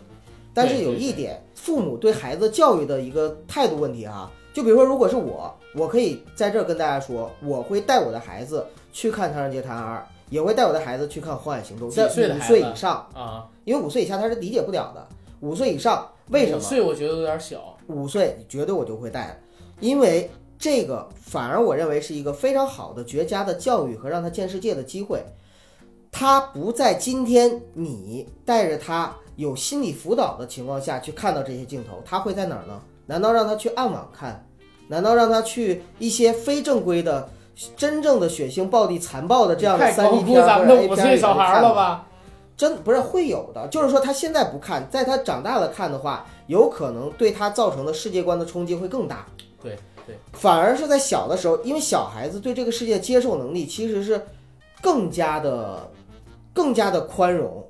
B: 但是有一点，父母对孩子教育的一个态度问题啊，就比如说，如果是我，我可以在这儿跟大家说，我会带我的孩子去看《唐人街探案二》，也会带我的孩子去看《红海行动》，
A: 几
B: 在
A: 岁的
B: 五
A: 孩
B: 岁
A: 子
B: 以上，
A: 啊，
B: 因为五岁以下他是理解不了的。五岁以上为什么
A: 五？岁我觉得有点小，
B: 五岁绝对我就会带了，因为这个反而我认为是一个非常好的、绝佳的教育和让他见世界的机会。他不在今天你带着他有心理辅导的情况下去看到这些镜头，他会在哪儿呢？难道让他去暗网看？难道让他去一些非正规的、真正的血腥、暴力、残暴的这样的
A: 太
B: 三
A: 高
B: D
A: 估
B: 片
A: 咱
B: 或
A: 们
B: 者
A: 的
B: A
A: 五
B: 片
A: 岁小孩了
B: 了？
A: 吧？
B: 真不是会有的，就是说他现在不看，在他长大了看的话，有可能对他造成的世界观的冲击会更大。
A: 对对，
B: 反而是在小的时候，因为小孩子对这个世界接受能力其实是更加的、更加的宽容。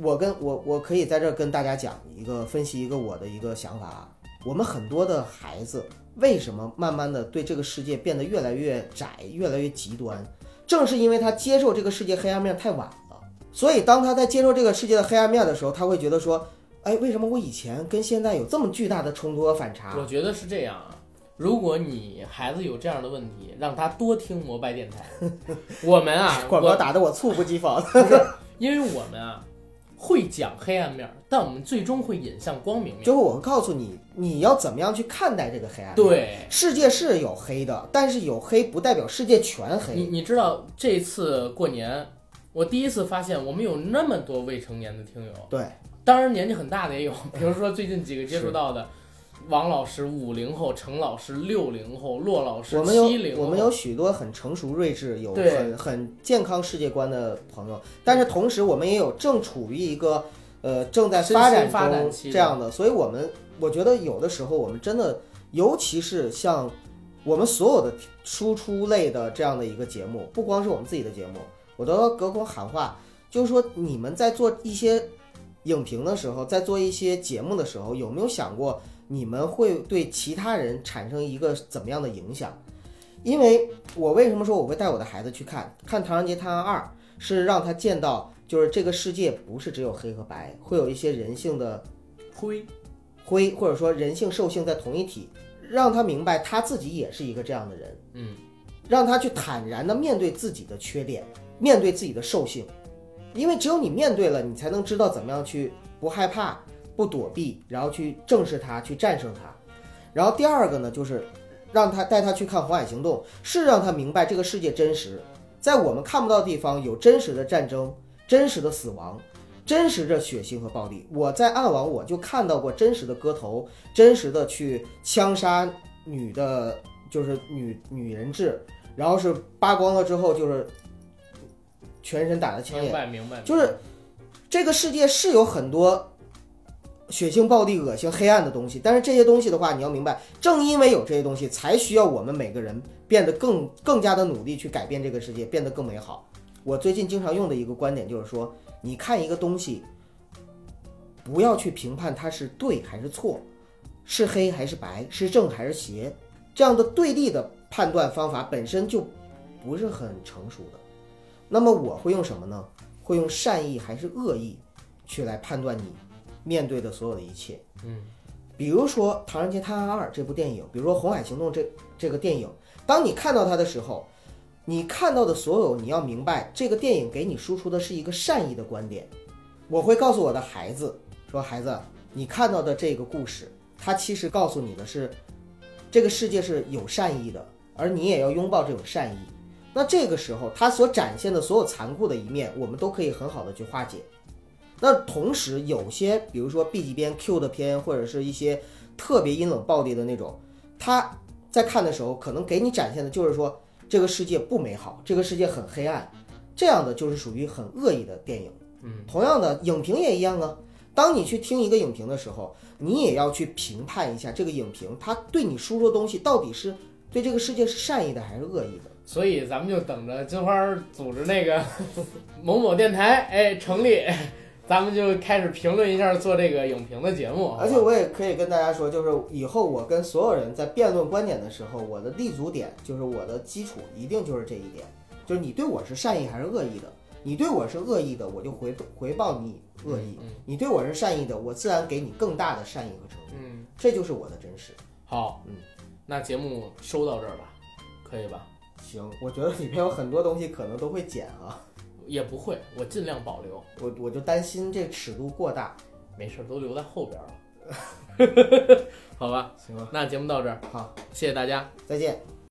B: 我跟我我可以在这儿跟大家讲一个分析一个我的一个想法啊，我们很多的孩子为什么慢慢的对这个世界变得越来越窄、越来越极端，正是因为他接受这个世界黑暗面太晚了。所以当他在接受这个世界的黑暗面的时候，他会觉得说，哎，为什么我以前跟现在有这么巨大的冲突和反差？
A: 我觉得是这样啊。如果你孩子有这样的问题，让他多听摩拜电 台。我们啊，
B: 广告
A: 我
B: 打得我猝不 及防。
A: 因为我们啊会讲黑暗面儿，但我们最终会引向光明面。
B: 最后我会告诉你，你要怎么样去看待这个黑暗。，
A: 对，
B: 世界是有黑的，但是有黑不代表世界全
A: 你
B: 黑。
A: 你知道这次过年，我第一次发现我们有那么多未成年的听友，
B: 对，
A: 当然年纪很大的也 有，比如说最近几个接触到的，王老师五零后，程老师六零后，骆老师
B: 我们
A: 七零
B: 有
A: 后，
B: 我们有许多很成熟、睿智、有
A: 对
B: 很很健康世界观的朋友，但是同时我们也有正处于一个呃正在
A: 身心
B: 发展
A: 发展
B: 中
A: 期的
B: 这样的，所以我们我觉得有的时候我们真的，尤其是像我们所有的输出类的这样的一个节目，不光是我们自己的节目，我都要隔空喊话，就是说你们在做一些影评的时候，在做一些节目的时候，有没有想过你们会对其他人产生一个怎么样的影响？因为我为什么说我会带我的孩子去看看《唐人街探案二》，是让他见到就是这个世界不是只有黑和白，会有一些人性的
A: 灰，
B: 灰，或者说人性兽性在同一体，让他明白他自己也是一个这样的人，
A: 嗯，
B: 让他去坦然的面对自己的缺点，面对自己的兽性，因为只有你面对了，你才能知道怎么样去不害怕、不躲避，然后去正视它，去战胜它。然后第二个呢，就是让他带他去看《红海行动》，是让他明白这个世界真实，在我们看不到的地方有真实的战争、真实的死亡。真实的血腥和暴力，我在暗网我就看到过真实的割头，真实的去枪杀女的，就是女女人质，然后是扒光了之后就是全身打的枪
A: 明
B: 眼，
A: 白明白，
B: 就是这个世界是有很多血腥、暴力、恶心、黑暗的东西，但是这些东西的话，你要明白，正因为有这些东西，才需要我们每个人变得更更加的努力去改变这个世界，变得更美好。我最近经常用的一个观点就是说，你看一个东西，不要去评判它是对还是错，是黑还是白，是正还是邪，这样的对立的判断方法本身就不是很成熟的。那么我会用什么呢？会用善意还是恶意去来判断你面对的所有的一切。
A: 嗯，
B: 比如说《唐人街探案二》这部电影，比如说《红海行动这》这个电影，当你看到它的时候，你看到的所有，你要明白，这个电影给你输出的是一个善意的观点，我会告诉我的孩子说：“孩子，你看到的这个故事，它其实告诉你的是，这个世界是有善意的，而你也要拥抱这种善意。那这个时候，它所展现的所有残酷的一面，我们都可以很好的去化解。那同时，有些比如说 B 级片、Q 的片，或者是一些特别阴冷暴力的那种，它在看的时候，可能给你展现的就是说这个世界不美好，这个世界很黑暗，这样的就是属于很恶意的电影。
A: 嗯，
B: 同样的，影评也一样啊。当你去听一个影评的时候，你也要去评判一下这个影评，它对你输出的东西到底是对这个世界是善意的还是恶意的。
A: 所以咱们就等着金花儿组织那个 某某电台，哎，成立， 咱们就开始评论一下做这个影评的节目。好吧
B: 而且我也可以跟大家说，就是以后我跟所有人在辩论观点的时候，我的立足点就是我的基础一定就是这一点，就是你对我是善意还是恶意的。你对我是恶意的，我就回回报你恶意；
A: 嗯
B: 你对我是善意的，我自然给你更大的善意和诚意。
A: 嗯，
B: 这就是我的真实。
A: 好，
B: 嗯，
A: 那节目收到这儿吧，可以吧？
B: 行，我觉得里面有很多东西可能都会剪啊。
A: 也不会，我尽量保留，
B: 我我就担心这尺度过大，
A: 没事儿都留在后边儿了。好吧，
B: 行吧？
A: 那节目到这儿，
B: 好，
A: 谢谢大家。
B: 再见。